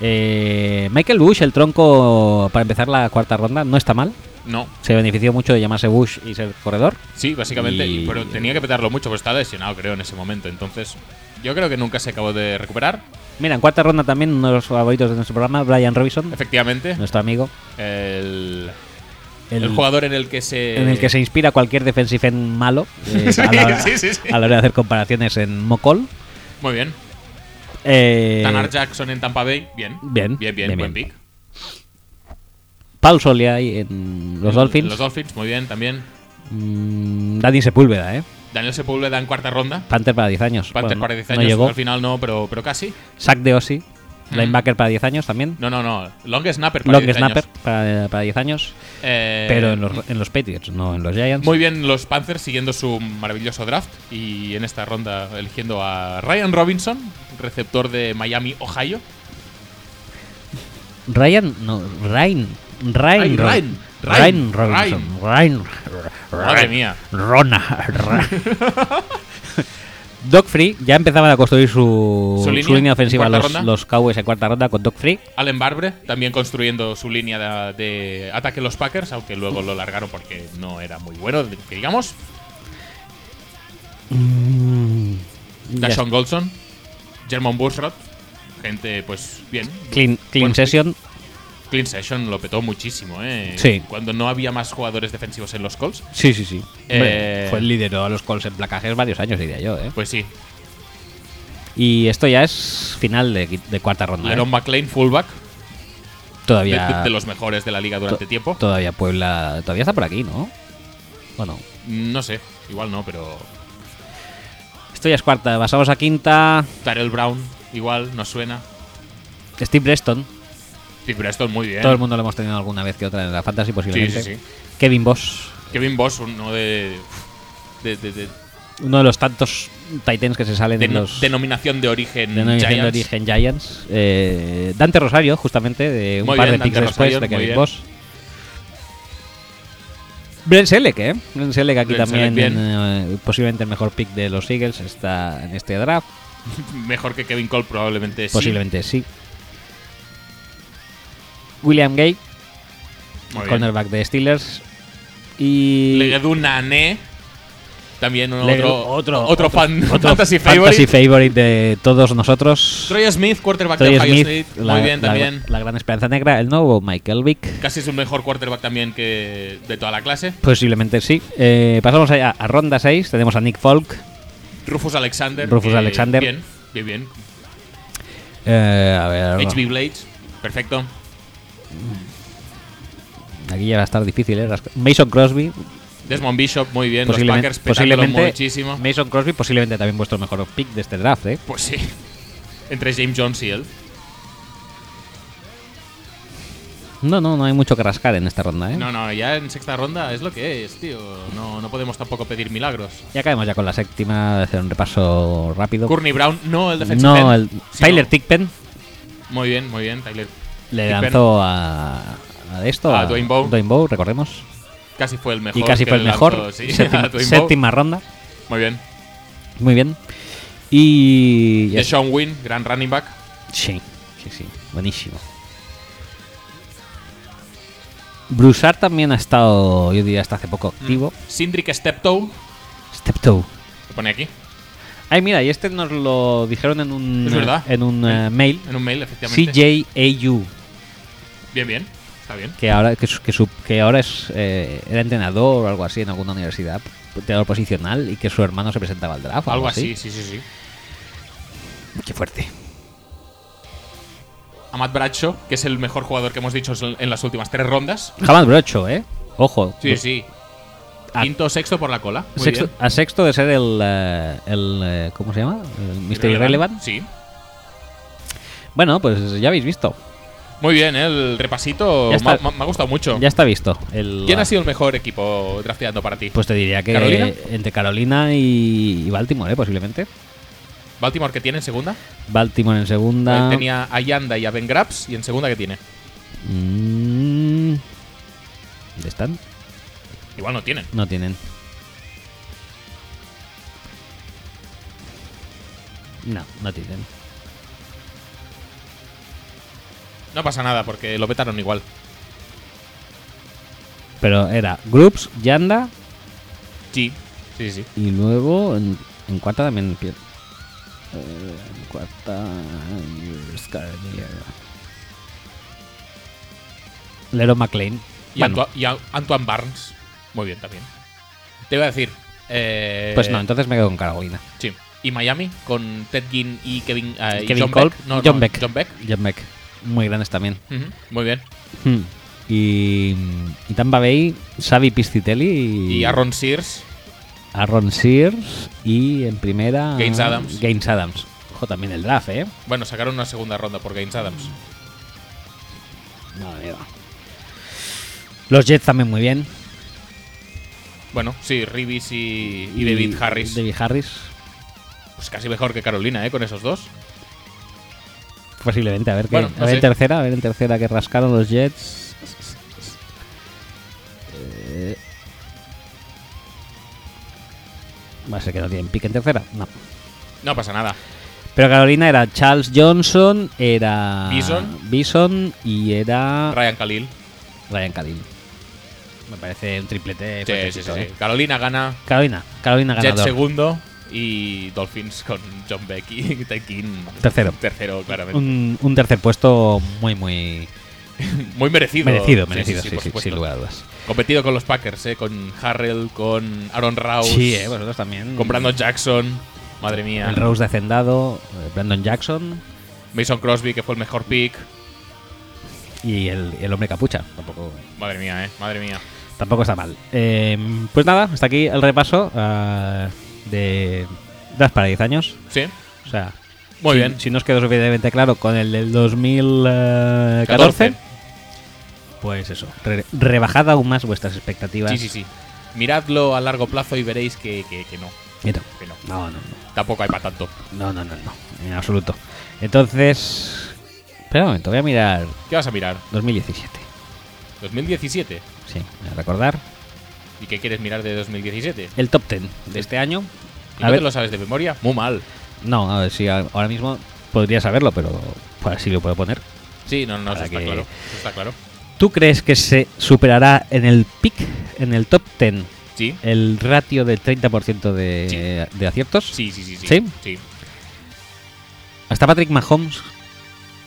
Eh, Michael Bush, el tronco para empezar la cuarta ronda, no está mal. No, Se benefició mucho de llamarse Bush y ser corredor. sí, básicamente. Y- Pero tenía que petarlo mucho, pues estaba lesionado, creo, en ese momento. Entonces, yo creo que nunca se acabó de recuperar. Mira, en cuarta ronda también uno de los favoritos de nuestro programa, Brian Robinson, Efectivamente, nuestro amigo. el, el jugador en el que se. en el que se inspira cualquier defensive end malo eh, [laughs] Sí, a, la hora, sí, sí, sí. a la hora de hacer comparaciones en Mocol. Muy bien. Eh, Tanar Jackson en Tampa Bay. Bien. Bien, Bien, bien. bien, buen bien. pick. Paul Soliai en los Dolphins. Los Dolphins, muy bien también. Mm, Dani Sepúlveda, ¿eh? Daniel Sepúlveda en cuarta ronda. Panther para 10 años. Panther Bueno, para 10 no años. llegó. Al final no, pero, pero casi. Sack de Ossi. Linebacker para 10 años también. No, no, no. Long Snapper para Long 10 años. Snapper para, para 10 años. Eh, pero en los, en los Patriots, no en los Giants. Muy bien los Panthers siguiendo su maravilloso draft y en esta ronda eligiendo a Ryan Robinson, receptor de Miami, Ohio. Ryan, no, Ryan. Ay, Ryan. Ro- Ryan, Ryan Ryan, Robinson. Ryan. Madre mía. Rona. [laughs] Ra- Doc Free ya empezaban a construir su, Su línea en ofensiva cuarta los, ronda. los Cowboys en cuarta ronda con Doc Free. Allen Barbre también construyendo su línea de, de ataque a los Packers, aunque luego lo largaron porque no era muy bueno, que digamos. Mm. Ya Dashon Goldson, German Bushrod, gente pues bien. Clean, clean Buen session. pick. Clean Session lo petó muchísimo, ¿eh? Sí. Cuando no había más jugadores defensivos en los Colts. Sí, sí, sí. Eh, Fue el líder a los calls en placajes varios años, diría yo. ¿eh? Pues sí, Y esto ya es final de, qui- de cuarta ronda. ¿eh? Leron McLean, fullback, de, Todavía de los mejores de la liga durante to- tiempo. Todavía Puebla. Todavía está por aquí, ¿no? Bueno. No sé, igual no, pero Esto ya es cuarta. Pasamos a quinta. Tyrell Brown, igual, nos suena. Steve Preston. Steve Preston, muy bien. Todo el mundo lo hemos tenido alguna vez que otra en la fantasy posiblemente. Sí, sí, sí. Kevin Boss. Kevin Boss, uno de. de, de- de- Uno de los tantos Titans que se salen de- en los. denominación de origen. denominación de Giants. origen Giants. Eh, Dante Rosario, justamente, de un Muy par bien, de picks Dante después Rosario, de muy Kevin bien. Boss. Brent Selleck, ¿eh? Brent Selleck aquí Brent también, Selleck, eh, posiblemente el mejor pick de los Eagles está en este draft. [laughs] Mejor que Kevin Cole, probablemente sí. Posiblemente sí. William Gay, Muy bien. cornerback de Steelers. Y. Legedu Nané, también un Legedu- otro, otro- otro fan- otro fantasy fantasy favorite. favorite de todos nosotros. Troy Smith, quarterback Troy de Ohio Smith, State. la, Muy bien, la- también. la gran esperanza negra, el nuevo Michael Vick. Casi es un mejor quarterback también que de toda la clase. Posiblemente sí. Eh, pasamos a, a ronda 6. Tenemos a Nick Folk, Rufus Alexander. Rufus que Alexander. Bien, bien, bien. Eh, a ver, HB Blades, perfecto. aquí ya va a estar difícil. ¿eh? Las- Mason Crosby, Desmond Bishop, muy bien. Los posiblemente, Packers petándolo posiblemente muchísimo. Mason Crosby, posiblemente también vuestro mejor pick de este draft. ¿eh? Pues sí. Entre James Jones y él. No, no, no hay mucho que rascar en esta ronda. ¿eh? No, no, ya en sexta ronda es lo que es, tío. No, no podemos tampoco pedir milagros. Ya acabemos ya con la séptima, hacer un repaso rápido. Courtney Brown, no el defensive no, el, end, sino- Tyler Tickpen Muy bien, muy bien, Tyler. le Tickpen. lanzó a, a esto, A Dwayne Bowe. recordemos. Casi fue el mejor. Y casi que fue el le mejor. lanzó, sí, [laughs] Séptima- a Twin Bow. séptima ronda. Muy bien. Muy bien. Y. De Sean Wynn, gran running back. Sí, sí, sí. Buenísimo. Brusar también ha estado, yo diría, hasta hace poco Mm. activo. Sindrick Steptoe, Steptoe. lo pone aquí, Ay, mira, y este nos lo dijeron en un, Es verdad. En un eh, mail. en un mail, efectivamente. CJAU, Bien, bien, está bien. que ahora, que, su- que, su- que ahora es, eh, era entrenador o algo así en alguna universidad, entrenador posicional, y que su hermano se presentaba al draft. o Algo así, sí, sí, sí. Qué fuerte. Amat Bradshaw, que es el mejor jugador que hemos dicho en las últimas tres rondas. Jamás brocho, ¿eh? Ojo. Sí, sí. Ah. Quinto o sexto por la cola. Muy Sexto- bien. a sexto de ser el, eh, el, eh, ¿Cómo se llama? El Mr. Irrelevant. Sí. Bueno, pues ya habéis visto. Muy bien, ¿eh? el Ya repasito me, está. ha- me ha gustado mucho. Ya está visto. El, ¿Quién ha sido el mejor equipo drafteando para ti? Pues te diría que ¿Carolina? entre Carolina y, y Baltimore, eh, posiblemente. Baltimore que tiene en segunda. Baltimore en segunda. Él tenía a Yanda y a Ben Grabs y en segunda que tiene. Mm. ¿Dónde están? Igual no tienen. No tienen. No, no tienen. No pasa nada porque lo vetaron igual. Pero era Groups, Yanda Sí. Sí, sí. y luego en, en cuarta también pier- Eh, en cuarta. eh, Scarnier. Lero McLean. Y, Bueno. Antua- y a- Antoine Barnes. Muy bien también. Te iba a decir. eh, Pues no, entonces me quedo con Carolina. Sí. Y Miami con Ted Ginn y Kevin, eh, y Kevin John Kolb, Beck. No, John no, Beck. John Beck. John Beck. Muy grandes también. Ujú, Muy bien. Hmm. Y, y Tampa Bay, Xavi Piscitelli y, Y Aaron Sears. Aaron Sears y en primera. Gaines Adams. Gaines Adams. Ojo, también el draft, ¿eh? Bueno, sacaron una segunda ronda por Gaines Adams. Mm. Madre mía. Los Jets también muy bien. Bueno, sí, Reeves y, y David Harris. David Harris. Pues casi mejor que Carolina, ¿eh? Con esos dos. Posiblemente, a ver, qué- Bueno, a no ver en sé. tercera, a ver en tercera que rascaron los Jets. Eh, Va a ser que no tienen pick en tercera. No. No pasa nada. Pero Carolina era Charles Johnson, era. Bison. Bison y era. Ryan Khalil. Ryan Khalil. Me parece un triplete. Sí, sí, sí, perfectito, sí. ¿eh? Carolina gana. Carolina, Carolina Jet ganador. segundo. Y Dolphins con John Beck y [laughs] Tekin. Tercero. Tercero, claramente. Un, un tercer puesto muy, muy Muy merecido. merecido, Sí, merecido, sí, por sí, supuesto. sin lugar a dudas. Competido con los Packers, ¿eh? Con Harrell, con Aaron Rouse. Sí, eh, vosotros también. Con Brandon Jackson. Madre mía. El Rose de Hacendado, eh, Brandon Jackson Mason Crosby, que fue el mejor pick. y el, el hombre capucha. Tampoco, Madre mía, ¿eh? Madre mía. tampoco está mal. Eh, pues nada, hasta aquí el repaso ah, de Das para 10 años. Sí. O sea, Muy si- bien. Si nos quedó suficientemente claro con el del 2014, 14. pues eso, re- rebajad aún más vuestras expectativas. Sí, sí, sí. Miradlo a largo plazo y veréis que, que- que no. Y no. Que no. No, no, no. Tampoco hay para tanto. No, no, no, no. En absoluto. Entonces. Espera un momento, voy a mirar ¿Qué vas a mirar? 2017. 2017. Sí, voy a recordar. ¿Y qué quieres mirar de 2017? El top 10 de este año. ¿Y A no ver, te lo sabes de memoria? Muy mal. no, a ver si a- ahora mismo podría saberlo, pero pues, así lo puedo poner. Sí, no, no, eso Para está que- claro. Eso está claro. ¿Tú crees que se superará en el pick, en el top 10, Sí. el ratio del 30% de, de aciertos? Sí, sí, sí, sí. ¿Sí? Hasta Patrick Mahomes,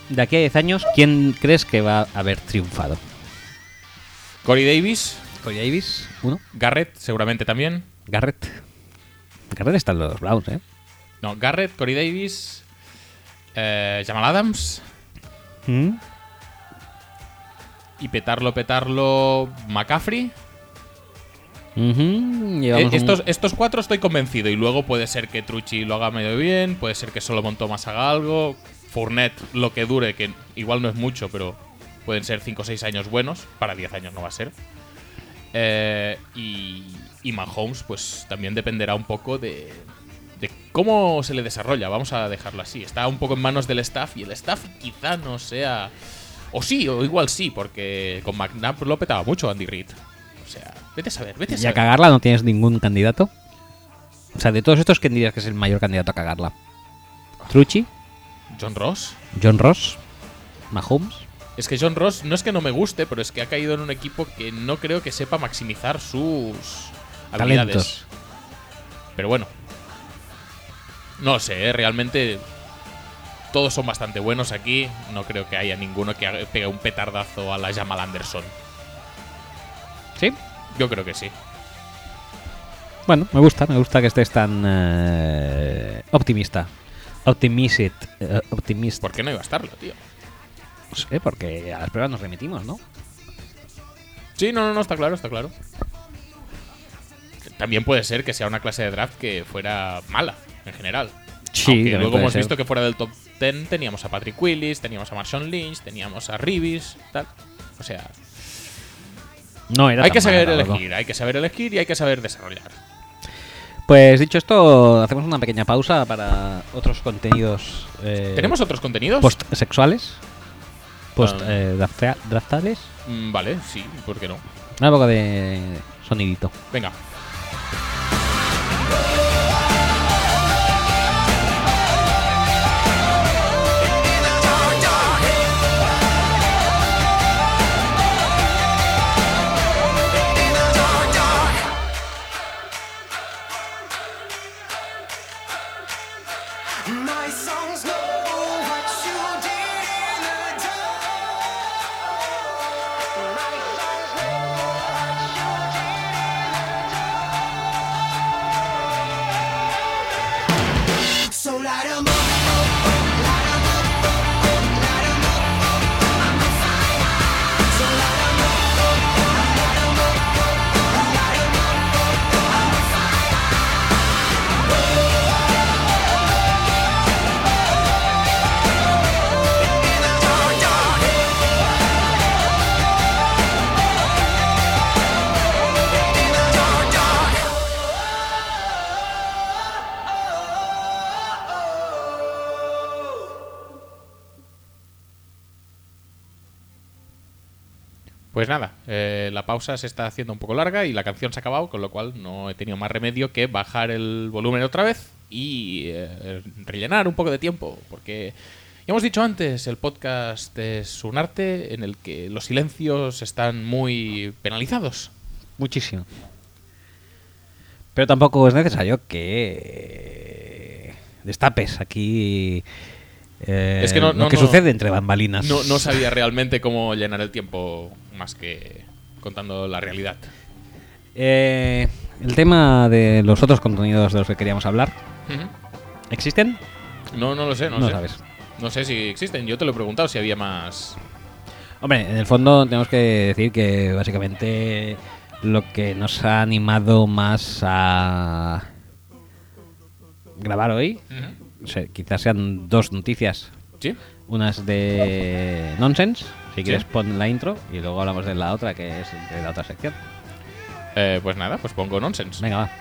de aquí a 10 años, ¿quién crees que va a haber triunfado? Corey Davis, Corey Davis, uno. Garrett, seguramente también. Garrett. Garrett está en los Browns, ¿eh? No, Garrett, Corey Davis, eh, Jamal Adams Mm. y petarlo, petarlo, McCaffrey. Ujú, Eh, llevamos un- estos, estos cuatro estoy convencido. Y luego puede ser que Trucci lo haga medio bien, puede ser que Solomon Thomas haga algo, Fournette lo que dure, que igual no es mucho, pero pueden ser 5 o 6 años buenos. Para 10 años no va a ser. Eh, y, y Mahomes, pues también dependerá un poco de, de cómo se le desarrolla. Vamos a dejarlo así. Está un poco en manos del staff y el staff quizá no sea. O sí, o igual sí, porque con McNabb lo petaba mucho Andy Reid. O sea, vete a saber, vete a Y a saber. cagarla no tienes ningún candidato. O sea, de todos estos, ¿quién dirías que es el mayor candidato a cagarla? Trucci, John Ross. John Ross, Mahomes. Es que John Ross no es que no me guste, pero es que ha caído en un equipo que no creo que sepa maximizar sus habilidades. Talentos. Pero bueno. No lo sé, ¿eh? realmente todos son bastante buenos aquí. No creo que haya ninguno que haga- pegue un petardazo a la Jamal Anderson. Sí. Yo creo que sí. Bueno, me gusta, me gusta que estés tan eh, optimista. Optimist, eh, optimist. ¿Por qué no iba a estarlo, tío? No sé, porque a las pruebas nos remitimos, ¿no? Sí, no, no, no, está claro, está claro. También puede ser que sea una clase de draft que fuera mala, en general. Sí, Aunque también luego puede hemos ser. visto que fuera del top 10 teníamos a Patrick Willis, teníamos a Marshawn Lynch, teníamos a Reeves, tal. O sea, No era. hay tan que saber malo, tampoco. elegir, hay que saber elegir y hay que saber desarrollar. Pues dicho esto, hacemos una pequeña pausa para otros contenidos. eh, ¿Tenemos otros contenidos? Post-sexuales. eh, Ah. Post-draftales. Mm, vale, sí, ¿por qué no? Una boca de sonidito. Venga. My songs know what you did in the dark. My songs know what you did in the dark. Pues nada, eh, la pausa se está haciendo un poco larga y la canción se ha acabado, con lo cual no he tenido más remedio que bajar el volumen otra vez y eh, rellenar un poco de tiempo, porque ya hemos dicho antes, el podcast es un arte en el que los silencios están muy penalizados. Muchísimo. Pero tampoco es necesario que destapes aquí eh, Es que lo no- no- que no. sucede entre bambalinas. No, no sabía realmente cómo llenar el tiempo más que contando la realidad. Eh, el tema de los otros contenidos de los que queríamos hablar, Ujú. ¿existen? No, no lo sé, no, No sé. sabes. No sé si existen. Yo te lo he preguntado si había más. Hombre, en el fondo tenemos que decir que básicamente lo que nos ha animado más a grabar hoy, Ujú. se- quizás sean dos noticias. ¿Sí? Unas de Nonsense, si Sí. quieres pon la intro y luego hablamos de la otra que es de la otra sección. Eh, pues nada, pues pongo nonsense. Venga, va.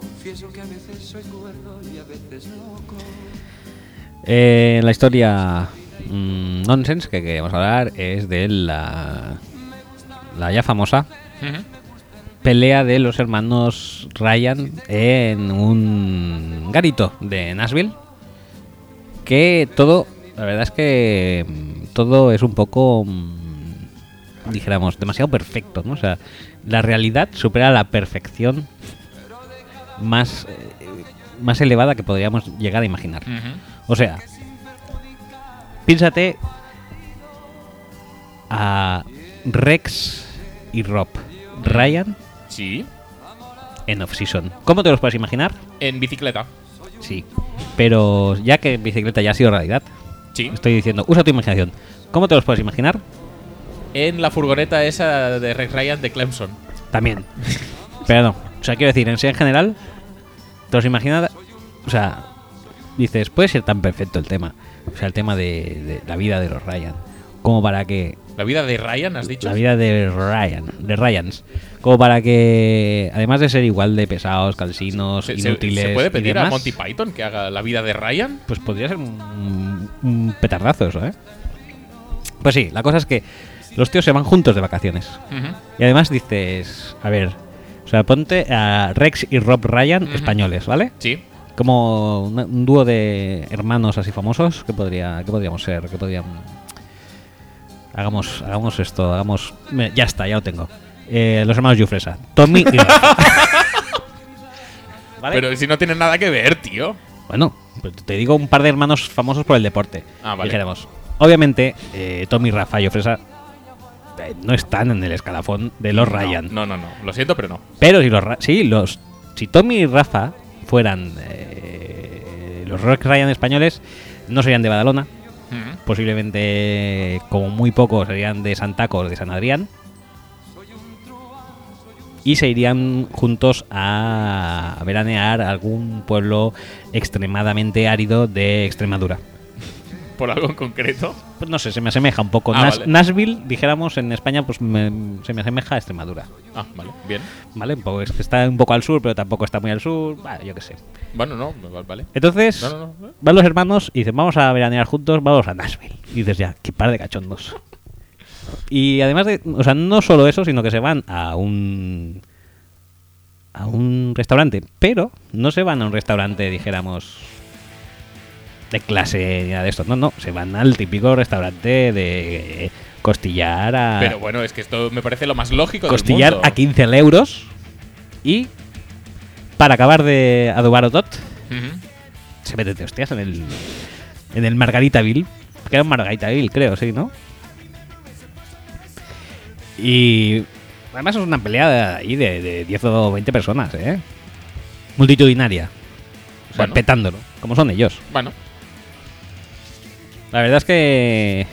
Confieso que a veces soy cuerdo y a veces loco. Eh, la historia mm, Nonsense que queremos hablar es de la, la ya famosa Ujú. pelea de los hermanos Ryan en un garito de Nashville. Que todo, la verdad es que mm, todo es un poco, mm, dijéramos, demasiado perfecto, ¿no? O sea, la realidad supera la perfección más, eh, más elevada que podríamos llegar a imaginar. Ujú. O sea, piénsate a Rex y Rob Ryan Sí. en off-season. ¿Cómo te los puedes imaginar? En bicicleta. Sí. Pero ya que en bicicleta ya ha sido realidad, Sí. estoy diciendo, usa tu imaginación. ¿Cómo te los puedes imaginar? En la furgoneta esa de Rex Ryan de Clemson. También. Pero no. O sea, quiero decir, en sí en general, te los imaginas. O sea, dices, puede ser tan perfecto el tema. O sea, el tema de, de la vida de los Ryan. Como para que La vida de Ryan, has dicho. La vida de Ryan, de Ryans. Como para que, además de ser igual de pesados, calcinos, se, se- inútiles. se puede y pedir a demás, Monty Python que haga la vida de Ryan? Pues podría ser un, un petardazo eso, ¿eh? Pues sí, la cosa es que los tíos se van juntos de vacaciones. Ujú. Y además dices, a ver, o sea, ponte a Rex y Rob Ryan Ujú. españoles, ¿vale? Sí. Como una- un dúo de hermanos así famosos, ¿qué, podría, qué podríamos ser? ¿Qué podríamos...? Hagamos, hagamos esto, hagamos... me- Ya está, ya lo tengo. Eh, los hermanos Jufresa. Tommy y [laughs] Rafa. ¿Vale? Pero si no tienen nada que ver, tío. Bueno, pues te digo un par de hermanos famosos por el deporte. Ah, vale. Dijéramos. Obviamente, eh, Tommy, Rafa y Jufresa eh, no están en el escalafón de los Ryan. No, no, no. Lo siento, pero no. Pero si los, Ra- sí, los si Tommy y Rafa fueran eh, los Rock Ryan españoles, no serían de Badalona. Ujú. Posiblemente, como muy poco, serían de Santaco o de San Adrián. Y se irían juntos a veranear a algún pueblo extremadamente árido de Extremadura. Por algo en concreto. Pues no sé, se me asemeja un poco. Ah, Nas- vale. Nashville, dijéramos en España, pues me- se me asemeja a Extremadura. Ah, vale. Bien. ¿Vale? Un poco- es que está un poco al sur, pero tampoco está muy al sur. Bueno, yo qué sé. Bueno, no. va- Vale. Entonces, No, no, no. van los hermanos y dicen, vamos a veranear juntos, vamos a Nashville. Y dices, ya, qué par de cachondos. Y además de, o sea, no solo eso, sino que se van a un a un restaurante, pero no se van a un restaurante, dijéramos, de clase ni nada de esto. No, no, se van al típico restaurante de costillar a Pero bueno, es que esto me parece lo más lógico del Ah. costillar mundo. a 15 euros y para acabar de adobar o tot, Ujú. se mete de hostias en el en el Margaritaville que era un Margaritaville creo sí no y además es una pelea de ahí de, de 10 o 20 personas eh multitudinaria o sea, Bueno. petándolo como son ellos Bueno. la verdad es que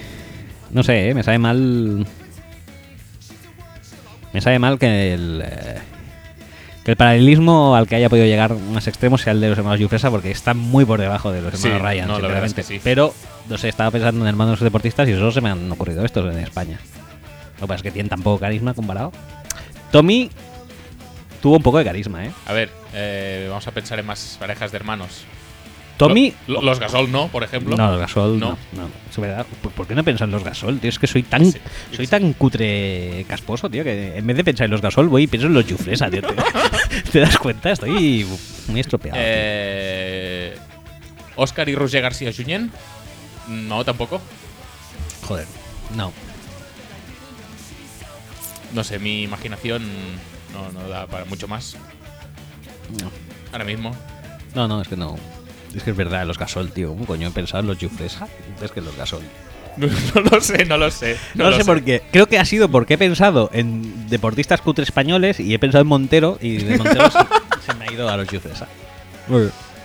no sé ¿eh? me sabe mal me sabe mal que el eh, Que el paralelismo al que haya podido llegar más extremo sea el de los hermanos Jufresa, porque está muy por debajo de los Sí, hermanos Ryan, no, la verdad es que sinceramente. sí. Pero, no sé, estaba pensando en hermanos deportistas y solo se me han ocurrido estos en España. Lo que pasa es que tienen tan poco carisma comparado. Tommy tuvo un poco de carisma, ¿eh? A ver, eh, vamos a pensar en más parejas de hermanos. Tommy. Lo- lo- los Gasol no, por ejemplo. No, los Gasol no. No. no. Es verdad. ¿Por, pues, por qué no pensar en los Gasol, tío? Es que soy tan Sí, sí, soy sí. tan cutre casposo, tío, que en vez de pensar en los Gasol voy y pienso en los Jufresa, tío. [laughs] ¿Te, te das cuenta? Estoy muy estropeado. tío. Eh, Oscar y Roger García Junyent. No, tampoco. Joder. No. No sé, mi imaginación no, no da para mucho más no. ahora mismo. [laughs] No, no, es que no. Es que es verdad, los gasol, tío. ¿Cómo coño he pensado en los Jufresa? Es que los gasol. No, lo sé, no lo sé. [laughs] No, sé, por qué. Creo que ha sido porque he pensado en deportistas cutre españoles y he pensado en Montero y de Montero [laughs] se, se me ha ido a los Jufresa.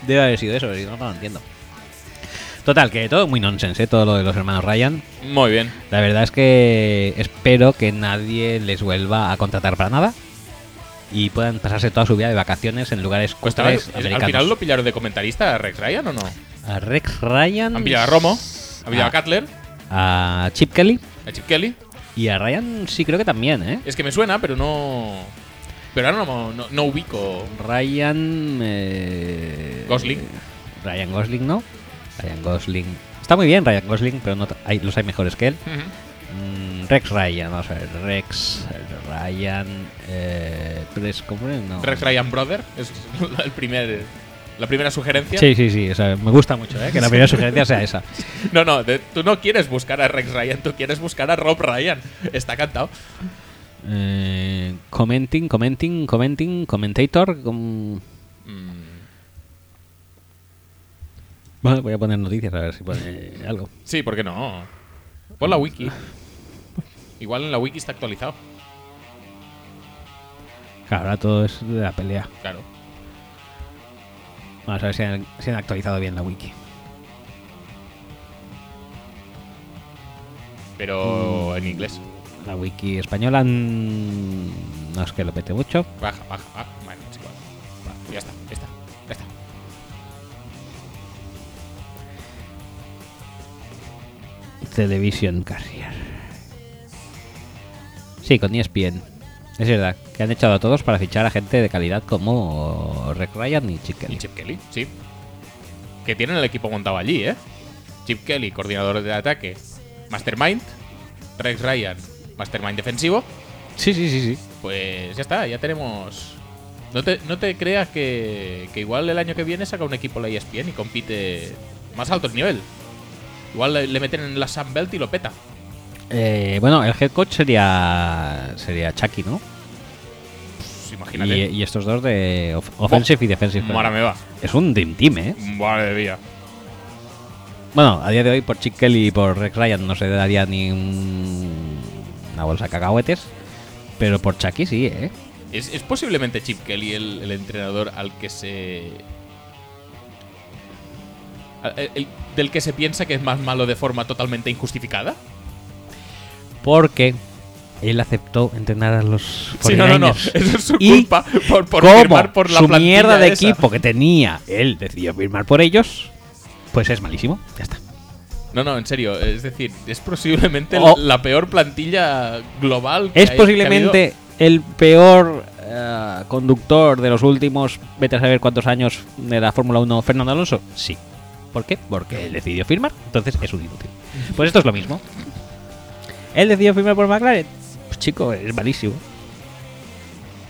Debe haber sido eso, si no, no lo entiendo. Total, que todo muy nonsense, ¿eh? todo lo de los hermanos Ryan. Muy bien. La verdad es que espero que nadie les vuelva a contratar para nada y puedan pasarse toda su vida de vacaciones en lugares Pues estaba- cutres al americanos. Ah. final lo pillaron de comentarista a Rex Ryan o no? A Rex Ryan. Han pillado a Romo, han pillado Ah. a Cutler, A Chip Kelly. a Chip Kelly. Y a Ryan sí creo que también, ¿eh? Es que me suena, pero no. Pero ahora no, no, no ubico. Ryan... eh, Gosling. Ryan Gosling, ¿no? Ryan Gosling. Está muy bien Ryan Gosling, pero no ta- hay, los hay mejores que él. Mm, Rex Ryan, vamos a ver. Rex Ryan... Eh, ¿Tres cómo era? No. Rex Ryan Brother es [laughs] el primer, la primera sugerencia. Sí, sí, sí. o sea, me gusta mucho, ¿eh? Que la primera sugerencia sea [laughs] esa. No, no, de- tú no quieres buscar a Rex Ryan, tú quieres buscar a Rob Ryan. Está cantado. Eh, commenting, commenting, commenting, commentator. com- Mm, Bueno, voy a poner noticias a ver si pone algo. sí, ¿por qué no? Pon la wiki. Igual en la wiki está actualizado. Claro, ahora todo es de la pelea. Claro. Vamos a ver si han, si han actualizado bien la wiki. Pero en inglés. La wiki española mm, no es que lo pete mucho. Baja, baja, baja. Vale, sí, vale. Vale, ya está, ya está, ya está. Television Carrier. Sí, con E ESPN. Es verdad, que han echado a todos para fichar a gente de calidad como Rick Ryan y Chick Kelly. Y Chip Kelly, sí. Que tienen el equipo montado allí, ¿eh? Chip Kelly, coordinador de ataque. Mastermind. Rex Ryan, Mastermind defensivo. Sí, sí, sí, sí. Pues ya está, ya tenemos. No te, no te creas que, que igual el año que viene saca un equipo la E ESPN y compite más alto el nivel. Igual le, le meten en la Sun Belt y lo peta. Eh, bueno, el head coach sería sería Chucky, ¿no? Pues Y, imagínate. y estos dos de of- offensive y defensive. Ahora me va. Es un dream team, ¿eh? Madre mía. Bueno, a día de hoy por Chick Kelly y por Rex Ryan no se daría ni un- una bolsa de cacahuetes, pero por Chucky sí, ¿eh? Es, es posiblemente Chip Kelly el, el entrenador al que se. al- el- el- del que se piensa que es más malo de forma totalmente injustificada. Porque él aceptó entrenar a los 49ers. Sí, no, no, no. [laughs] Eso es su Y culpa por, por como firmar por la su plantilla mierda de esa. equipo que tenía, él decidió firmar por ellos, pues es malísimo, ya está. No, no, en serio. Es decir, es posiblemente Oh. la peor plantilla global que Es hay- que ha posiblemente el peor eh, conductor de los últimos, vete a saber cuántos años de la Fórmula 1, Fernando Alonso. Sí. ¿Por qué? Porque él decidió firmar, entonces es un inútil. Pues esto es lo mismo. Él decidió firmar por McLaren. Pues chico, es malísimo.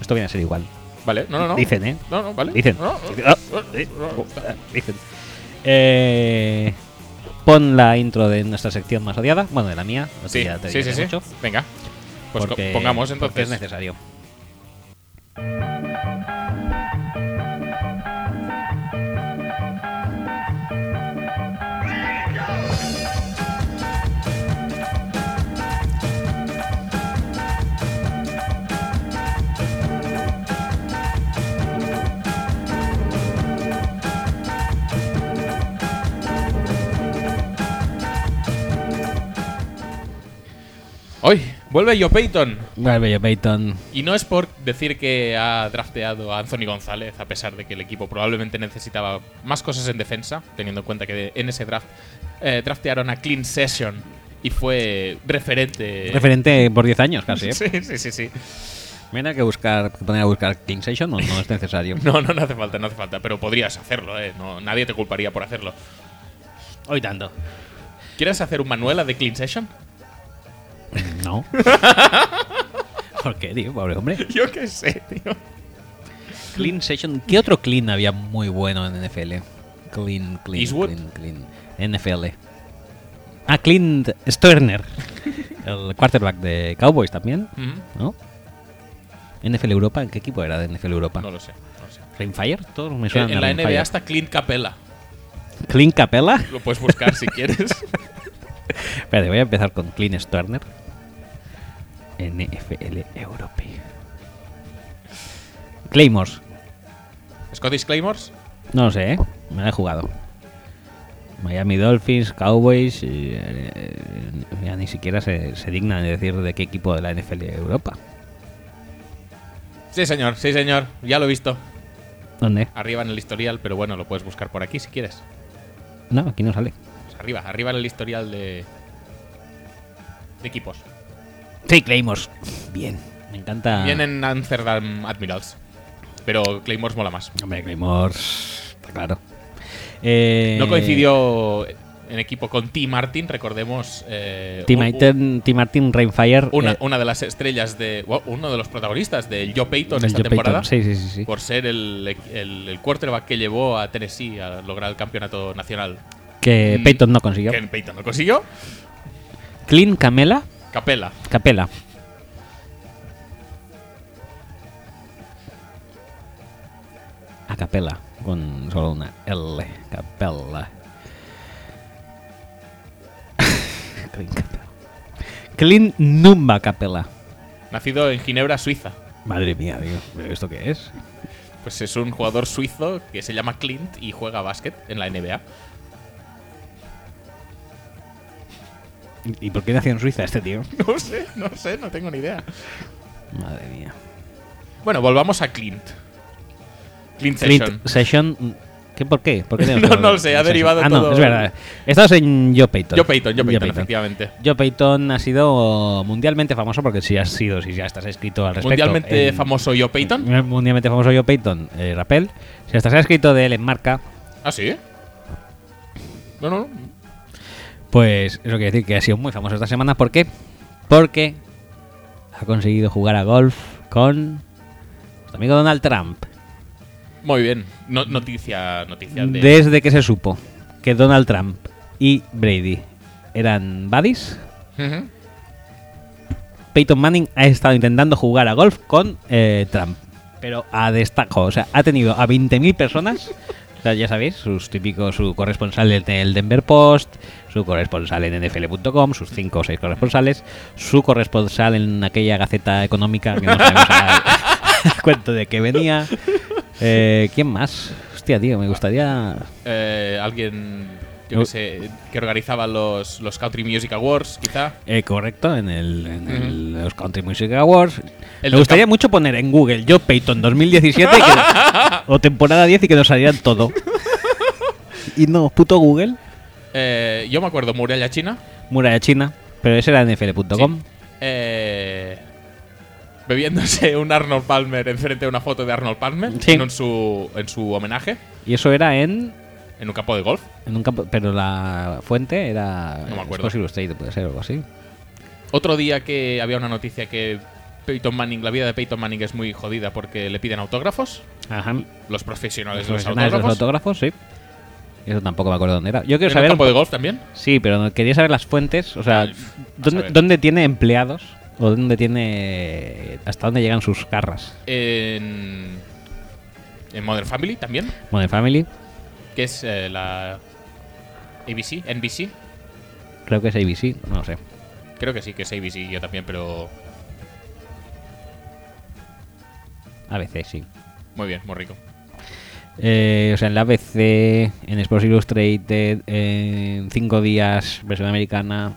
Esto viene a ser igual. habido. Vale, no, no, no. Dicen, ¿eh? No, no, vale. Dicen. No, no, Ah, no, eh, no, no. ah, dicen. Eh, pon la intro de nuestra sección más odiada. Bueno, de la mía. no sé, Sí, ya te sí, sí, diré sí. mucho. Venga. Pues co- Porque- pongamos porque es entonces. necesario. Hoy Vuelve Joe Payton. Vuelve Joe Payton. Y no es por decir que ha drafteado a Anthony González, a pesar de que el equipo probablemente necesitaba más cosas en defensa, teniendo en cuenta que de- en ese draft eh, draftearon a Clean Session y fue referente. [laughs] Referente por 10 años casi, ¿eh? Eh. Sí, sí, sí, sí. Mira que buscar, que poner a buscar King Session no, no es necesario. [laughs] No, no, no hace falta, no hace falta, pero podrías hacerlo, ¿eh? No, nadie te culparía por hacerlo. Hoy [laughs] tanto. ¿Quieres hacer un Manuela de Clean Session? No. ¿Por qué, tío? Pobre hombre. [laughs] Yo qué sé, tío. Clean Session. ¿Qué otro clean había muy bueno en NFL? Clean, clean, Eastwood. clean, clean. NFL. Ah, Clint [laughs] Sterner. El quarterback de Cowboys también, Mm, ¿no? NFL Europa, ¿en qué equipo era de NFL Europa? No lo sé. no lo sé. Rainfire, todos me En, suenan. en a la Rainfire. NBA está Clint Capella. Clint Capella. Lo puedes buscar si quieres. Espérate, voy a empezar con Clint Sterner. NFL Europe. Claymores. Scottish Claymores. No lo sé, ¿eh? Me la he jugado. Miami Dolphins, Cowboys. y, eh, ya ni siquiera se, se dignan de decir de qué equipo de la NFL Europa. Sí, señor, sí, señor. Ya lo he visto. ¿Dónde? Arriba en el historial, pero bueno, lo puedes buscar por aquí si quieres. No, aquí no sale. O sea, arriba, arriba en el historial de. de equipos. Sí, Claymores. Bien. Me encanta. Vienen Amsterdam Admirals. Pero Claymores mola más. Hombre, Claymores. Está claro. Eh, No coincidió en equipo con T. Martin, recordemos. eh, Tim un- Martin, Tim Martin Rainfire. una, eh, una de las estrellas de. wow, uno de los protagonistas del Joe Payton del esta Joe Payton. temporada. Sí, sí, sí. sí. Por ser el, el, el quarterback que llevó a Tennessee a lograr el campeonato nacional. Que Mm. Payton no consiguió. Que Payton lo consiguió. Clint Camela. Capela. Capela. A capela, con solo una L. [laughs] Capella. Clint Capela. Clint Numba Capela. Nacido en Ginebra, Suiza. Madre mía, Dios. ¿Pero esto qué es? Pues es un jugador suizo que se llama Clint y juega básquet en la NBA. ¿Y y por qué nació en Suiza este tío? [laughs] No sé, no sé, no tengo ni idea. Madre mía. Bueno, volvamos a Clint. Clint Session. Clint Session. ¿Qué, ¿Por qué? [laughs] ¿Por qué No, tenemos que no lo hablar sé, de ha Session? derivado ah, todo- No, es verdad. Estás en Joe Payton. Joe Payton, Joe Payton, efectivamente. Joe Payton ha sido mundialmente famoso porque si has sido, si ya estás escrito al respecto. Mundialmente en- famoso Joe Payton. Eh, Mundialmente famoso Joe Payton, eh, Rapel. Si estás escrito de él en marca, Ah, sí. No, no, no. pues eso quiere decir que ha sido muy famoso esta semana. ¿Por qué? Porque ha conseguido jugar a golf con su amigo Donald Trump. Muy bien. No- noticia, noticia de. Desde que se supo que Donald Trump y Brady eran buddies, Ujú. Peyton Manning ha estado intentando jugar a golf con eh, Trump, pero a destajo. O sea, ha tenido a 20.000 personas. O sea, ya sabéis, sus típicos, su corresponsal en el Denver Post, su corresponsal en NFL.com, sus cinco o seis corresponsales, su corresponsal en aquella gaceta económica que no sabemos [laughs] ahora el cuento de que venía. Eh, ¿Quién más? Hostia, tío, me gustaría. Eh, alguien, yo No. qué sé, que organizaba los, los Country Music Awards, quizá. Eh, correcto, en, el, en el- los Country Music Awards. El Me del gustaría camp- mucho poner en Google Joe Payton 2017 [laughs] y que- o temporada 10 y que nos salieran todo. y no, puto Google, Eh, yo me acuerdo, Muralla China. muralla china, pero ese era nfl.com. Sí. Eh, bebiéndose [laughs] un Arnold Palmer enfrente de una foto de Arnold Palmer Sí. en, un- su, en su homenaje Y eso era en, en un campo de golf. en un campo, pero la fuente era No me acuerdo. Sports Illustrated, puede ser algo así. Otro día que había una noticia que Peyton Manning, la vida de Peyton Manning es muy jodida porque le piden autógrafos. Ajá. Los profesionales de los Profesionales de los autógrafos. autógrafos, sí. Eso tampoco me acuerdo dónde era. Yo quiero en un saber campo de golf también. Sí, pero no- quería saber las fuentes, o sea, Ay, Ah, a ¿dónde, saber. dónde tiene empleados o dónde tiene hasta dónde llegan sus garras. En, en Modern Family también, Modern Family, que es eh, la ABC, NBC. creo que es ABC, no lo sé. Creo que sí, que es ABC yo también, pero ABC, sí. muy bien, muy rico. Eh, o sea, en la ABC, en Sports Illustrated, en Cinco Días, versión americana,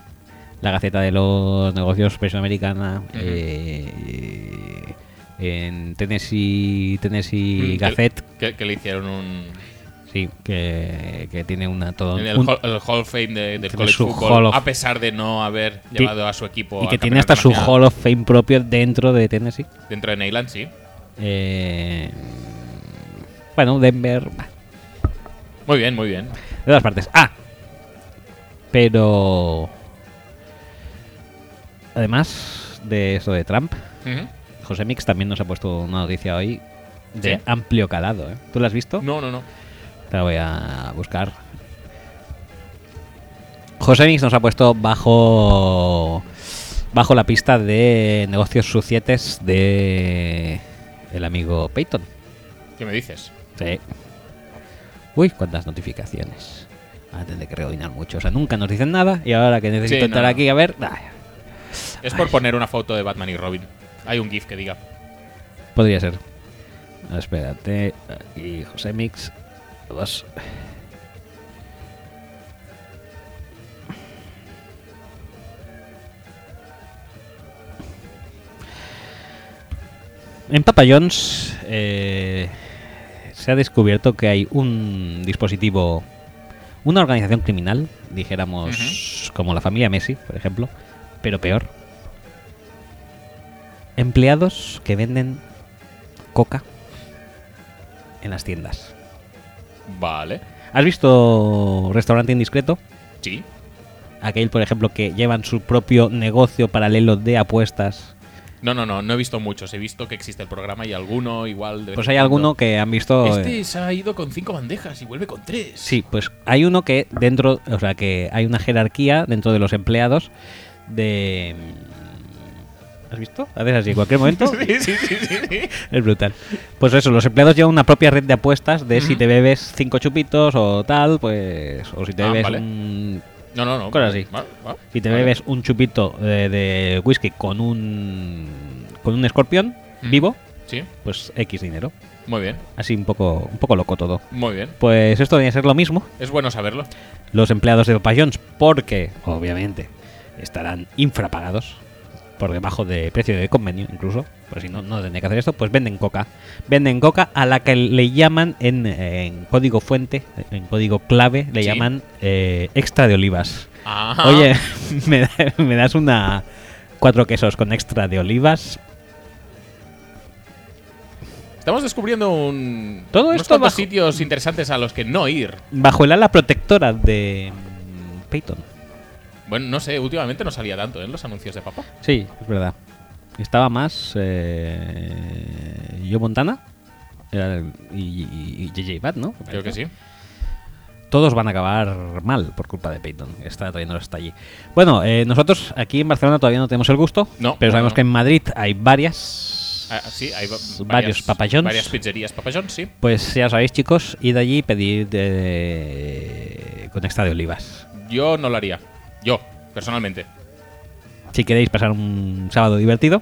la Gaceta de los Negocios Hispanoamericana, eh, en Tennessee, Tennessee Mm, que- Gazette, Que, que le hicieron un. sí, que, que tiene una todo en el, un- hall, el Hall of Fame de- del Tiene College su Football, Hall of- a pesar de no haber Ti- llevado a su equipo. y al que tiene campeonato hasta su nacional. Hall of Fame propio dentro de Tennessee. Dentro de Neyland, sí. Eh, bueno, Denver, bah, Muy bien, muy bien. de todas partes. Ah, pero además de eso de Trump, Ujú. José Mix también nos ha puesto una noticia hoy de Sí. amplio calado. ¿eh? ¿Tú la has visto? No, no, no. Te la voy a buscar. José Mix nos ha puesto bajo bajo la pista de negocios sucietes de el amigo Peyton. ¿Qué me dices? Sí. Uy, cuántas notificaciones. Ah, tendré que rebobinar mucho. O sea, nunca nos dicen nada y ahora que necesito Sí, no, estar no. aquí a ver. ay, Es por poner una foto de Batman y Robin. Hay un GIF que diga. podría ser. Espérate. Aquí, José Mix. Dos. En Papa John's eh, se ha descubierto que hay un dispositivo, una organización criminal, dijéramos como la familia Messi, por ejemplo, pero peor. Empleados que venden coca en las tiendas. Vale. ¿Has visto Restaurante Indiscreto? Sí. Aquel, por ejemplo, que llevan su propio negocio paralelo de apuestas. No, no, no. No he visto muchos. He visto que existe el programa y alguno igual. de vez Pues en hay cuando. alguno que han visto... eh, Este se ha ido con cinco bandejas y vuelve con tres. Sí, pues hay uno que dentro, o sea, que hay una jerarquía dentro de los empleados de... mm, ¿Has visto? Haces así en cualquier momento. [laughs] [laughs] sí, sí, sí, sí, sí. Es brutal. Pues eso, los empleados llevan una propia red de apuestas de si Ujú. te bebes cinco chupitos o tal, pues... O si te Ah, bebes vale. un... No, no, no. Cosas así. Va- va. Si te Vale. bebes un chupito eh, de whisky con un... Con un escorpión Mm. vivo, Sí. pues X dinero. Muy bien. Así un poco, un poco loco todo. Muy bien. Pues esto debería ser lo mismo. Es bueno saberlo. los empleados de Papa John's porque, obviamente, estarán infrapagados por debajo de precio de convenio incluso, pues si no, no tendría que hacer esto, pues venden coca. Venden coca a la que le llaman en, en código fuente, en código clave, le Sí. llaman eh, extra de olivas. Ajá. Oye, [laughs] ¿me, da- me das una cuatro quesos con extra de olivas. Estamos descubriendo un. Todo unos esto cuantos bajo- sitios interesantes a los que no ir. Bajo el ala protectora de mm, Peyton. Bueno, no sé, últimamente no salía tanto en los anuncios de papá. Sí, es verdad. Estaba más eh, Joe Montana era el- y, y- y JJ Bat, ¿no? Creo que sí. Todos van a acabar mal por culpa de Peyton, que está trayéndolos hasta allí. Bueno, eh, nosotros aquí en Barcelona todavía no tenemos el gusto, No, pero sabemos no, no. que en Madrid hay varias. Ah, sí, hay va- varios varias- papayons. Varias pizzerías papayón, sí. Pues ya sabéis, chicos, id allí y pedid eh, con extra de olivas. Yo no lo haría. Yo, personalmente. si queréis pasar un sábado divertido,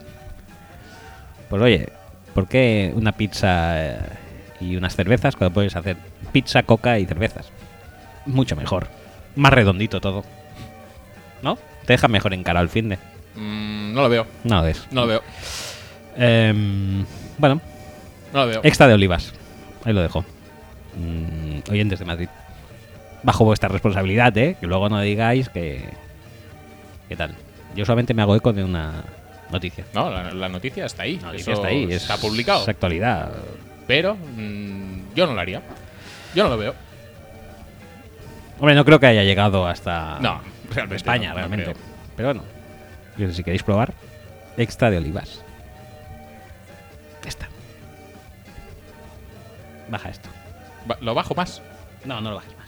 pues oye, ¿por qué una pizza eh, y unas cervezas cuando puedes hacer pizza, coca y cervezas? Mucho mejor. Más redondito todo. ¿No? Te deja mejor encarado el fin de. Mm, no lo veo. No es. No lo veo. Em, bueno, No lo veo. extra de olivas. Ahí lo dejo. Mm, oyentes de Madrid. Bajo vuestra responsabilidad, ¿eh? Que luego no digáis que... ¿Qué tal? Yo solamente me hago eco de una noticia. No, la, la noticia está ahí. No, Eso está ahí, es- Está publicado. Es actualidad. Pero mm, yo no lo haría. Yo no lo veo. Hombre, no creo que haya llegado hasta No, Ah, realmente. España, no, no realmente. creo. Pero bueno, yo sé si queréis probar, extra de olivas. Ya está. Baja esto. Ba- lo bajo más. No, no lo bajes más.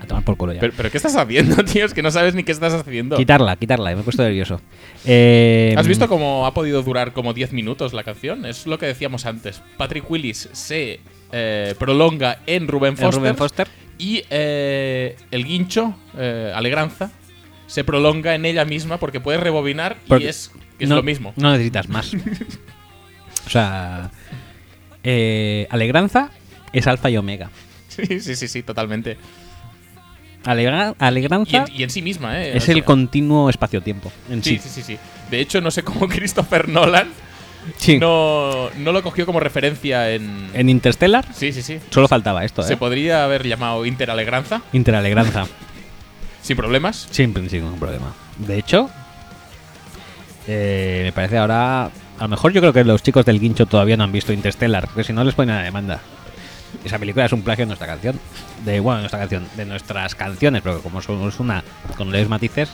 A tomar por culo ya. Pero, pero ¿qué estás haciendo, [laughs] tío? Es que no sabes ni qué estás haciendo. Quitarla, quitarla, me he puesto nervioso. Eh, ¿Has visto cómo ha podido durar como 10 minutos la canción? Es lo que decíamos antes. Patrick Willis se eh, prolonga en Rubén el Foster. Rubén Foster? Y eh, el guincho, eh, Alegranza, se prolonga en ella misma porque puedes rebobinar Porque [laughs] y es, es no, lo mismo. No necesitas más. o sea, eh, alegranza es alfa y omega. Sí, sí, sí, sí, totalmente. Alegra- Y alegranza en, y en sí misma, ¿eh? es O el sea, continuo espacio-tiempo en sí, sí. sí, sí, sí. De hecho, no sé cómo [laughs] Christopher Nolan Sí. no, no lo cogió como referencia en. En Interstellar Sí, sí, sí. solo faltaba esto, Se ¿eh? podría haber llamado Interalegranza, Interalegranza. sin problemas. Siempre sin ningún problema. De hecho, eh, me parece ahora. A lo mejor yo creo que los chicos del Guincho todavía no han visto Interstellar, porque si no les ponen a demanda. Esa película es un plagio de nuestra canción. De, bueno, de nuestra canción, de nuestras canciones, pero como somos una con leves matices,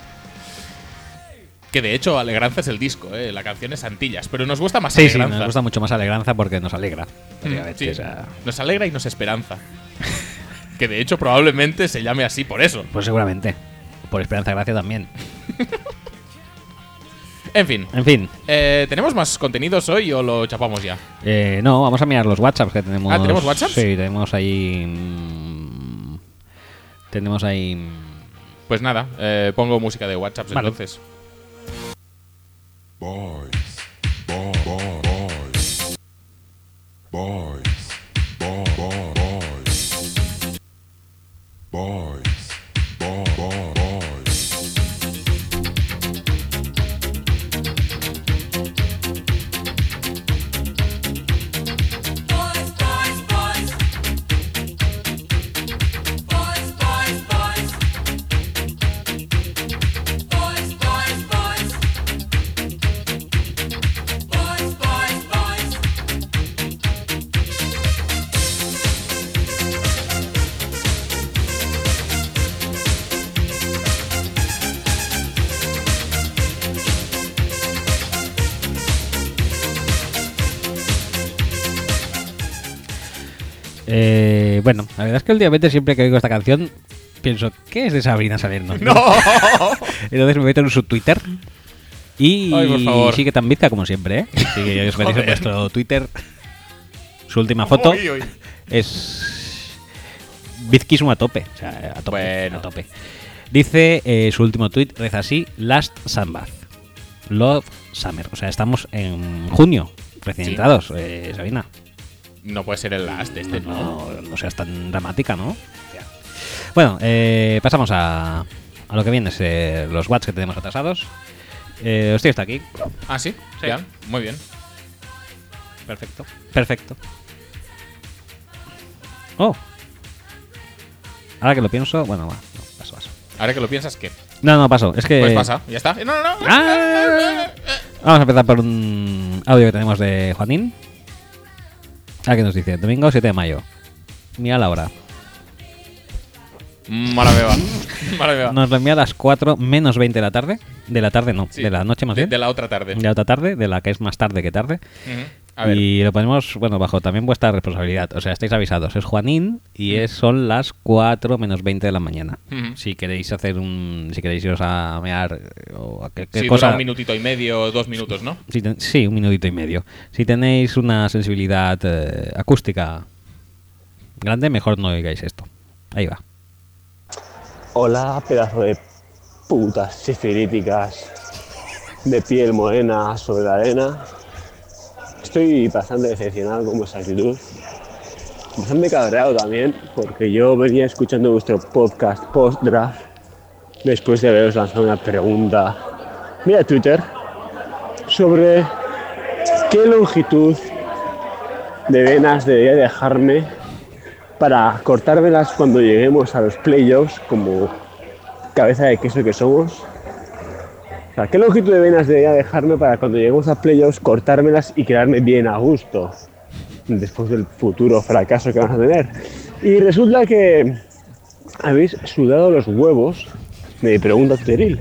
Que de hecho, Alegranza es el disco, ¿eh? La canción es Antillas, pero nos gusta más sí, sí, Alegranza. nos gusta mucho más Alegranza porque nos alegra. Mm, básicamente, sí. o sea, Nos alegra y nos esperanza. [laughs] que de hecho, probablemente se llame así por eso. pues seguramente. Por Esperanza Gracia también. En fin. En fin, eh, ¿Tenemos más contenidos hoy o lo chapamos ya? Eh, no, vamos a mirar los WhatsApps que tenemos. Ah, ¿tenemos WhatsApps? Sí, tenemos ahí. mm, tenemos ahí. mm, Pues nada, eh, pongo música de WhatsApp Vale. entonces. Boys, boy, boy, boys, boys, boy, boy, boys, boys, boy, boy, boys. Boys, boys, boys. Boys, boys, boys. Boys, boys, boys. Boys, boys, boys. eh, bueno, la verdad es que últimamente siempre que oigo esta canción pienso, ¿qué es de Sabrina Salerno? [laughs] ¡No! [laughs] Entonces me meto en su Twitter. Y Ay, por favor. sigue tan bizca como siempre, ¿eh? Así que os metéis en [laughs] Joder. vuestro Twitter. Su última foto Uy, uy. es bizquismo a tope. O sea, a tope. Bueno. a tope. Dice eh, su último tweet reza así: Last Sunbath. Love Summer. O sea, estamos en junio, recién Sí. entrados, eh, Sabina. No puede ser el last de este, ¿no? No, no seas tan dramática, ¿no? Bueno, eh, pasamos a, a lo que viene, es, eh, los watts que tenemos atrasados. Eh, hostia, está aquí. Ah, sí, Sí. ya, muy bien. Perfecto. Perfecto. Oh. Ahora que lo pienso, bueno, va. no, paso, paso. Ahora que lo piensas, ¿qué? No, no, paso. Es que. Pues pasa, ya está. No, no, no. Eh. Ah. Vamos a empezar por un audio que tenemos de Juanín. Ah, que nos dice: Domingo 7 de mayo. Mira la hora. Mala beba. [laughs] Mala beba. Nos lo envía a las 4 menos 20 de la tarde. De la tarde, no. Sí, De la noche más de, bien. de la otra tarde. De la otra tarde, de la que es más tarde que tarde. Ujú. A ver. Y lo ponemos, bueno, bajo también vuestra responsabilidad. O sea, estáis avisados. Es Juanín y es, son las 4 menos 20 de la mañana. Ujú. Si queréis hacer un. Si queréis iros a mear eh, o a qué, qué Sí, cosa. dura un minutito y medio, dos minutos, ¿no? si ten- sí, un minutito y medio. Si tenéis una sensibilidad eh, acústica grande, mejor no oigáis esto. Ahí va. Hola, pedazo de putas sifilíticas de piel morena sobre la arena. Estoy bastante decepcionado con vuestra actitud. Bastante cabreado también, porque yo venía escuchando vuestro podcast post-draft después de haberos lanzado una pregunta vía Twitter sobre qué longitud de venas debería dejarme para cortármelas cuando lleguemos a los playoffs como cabeza de queso que somos. O sea, ¿qué longitud de venas debería dejarme para cuando lleguemos a playoffs cortármelas y quedarme bien a gusto después del futuro fracaso que vamos a tener? Y resulta que habéis sudado los huevos de mi pregunta tuteril.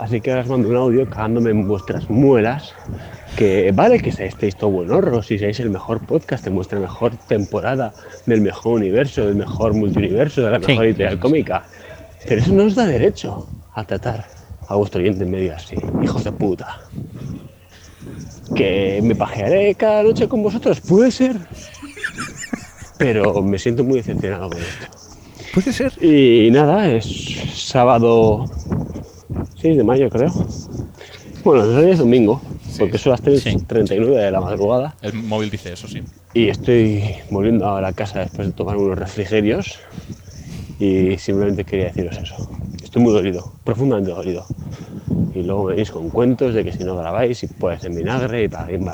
Así que ahora os mando un audio cagándome en vuestras muelas. Que vale que seáis todo buen horror, si seáis el mejor podcast de vuestra mejor temporada, del mejor universo, del mejor multiuniverso, de la Sí. mejor editorial cómica. Pero eso no os da derecho a tratar a vuestro oyente en medio así, hijos de puta. Que me pajearé cada noche con vosotros, puede ser. Pero me siento muy decepcionado con esto. Puede ser. Y nada, es sábado 6 de mayo, creo. Bueno, en realidad es domingo. porque son las 3 Sí. 39 de la madrugada El móvil dice eso, sí. y estoy volviendo a la casa después de tomar unos refrigerios y simplemente quería deciros eso. Estoy muy dolido, profundamente dolido. Y luego venís con cuentos de que si no grabáis y puedes en vinagre y para bien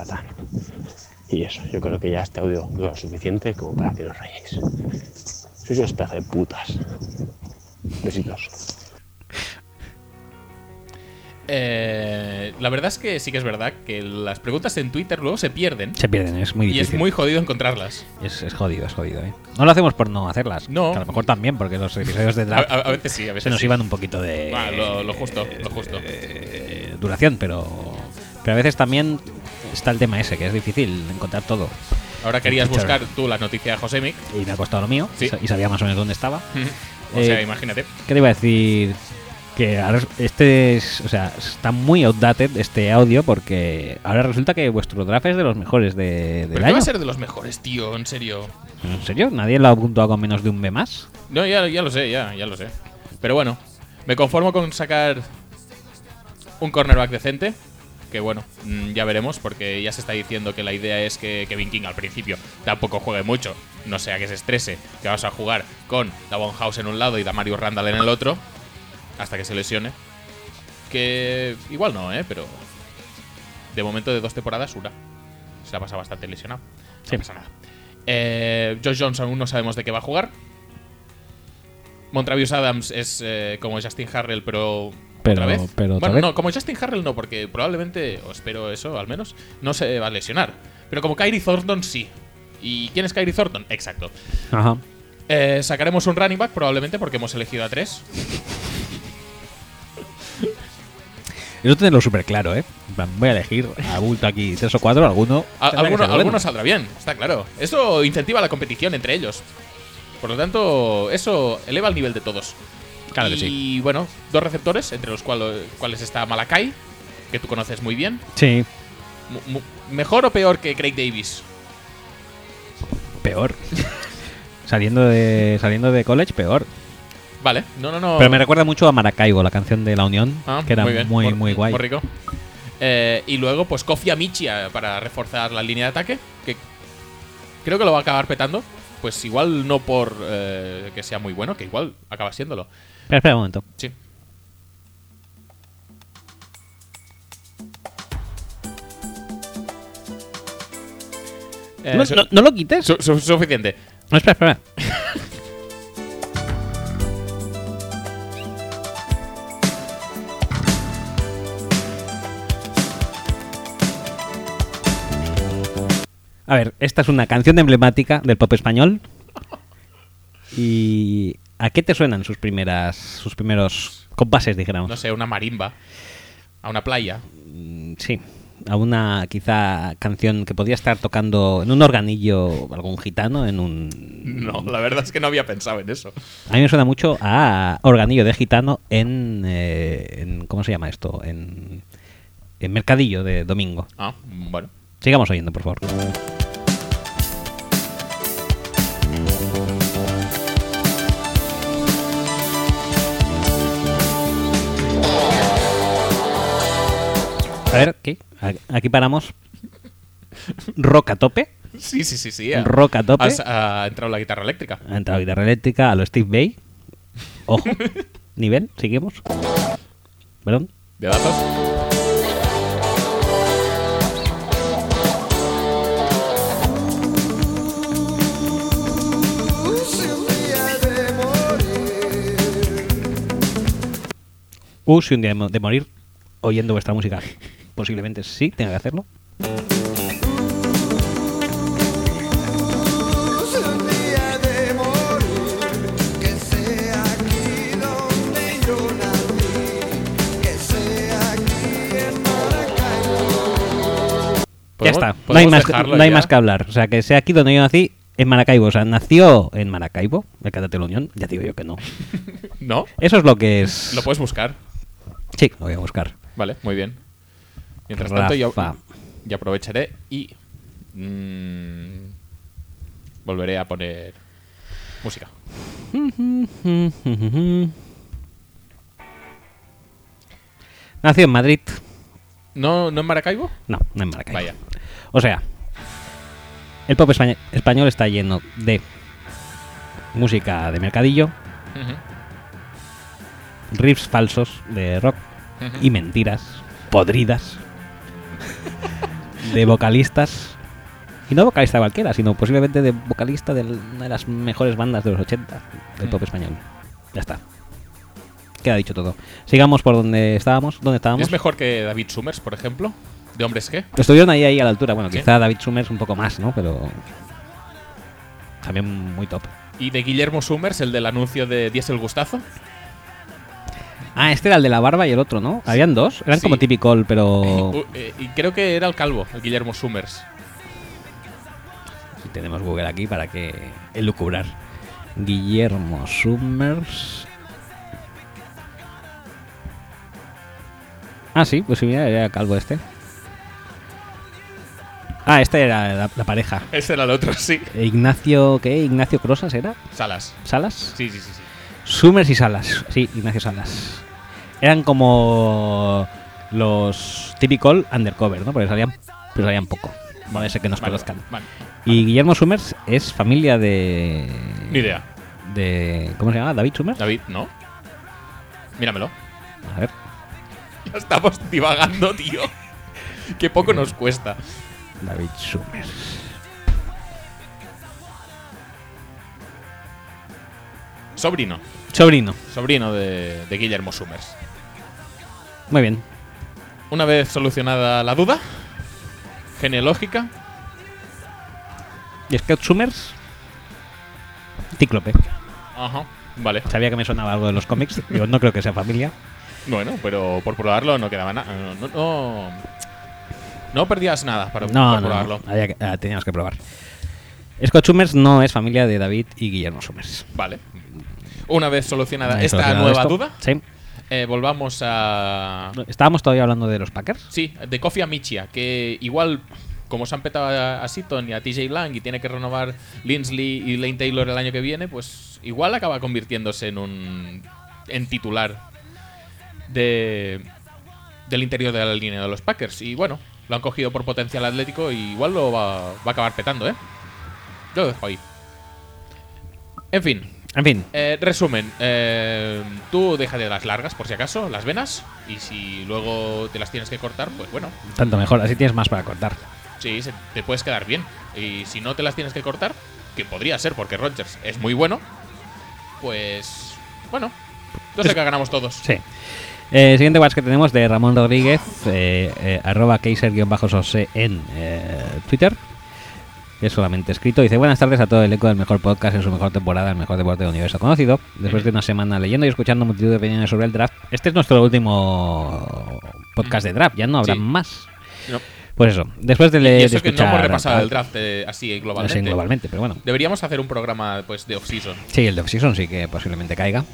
Y eso, yo creo que ya este audio dura lo suficiente como para que nos rayéis. Sois unos pedazos de putas. Besitos. Eh, la verdad es que sí que es verdad que las preguntas en Twitter luego se pierden Se pierden, es muy y difícil. es muy jodido encontrarlas. Es, es jodido, es jodido, ¿eh? No lo hacemos por no hacerlas. No. que a lo mejor también, porque los episodios de A, draft a- a veces sí, a veces se nos sí. iban un poquito de. Ah, lo, lo justo, lo justo. eh, duración, pero. Pero a veces también está el tema ese, que es difícil encontrar todo. Ahora querías Escuchar. buscar tú la noticia de Josemic. Y me ha costado lo mío, Sí. sa- y sabía más o menos dónde estaba. [laughs] O sea, Eh, imagínate. ¿Qué te iba a decir? Que ahora es- este es, o sea, está muy outdated este audio porque ahora resulta que vuestro draft es de los mejores de, del ¿Pero qué año. va a ser de los mejores, tío? En serio. ¿En serio? ¿Nadie lo ha apuntado con menos de un B más? No, ya, ya lo sé, ya, ya lo sé. Pero bueno, me conformo con sacar un cornerback decente. Que bueno, mm, ya veremos, porque ya se está diciendo que la idea es que Kevin King al principio tampoco juegue mucho. No sea que se estrese, que vamos a jugar con Davon House en un lado y Damario Randall en el otro. Hasta que se lesione. Que igual no, ¿eh? Pero de momento de dos temporadas, una. Se la pasa bastante lesionado. No Sí. pasa nada. Eh, Josh Johnson aún no sabemos de qué va a jugar. Montravius Adams es eh, como Justin Harrell, pero. Pero- otra vez. pero otra bueno, vez. no, como Justin Harrell no, porque probablemente, o espero eso al menos, no se va a lesionar. Pero como Kyrie Thornton sí. ¿Y quién es Kyrie Thornton? Exacto. Ajá. Eh, sacaremos un running back probablemente porque hemos elegido a tres. Eso tenerlo súper claro, ¿eh? En plan, Voy a elegir a bulto aquí tres o cuatro, alguno. tendrá A- que alguno, ser bueno. alguno saldrá bien, está claro. Eso incentiva la competición entre ellos. Por lo tanto, eso eleva el nivel de todos. Claro y, que sí. bueno, dos receptores, entre los cual- cuales está Malakai, que tú conoces muy bien. Sí, Mu- mu- ¿Mejor o peor que Craig Davis? peor. [laughs] saliendo, de, saliendo de college, peor. Vale, no, no, no. Pero me recuerda mucho a Maracaibo, la canción de La Unión, Ah, que era muy, bien. muy, Mor- guay. muy rico. Eh, y luego, pues Kofi Michia para reforzar la línea de ataque, que creo que lo va a acabar petando. Pues igual no por eh, que sea muy bueno, que igual acaba siéndolo. Espera, espera un momento. Sí. Eh, no, su- no- no lo quites. su- su- suficiente. No, espera, espera. A ver, esta es una canción emblemática del pop español. ¿Y a qué te suenan sus primeras, sus primeros compases, dijéramos? No sé, una marimba. A una playa. Mm, Sí, a una quizá canción que podía estar tocando en un organillo algún gitano, en un No, la verdad es que no había pensado en eso. A mí me suena mucho a organillo de gitano en, eh, en- ¿cómo se llama esto? En, en mercadillo de domingo. Ah, bueno. Sigamos oyendo, por favor. A ver, ¿qué? A- Aquí paramos. Rock a tope. Sí, sí, sí, sí. Un ha- rock a tope. has- Ha entrado la guitarra eléctrica. Ha entrado guitarra eléctrica a lo Steve Bay. [laughs] Ojo. Nivel, seguimos. Perdón. De datos. Uh, si un día de mo- de morir oyendo vuestra música. Posiblemente sí, tenga que hacerlo. Ya está. No hay, podemos más, dejarlo no hay ya? más que hablar. O sea, que sea aquí donde yo nací, en Maracaibo. O sea, nació en Maracaibo, el Cadete de la Unión. Ya digo yo que no. No, Eso es lo que es. lo puedes buscar. Sí, lo voy a buscar. Vale, muy bien. Mientras tanto, yo, Rafa. yo aprovecharé y. mm, volveré a poner música. Nació en Madrid ¿No, ¿No en Maracaibo? No, no en Maracaibo. Vaya. O sea, el pop españ- español está lleno de música de mercadillo, Ujú, riffs falsos de rock ujú. y mentiras podridas de vocalistas. Y no vocalista cualquiera, sino posiblemente de vocalista de una de las mejores bandas de los 80 del Mm. pop español. Ya está. Queda dicho todo. Sigamos por donde estábamos. ¿Dónde estábamos? ¿Es mejor que David Summers, por ejemplo? ¿De hombres G? Estuvieron ahí, ahí a la altura. Bueno, Sí. quizá David Summers un poco más, ¿no? Pero. También muy top. ¿Y de Guillermo Summers, el del anuncio de Diesel Gustazo? Ah, este era el de la barba y el otro, ¿no? Habían dos. Eran Sí. como típico, pero. U- eh, y creo que era el calvo, el Guillermo Summers. Si tenemos Google aquí para que elucubrar. Guillermo Summers. Ah, sí, pues sí, mira, era calvo este. Ah, este era la, la pareja. Ese era el otro, sí. Ignacio, ¿qué? Ignacio Crosas era? Salas. ¿Salas? Sí, sí, sí. sí. Summers y Salas. Sí, Ignacio Salas. Eran como los typical undercover, ¿no? Porque salían, pero salían poco. Vale, sé que nos Vale, conozcan. vale. Y Guillermo Summers es familia de. Ni idea. De. ¿Cómo se llama? ¿David Summers? David, ¿no? Míramelo. A ver. [laughs] Ya estamos divagando, tío. Qué poco nos cuesta. David Summers. Sobrino. Sobrino. Sobrino de, de Guillermo Summers. Muy bien. Una vez solucionada la duda genealógica, Y Scott Summers. Cíclope. ajá, vale. Sabía que me sonaba algo de los cómics. Digo, no creo que sea [laughs] familia. Bueno, pero por probarlo no quedaba nada. No, no, no perdías nada para, No, por no, probarlo. no. Había que- ah, teníamos que probar. Scott Summers no es familia de David y Guillermo Summers. Vale. Una vez solucionada Ahí esta solucionado nueva esto. duda, Sí. eh, volvamos a. Estábamos todavía hablando de los Packers. Sí, de Kofi Michia, que igual. Como se han petado a a Seaton y a TJ Lang y tiene que renovar Linsley y Lane Taylor el año que viene, pues igual acaba convirtiéndose en un. en titular de, del interior de la línea de los Packers. Y bueno, lo han cogido por potencial atlético y igual lo va, va a acabar petando, ¿eh? Yo lo dejo ahí. En fin, En fin, eh, resumen, eh, tú déjate las largas por si acaso, las venas, y si luego te las tienes que cortar, pues bueno, tanto mejor. Así tienes más para cortar. sí, se- te puedes quedar bien. Y si no te las tienes que cortar, que podría ser porque Rogers es muy bueno, pues bueno, dos de que ganamos todos. Sí. Eh, siguiente WhatsApp que tenemos de Ramón Rodríguez, eh, eh, arroba kaiser-sose en eh, Twitter. Es solamente escrito. Dice, buenas tardes a todo el eco del mejor podcast en su mejor temporada, el mejor deporte del universo conocido. Después de una semana leyendo y escuchando multitud de opiniones sobre el draft, este es nuestro último podcast de draft, ya no habrá Sí. más. No. Pues eso, después de Y leer... eso que no hemos repasado el draft draft eh, así globalmente. globalmente. globalmente, pero bueno. Deberíamos hacer un programa pues, de off-season. Sí, el de off-season sí que posiblemente caiga.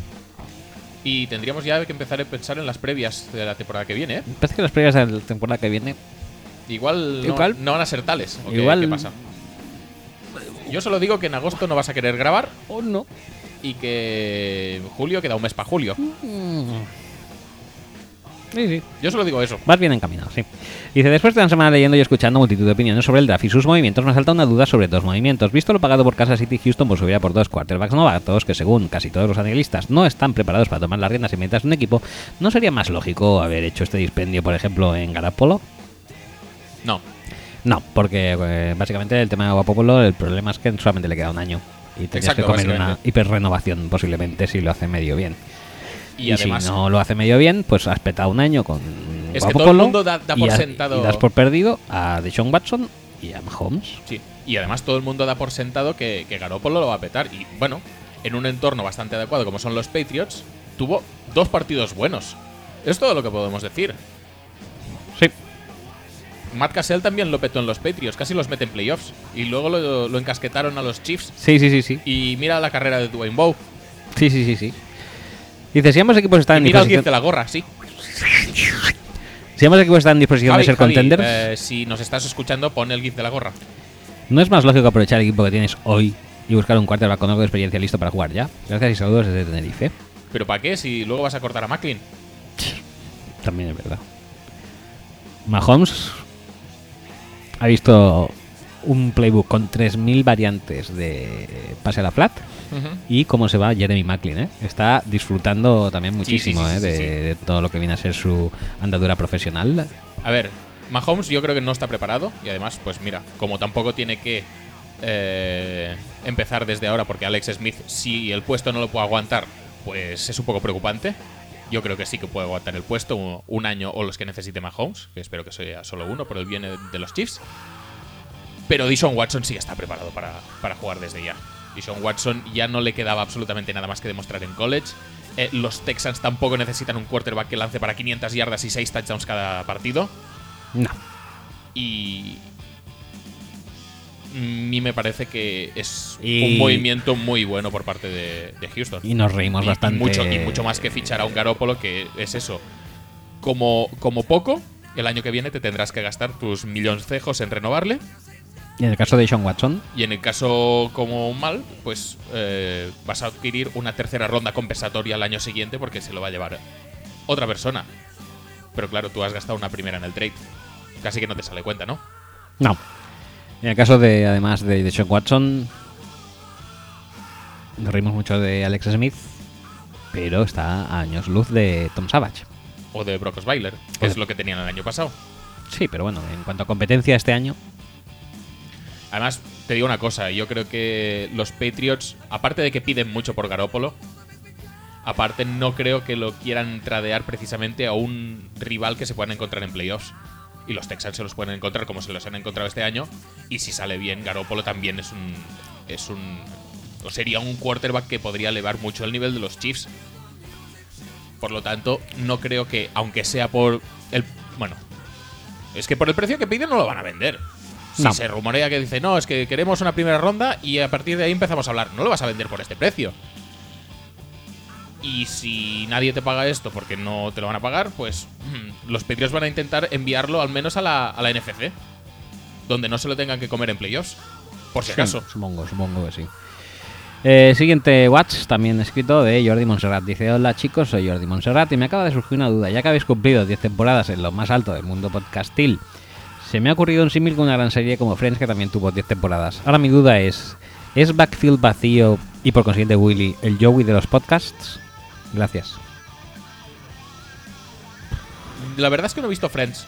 Y tendríamos ya que empezar a pensar en las previas de la temporada que viene, ¿eh? Parece que las previas de la temporada que viene Igual no, Igual- no van a ser tales. ¿o qué- igual- ¿Qué pasa? Yo solo digo que en agosto no vas a querer grabar o no. y que en julio queda un mes para julio. Sí, sí. Yo solo digo eso. Vas bien encaminado, sí. Dice, después de una semana leyendo y escuchando multitud de opiniones sobre el draft y sus movimientos, me salta una duda sobre dos movimientos. Visto lo pagado por Kansas City, Houston por subida por dos quarterbacks novatos, que según casi todos los analistas no están preparados para tomar las riendas y metas de un equipo, ¿no sería más lógico haber hecho este dispendio, por ejemplo, en Garapolo? No. No, porque eh, básicamente el tema de Guapopolo, el problema es que solamente le queda un año. Y tendrías Exacto, que comer una básicamente. hiperrenovación posiblemente si lo hace medio bien. Y, Y, además, si no lo hace medio bien, pues has petado un año con Es que Guapo todo el Polo mundo da- da por y ha- sentado- y das por perdido a Deshaun Watson y a Mahomes. sí. y además todo el mundo da por sentado que, que Garoppolo lo va a petar. Y bueno, en un entorno bastante adecuado como son los Patriots, tuvo dos partidos buenos. Es todo lo que podemos decir. Sí. Matt Cassell también lo petó en los Patriots, casi los mete en playoffs. Y luego lo, lo encasquetaron a los Chiefs. Sí, sí, sí, sí. Y mira la carrera de Dwayne Bowe. Sí, sí, sí, sí. Dice, si ambos equipos están en Mira alguien disposición, te la gorra, sí. si ambos equipos están en disposición Javi, de ser Javi, contenders, eh, si nos estás escuchando, pon el gif de la gorra. ¿no es más lógico aprovechar el equipo que tienes hoy y buscar un quarterback con algo de experiencia listo para jugar ya? Gracias y saludos desde Tenerife. ¿Pero para qué? Si luego vas a cortar a Macklin. También es verdad. Mahomes ha visto un playbook con 3.000 variantes de pase a la flat y cómo se va Jeremy Macklin. ¿eh? Está disfrutando también Sí, sí, muchísimo sí, ¿eh? sí, de, sí. de todo lo que viene a ser su andadura profesional. A ver, Mahomes yo creo que no está preparado y además, pues mira, como tampoco tiene que eh, empezar desde ahora porque Alex Smith, si el puesto no lo puede aguantar, pues es un poco preocupante. Yo creo que sí que puede aguantar el puesto un, un año o los que necesite Mahomes, que espero que sea solo uno por el bien de los Chiefs. Pero Dishon Watson sí está preparado para, para jugar desde ya. Dishon Watson ya no le quedaba absolutamente nada más que demostrar en college. Eh, los Texans tampoco necesitan un quarterback que lance para 500 yardas y 6 touchdowns cada partido. No. Y. A mí me parece que es Y- un movimiento muy bueno por parte de, de Houston. Y nos reímos Y- y bastante. mucho, y mucho más que fichar a un Garópolo, que es eso. Como, como poco, el año que viene te tendrás que gastar tus millones cejos en renovarle. Y en el caso de Sean Watson, Y en el caso como mal, pues eh, vas a adquirir una tercera ronda compensatoria al año siguiente porque se lo va a llevar otra persona. Pero claro, tú has gastado una primera en el trade. Casi que no te sale cuenta, ¿no? no. En el caso de, además de, de Sean Watson, nos reímos mucho de Alex Smith, pero está a años luz de Tom Savage. O de Brock Osweiler, que Pues- es lo que tenían el año pasado. Sí, pero bueno, en cuanto a competencia este año, Además, te digo una cosa, yo creo que los Patriots, aparte de que piden mucho por Garópolo, aparte no creo que lo quieran tradear precisamente a un rival que se puedan encontrar en playoffs. Y los Texans se los pueden encontrar como se los han encontrado este año. Y si sale bien, Garópolo también es un. es un. o sería un quarterback que podría elevar mucho el nivel de los Chiefs. Por lo tanto, no creo que, aunque sea por el. Bueno, es que por el precio que piden no lo van a vender. Si No. se rumorea que dice, no, es que queremos una primera ronda y a partir de ahí empezamos a hablar. No lo vas a vender por este precio. Y si nadie te paga esto porque no te lo van a pagar, pues [clears throat] mm, los Patriots van a intentar enviarlo al menos a la, a la NFC. Donde no se lo tengan que comer en playoffs. Por si acaso. Sí, Supongo, supongo que sí. Eh, siguiente watch, también escrito de Jordi Montserrat. Dice: Hola chicos, soy Jordi Montserrat y me acaba de surgir una duda. Ya que habéis cumplido 10 temporadas en lo más alto del mundo podcastil, se me ha ocurrido un símil con una gran serie como Friends que también tuvo 10 temporadas. Ahora mi duda es: ¿es Backfield vacío y por consiguiente Willy el Joey de los podcasts? Gracias. La verdad es que no he visto Friends.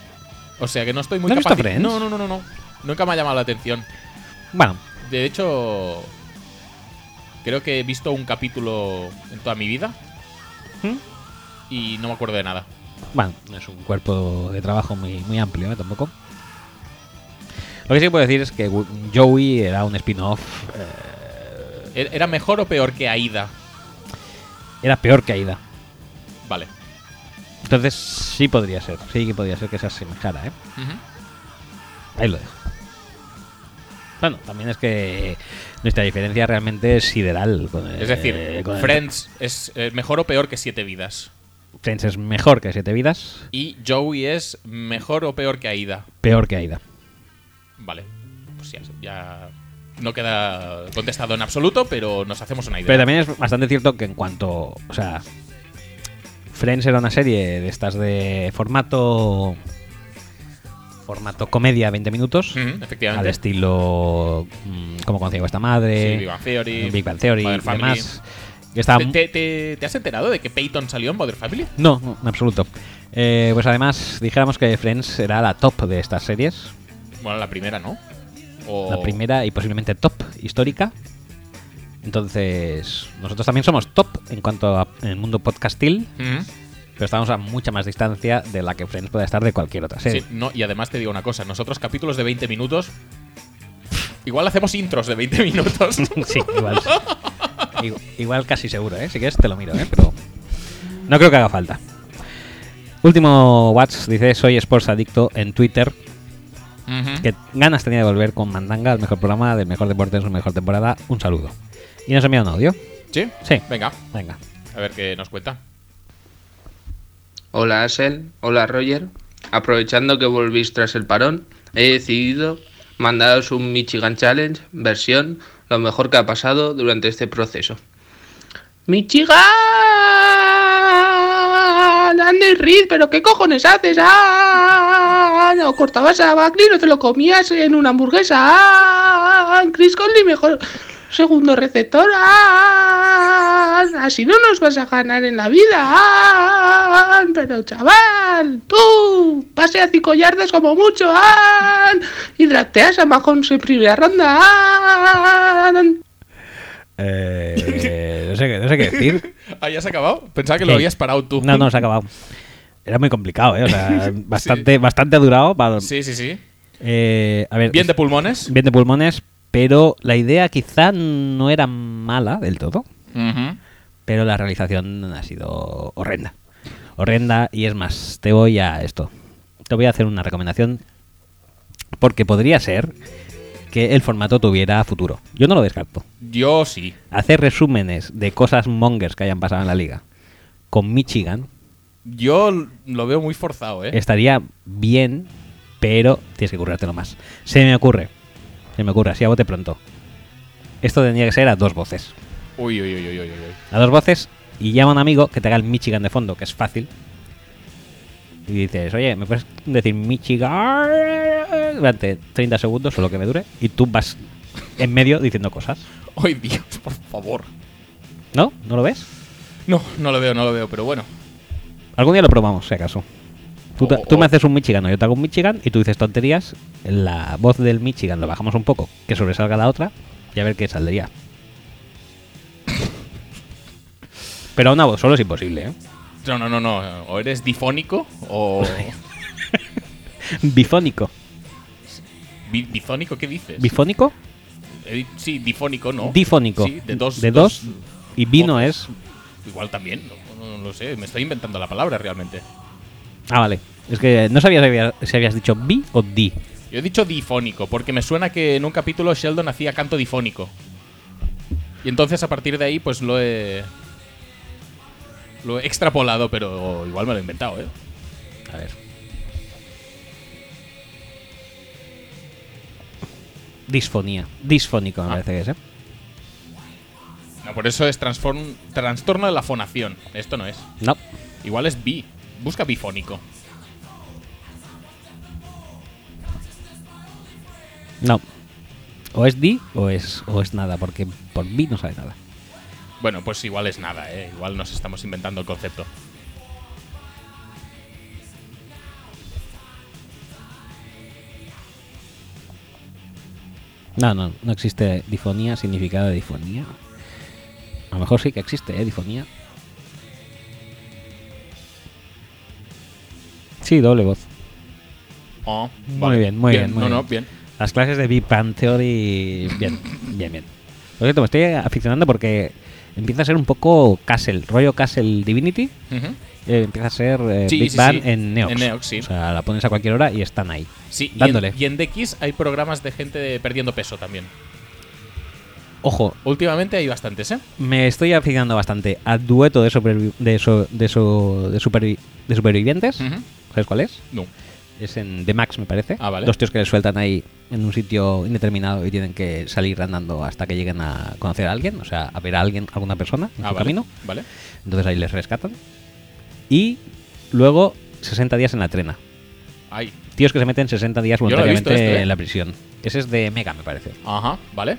O sea que no estoy muy ¿No has visto capaz- Friends? No, no, no, no, no. Nunca me ha llamado la atención. Bueno, De hecho, creo que he visto un capítulo en toda mi vida. ¿Mm? Y no me acuerdo de nada. Bueno, es un cuerpo de trabajo muy, muy amplio, ¿eh? Tampoco. Lo que sí puedo decir es que Wi- Joey era un spin-off. eh, ¿E- ¿Era mejor o peor que Aida? era peor que Aida. Vale. Entonces sí podría ser. Sí que podría ser que se asemejara, ¿eh? Ujú. Ahí lo dejo. Bueno, también es que nuestra diferencia realmente es sideral. con, eh, Es decir, con el- Friends es eh, mejor o peor que Siete Vidas. Friends es mejor que Siete Vidas, Y Joey es mejor o peor que Aida. peor que Aida. Vale. Pues ya, ya no queda contestado en absoluto, pero nos hacemos una idea. Pero también es bastante cierto que en cuanto. O sea. Friends era una serie de estas de formato. Formato comedia 20 minutos. Ujú, Al efectivamente. estilo. mm, ¿Cómo consigo esta Sí, madre? Big Bang Theory. Eh, Big Bang Theory Modern y Family. demás. Que está ¿Te- te, te- te has enterado de que Peyton salió en Mother Family? No, no, en absoluto. Eh, pues además, dijéramos que Friends era la top de estas series. Bueno, la primera, ¿no? O- La primera y posiblemente top histórica. Entonces, nosotros también somos top en cuanto a- en el mundo podcastil. Ujú. Pero estamos a mucha más distancia de la que Friends puede estar de cualquier otra serie. Sí, no, y además te digo una cosa, nosotros capítulos de 20 minutos. Igual hacemos intros de [laughs] 20 minutos. [laughs] Sí, igual. Igu- igual casi seguro, ¿eh? Si quieres te lo miro, ¿eh? Pero no creo que haga falta. Último Watch dice, soy Sports Adicto en Twitter. Ujú. Que ganas tenía de volver con Mandanga, el mejor programa del mejor deporte en su mejor temporada. Un saludo. Y nos envía un audio. ¿Sí? Sí. Venga, Venga. a ver qué nos cuenta. Hola Asel, hola Roger. Aprovechando que volvís tras el parón, he decidido mandaros un Michigan Challenge versión lo mejor que ha pasado durante este proceso. Michigan, la Alexander Reed, pero ¿qué cojones haces? ¡Ah! No, cortabas a Buckley, no te lo comías en una hamburguesa. ¡Ah! Chris Conley, mejor segundo receptor. ¡Ah! Así no nos vas a ganar en la vida. ¡Ah! Pero chaval, tú, pase a cinco yardas como mucho. ¡Ah! Y drafteas a Mahomes en primera ronda. ¡Ah! Eh, no, sé, qué- no sé qué [laughs] decir. ¿Ah, ya se ha acabado? Pensaba que lo Sí. habías parado tú. No, no, se ha acabado. Era muy complicado, ¿eh? O [laughs] sea, bastante, bastante ha durado. va- Sí, sí, sí. eh, a ver, Bien de pulmones. bien de pulmones, pero la idea quizá no era mala del todo, Ujú. pero la realización ha sido horrenda. Horrenda, y es más, te voy a esto. Te voy a hacer una recomendación porque podría ser que el formato tuviera futuro. Yo no lo descarto. Yo sí. Hacer resúmenes de cosas mongers que hayan pasado en la liga con Michigan Yo lo veo muy forzado, ¿eh? estaría bien, pero tienes que currártelo más. Se me ocurre, se me ocurre, así a bote pronto. Esto tendría que ser a dos voces. Uy, uy, uy, uy, uy, uy. A dos voces y llama a un amigo que te haga el Michigan de fondo, que es fácil. Y dices, oye, ¿me puedes decir Michigan durante 30 segundos o lo que me dure? Y tú vas en medio diciendo cosas. Ay, Dios, por favor. ¿No? ¿No lo ves? No, no lo veo, no lo veo, pero bueno. Algún día lo probamos, si acaso. Tú, te- O- tú me o- haces un Michigan o yo te hago un Michigan y tú dices tonterías. La voz del Michigan lo bajamos un poco, que sobresalga la otra y a ver qué saldría. Pero a una voz solo es imposible, ¿eh? No, no, no, no. O eres difónico o. [laughs] Bifónico. Bi- ¿Bifónico qué dices? ¿Bifónico? Eh, sí, difónico, ¿no? Difónico. Sí, de dos. De dos. Y vino es. Igual también, no, no- no lo sé. Me estoy inventando la palabra realmente. Ah, vale. Es que no sabía si había- si habías dicho bi o di. Yo he dicho difónico porque me suena que en un capítulo Sheldon hacía canto difónico. Y entonces a partir de ahí, pues lo he. Lo he extrapolado, pero igual me lo he inventado, ¿eh? A ver. Disfonía. Disfónico me Ah. parece que es, ¿eh? No, por eso es transform- trastorno de la fonación. Esto no es. No. Igual es bi. Busca bifónico. No. O es di o es, o es nada, porque por mí no sabe nada. Bueno, pues igual es nada, ¿eh? Igual nos estamos inventando el concepto. No, no, no existe difonía, significado de difonía. A lo mejor sí que existe, ¿eh? Difonía. Sí, doble voz. Oh, Muy vale. bien, muy bien, muy no, bien. no, bien. Las clases de Big Bang Theory. Bien, bien, bien. Por cierto, me estoy aficionando porque empieza a ser un poco Castle, rollo Castle Divinity. Ujú. eh, empieza a ser eh, Sí, Big sí, Bang sí. en Neox. En Neox, sí. O sea, la pones a cualquier hora y están ahí. Sí, y en- Dándole. Y en, DX hay programas de gente perdiendo peso también. Ojo, Últimamente hay bastantes, ¿eh? Me estoy aficionando bastante al dueto de, supervi- de, so- de, so- de supervi- de supervivientes. Ujú. ¿Sabes cuál es? No. Es en The Max, me parece. Ah, vale. Dos tíos que les sueltan ahí en un sitio indeterminado y tienen que salir andando hasta que lleguen a conocer a alguien, o sea, a ver a alguien, alguna persona en Ah, su vale. camino. Vale. Entonces ahí les rescatan. Y luego 60 días en la trena. Ahí. Tíos que se meten 60 días Yo lo he visto voluntariamente este, ¿eh? en la prisión. Ese es de Mega, me parece. Ajá, vale.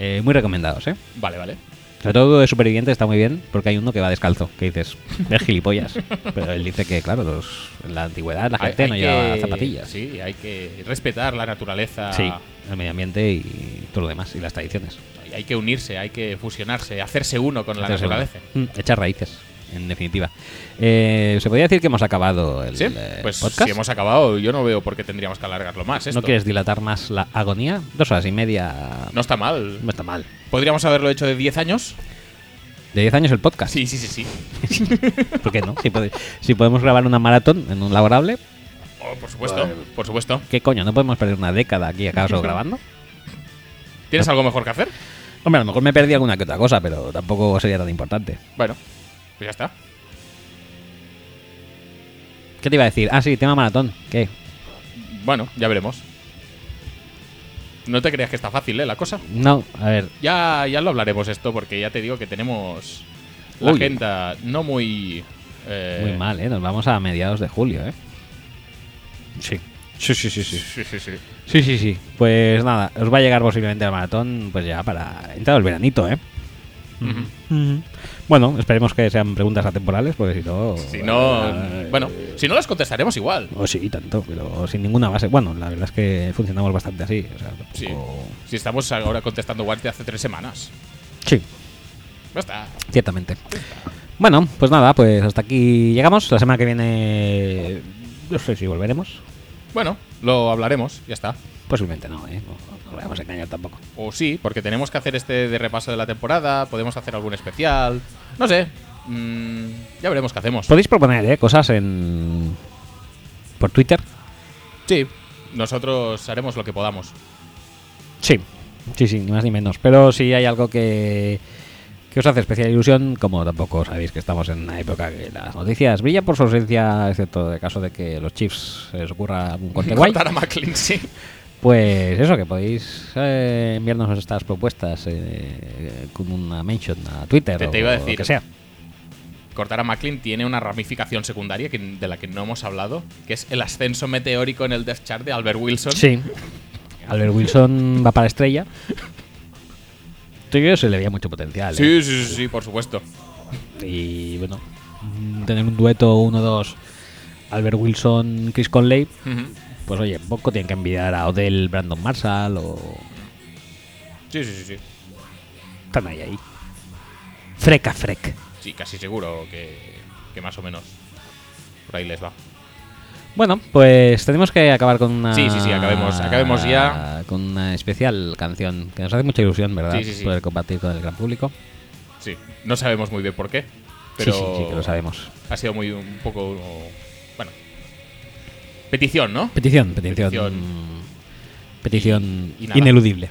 Eh, muy recomendados, ¿eh? Vale, vale. Sobre todo de superviviente está muy bien porque hay uno que va descalzo, que dices, [laughs] es gilipollas. Pero él dice que, claro, los, en la antigüedad la Hay- gente hay no llevaba que- zapatillas. Sí, hay que respetar la naturaleza. Sí, el medio ambiente y todo lo demás, y las tradiciones. Hay que unirse, hay que fusionarse, hacerse uno con la Entonces, naturaleza. mm, Echar raíces, en definitiva. Eh, ¿Se podría decir que hemos acabado el Sí, eh, pues podcast? si hemos acabado, yo no veo por qué tendríamos que alargarlo más. Esto. ¿No quieres dilatar más la agonía? Dos horas y media mm, No está mal. no está mal. ¿Podríamos haberlo hecho de 10 años? ¿De 10 años el podcast? Sí, sí, sí, sí. ¿Por qué no? si, pode- si podemos grabar una maratón en un laborable, Oh, por supuesto, por supuesto. ¿qué coño? ¿No podemos perder una década aquí acaso grabando? ¿Tienes algo mejor que hacer? Hombre, a lo mejor me perdí alguna que otra cosa, pero tampoco sería tan importante. Bueno, pues ya está. ¿Qué te iba a decir? Ah, sí, tema maratón. ¿Qué? Bueno, ya veremos. No te creas que está fácil, ¿eh? La cosa. No, a ver. Ya, ya lo hablaremos esto porque ya te digo que tenemos la Uy. agenda no muy Eh, Muy mal, ¿eh? Nos vamos a mediados de julio, ¿eh? Sí. Sí, sí, sí, sí. Sí, sí, sí. Sí, sí, sí. Pues nada, os va a llegar posiblemente el maratón, pues ya para entrar el veranito, ¿eh? Ujú. Bueno, esperemos que sean preguntas atemporales, porque si no. Si no, eh, bueno, si no las contestaremos igual. O sí, tanto, pero sin ninguna base. Bueno, la verdad es que funcionamos bastante así. O sea, Sí. tampoco- Si estamos ahora contestando Wars de hace tres semanas. sí, Ya está. ciertamente. Bueno, pues nada, pues hasta aquí llegamos. La semana que viene. No sé si volveremos. Bueno, lo hablaremos, ya está. Posiblemente no, ¿eh? No, no nos vamos a engañar tampoco. O sí, porque tenemos que hacer este de repaso de la temporada, podemos hacer algún especial. No sé. Mm, ya veremos qué hacemos. Podéis proponer, ¿eh? Cosas en. por Twitter. Sí, nosotros haremos lo que podamos. Sí, sí, sí, ni más ni menos. Pero si hay algo que, que os hace especial ilusión, como tampoco sabéis que estamos en una época que las noticias brillan por su ausencia, excepto en el caso de que los Chiefs se les ocurra un [laughs] corte guay, Cortar a McLean, sí. pues eso, que podéis eh, enviarnos estas propuestas eh, con una mention a Twitter Te- o te iba a lo decir. que sea. Cortar a McLean tiene una ramificación secundaria que- de la que no hemos hablado, que es el ascenso meteórico en el Death Chart de Albert Wilson. Sí. Albert Wilson va para estrella. Yo se le veía mucho potencial. ¿eh? Sí, sí, sí, sí, por supuesto. Y bueno, mm, tener un dueto 1-2 Albert Wilson, Chris Conley, Ujú. pues oye, poco tienen que envidiar a Odell, Brandon Marshall o. Sí, sí, sí, sí. Están ahí, ahí. Freca, frec. Sí, casi seguro que, que más o menos. Por ahí les va. Bueno, pues tenemos que acabar con una. Sí, sí, sí, acabemos- acabemos ya. Con una especial canción que nos hace mucha ilusión, ¿verdad? Sí, sí, sí. Poder compartir con el gran público. Sí, no sabemos muy bien por qué, pero Sí, sí, sí, que lo sabemos. ha sido muy un poco bueno. Petición, ¿no? Petición, petición. Petición. petición Y- y nada. ineludible.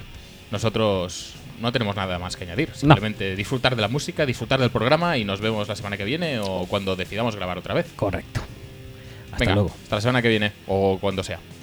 Nosotros no tenemos nada más que añadir, simplemente disfrutar de la música, disfrutar del programa y nos vemos la semana que viene o cuando decidamos grabar otra vez. Correcto. Hasta Venga, luego. Hasta la semana que viene o cuando sea.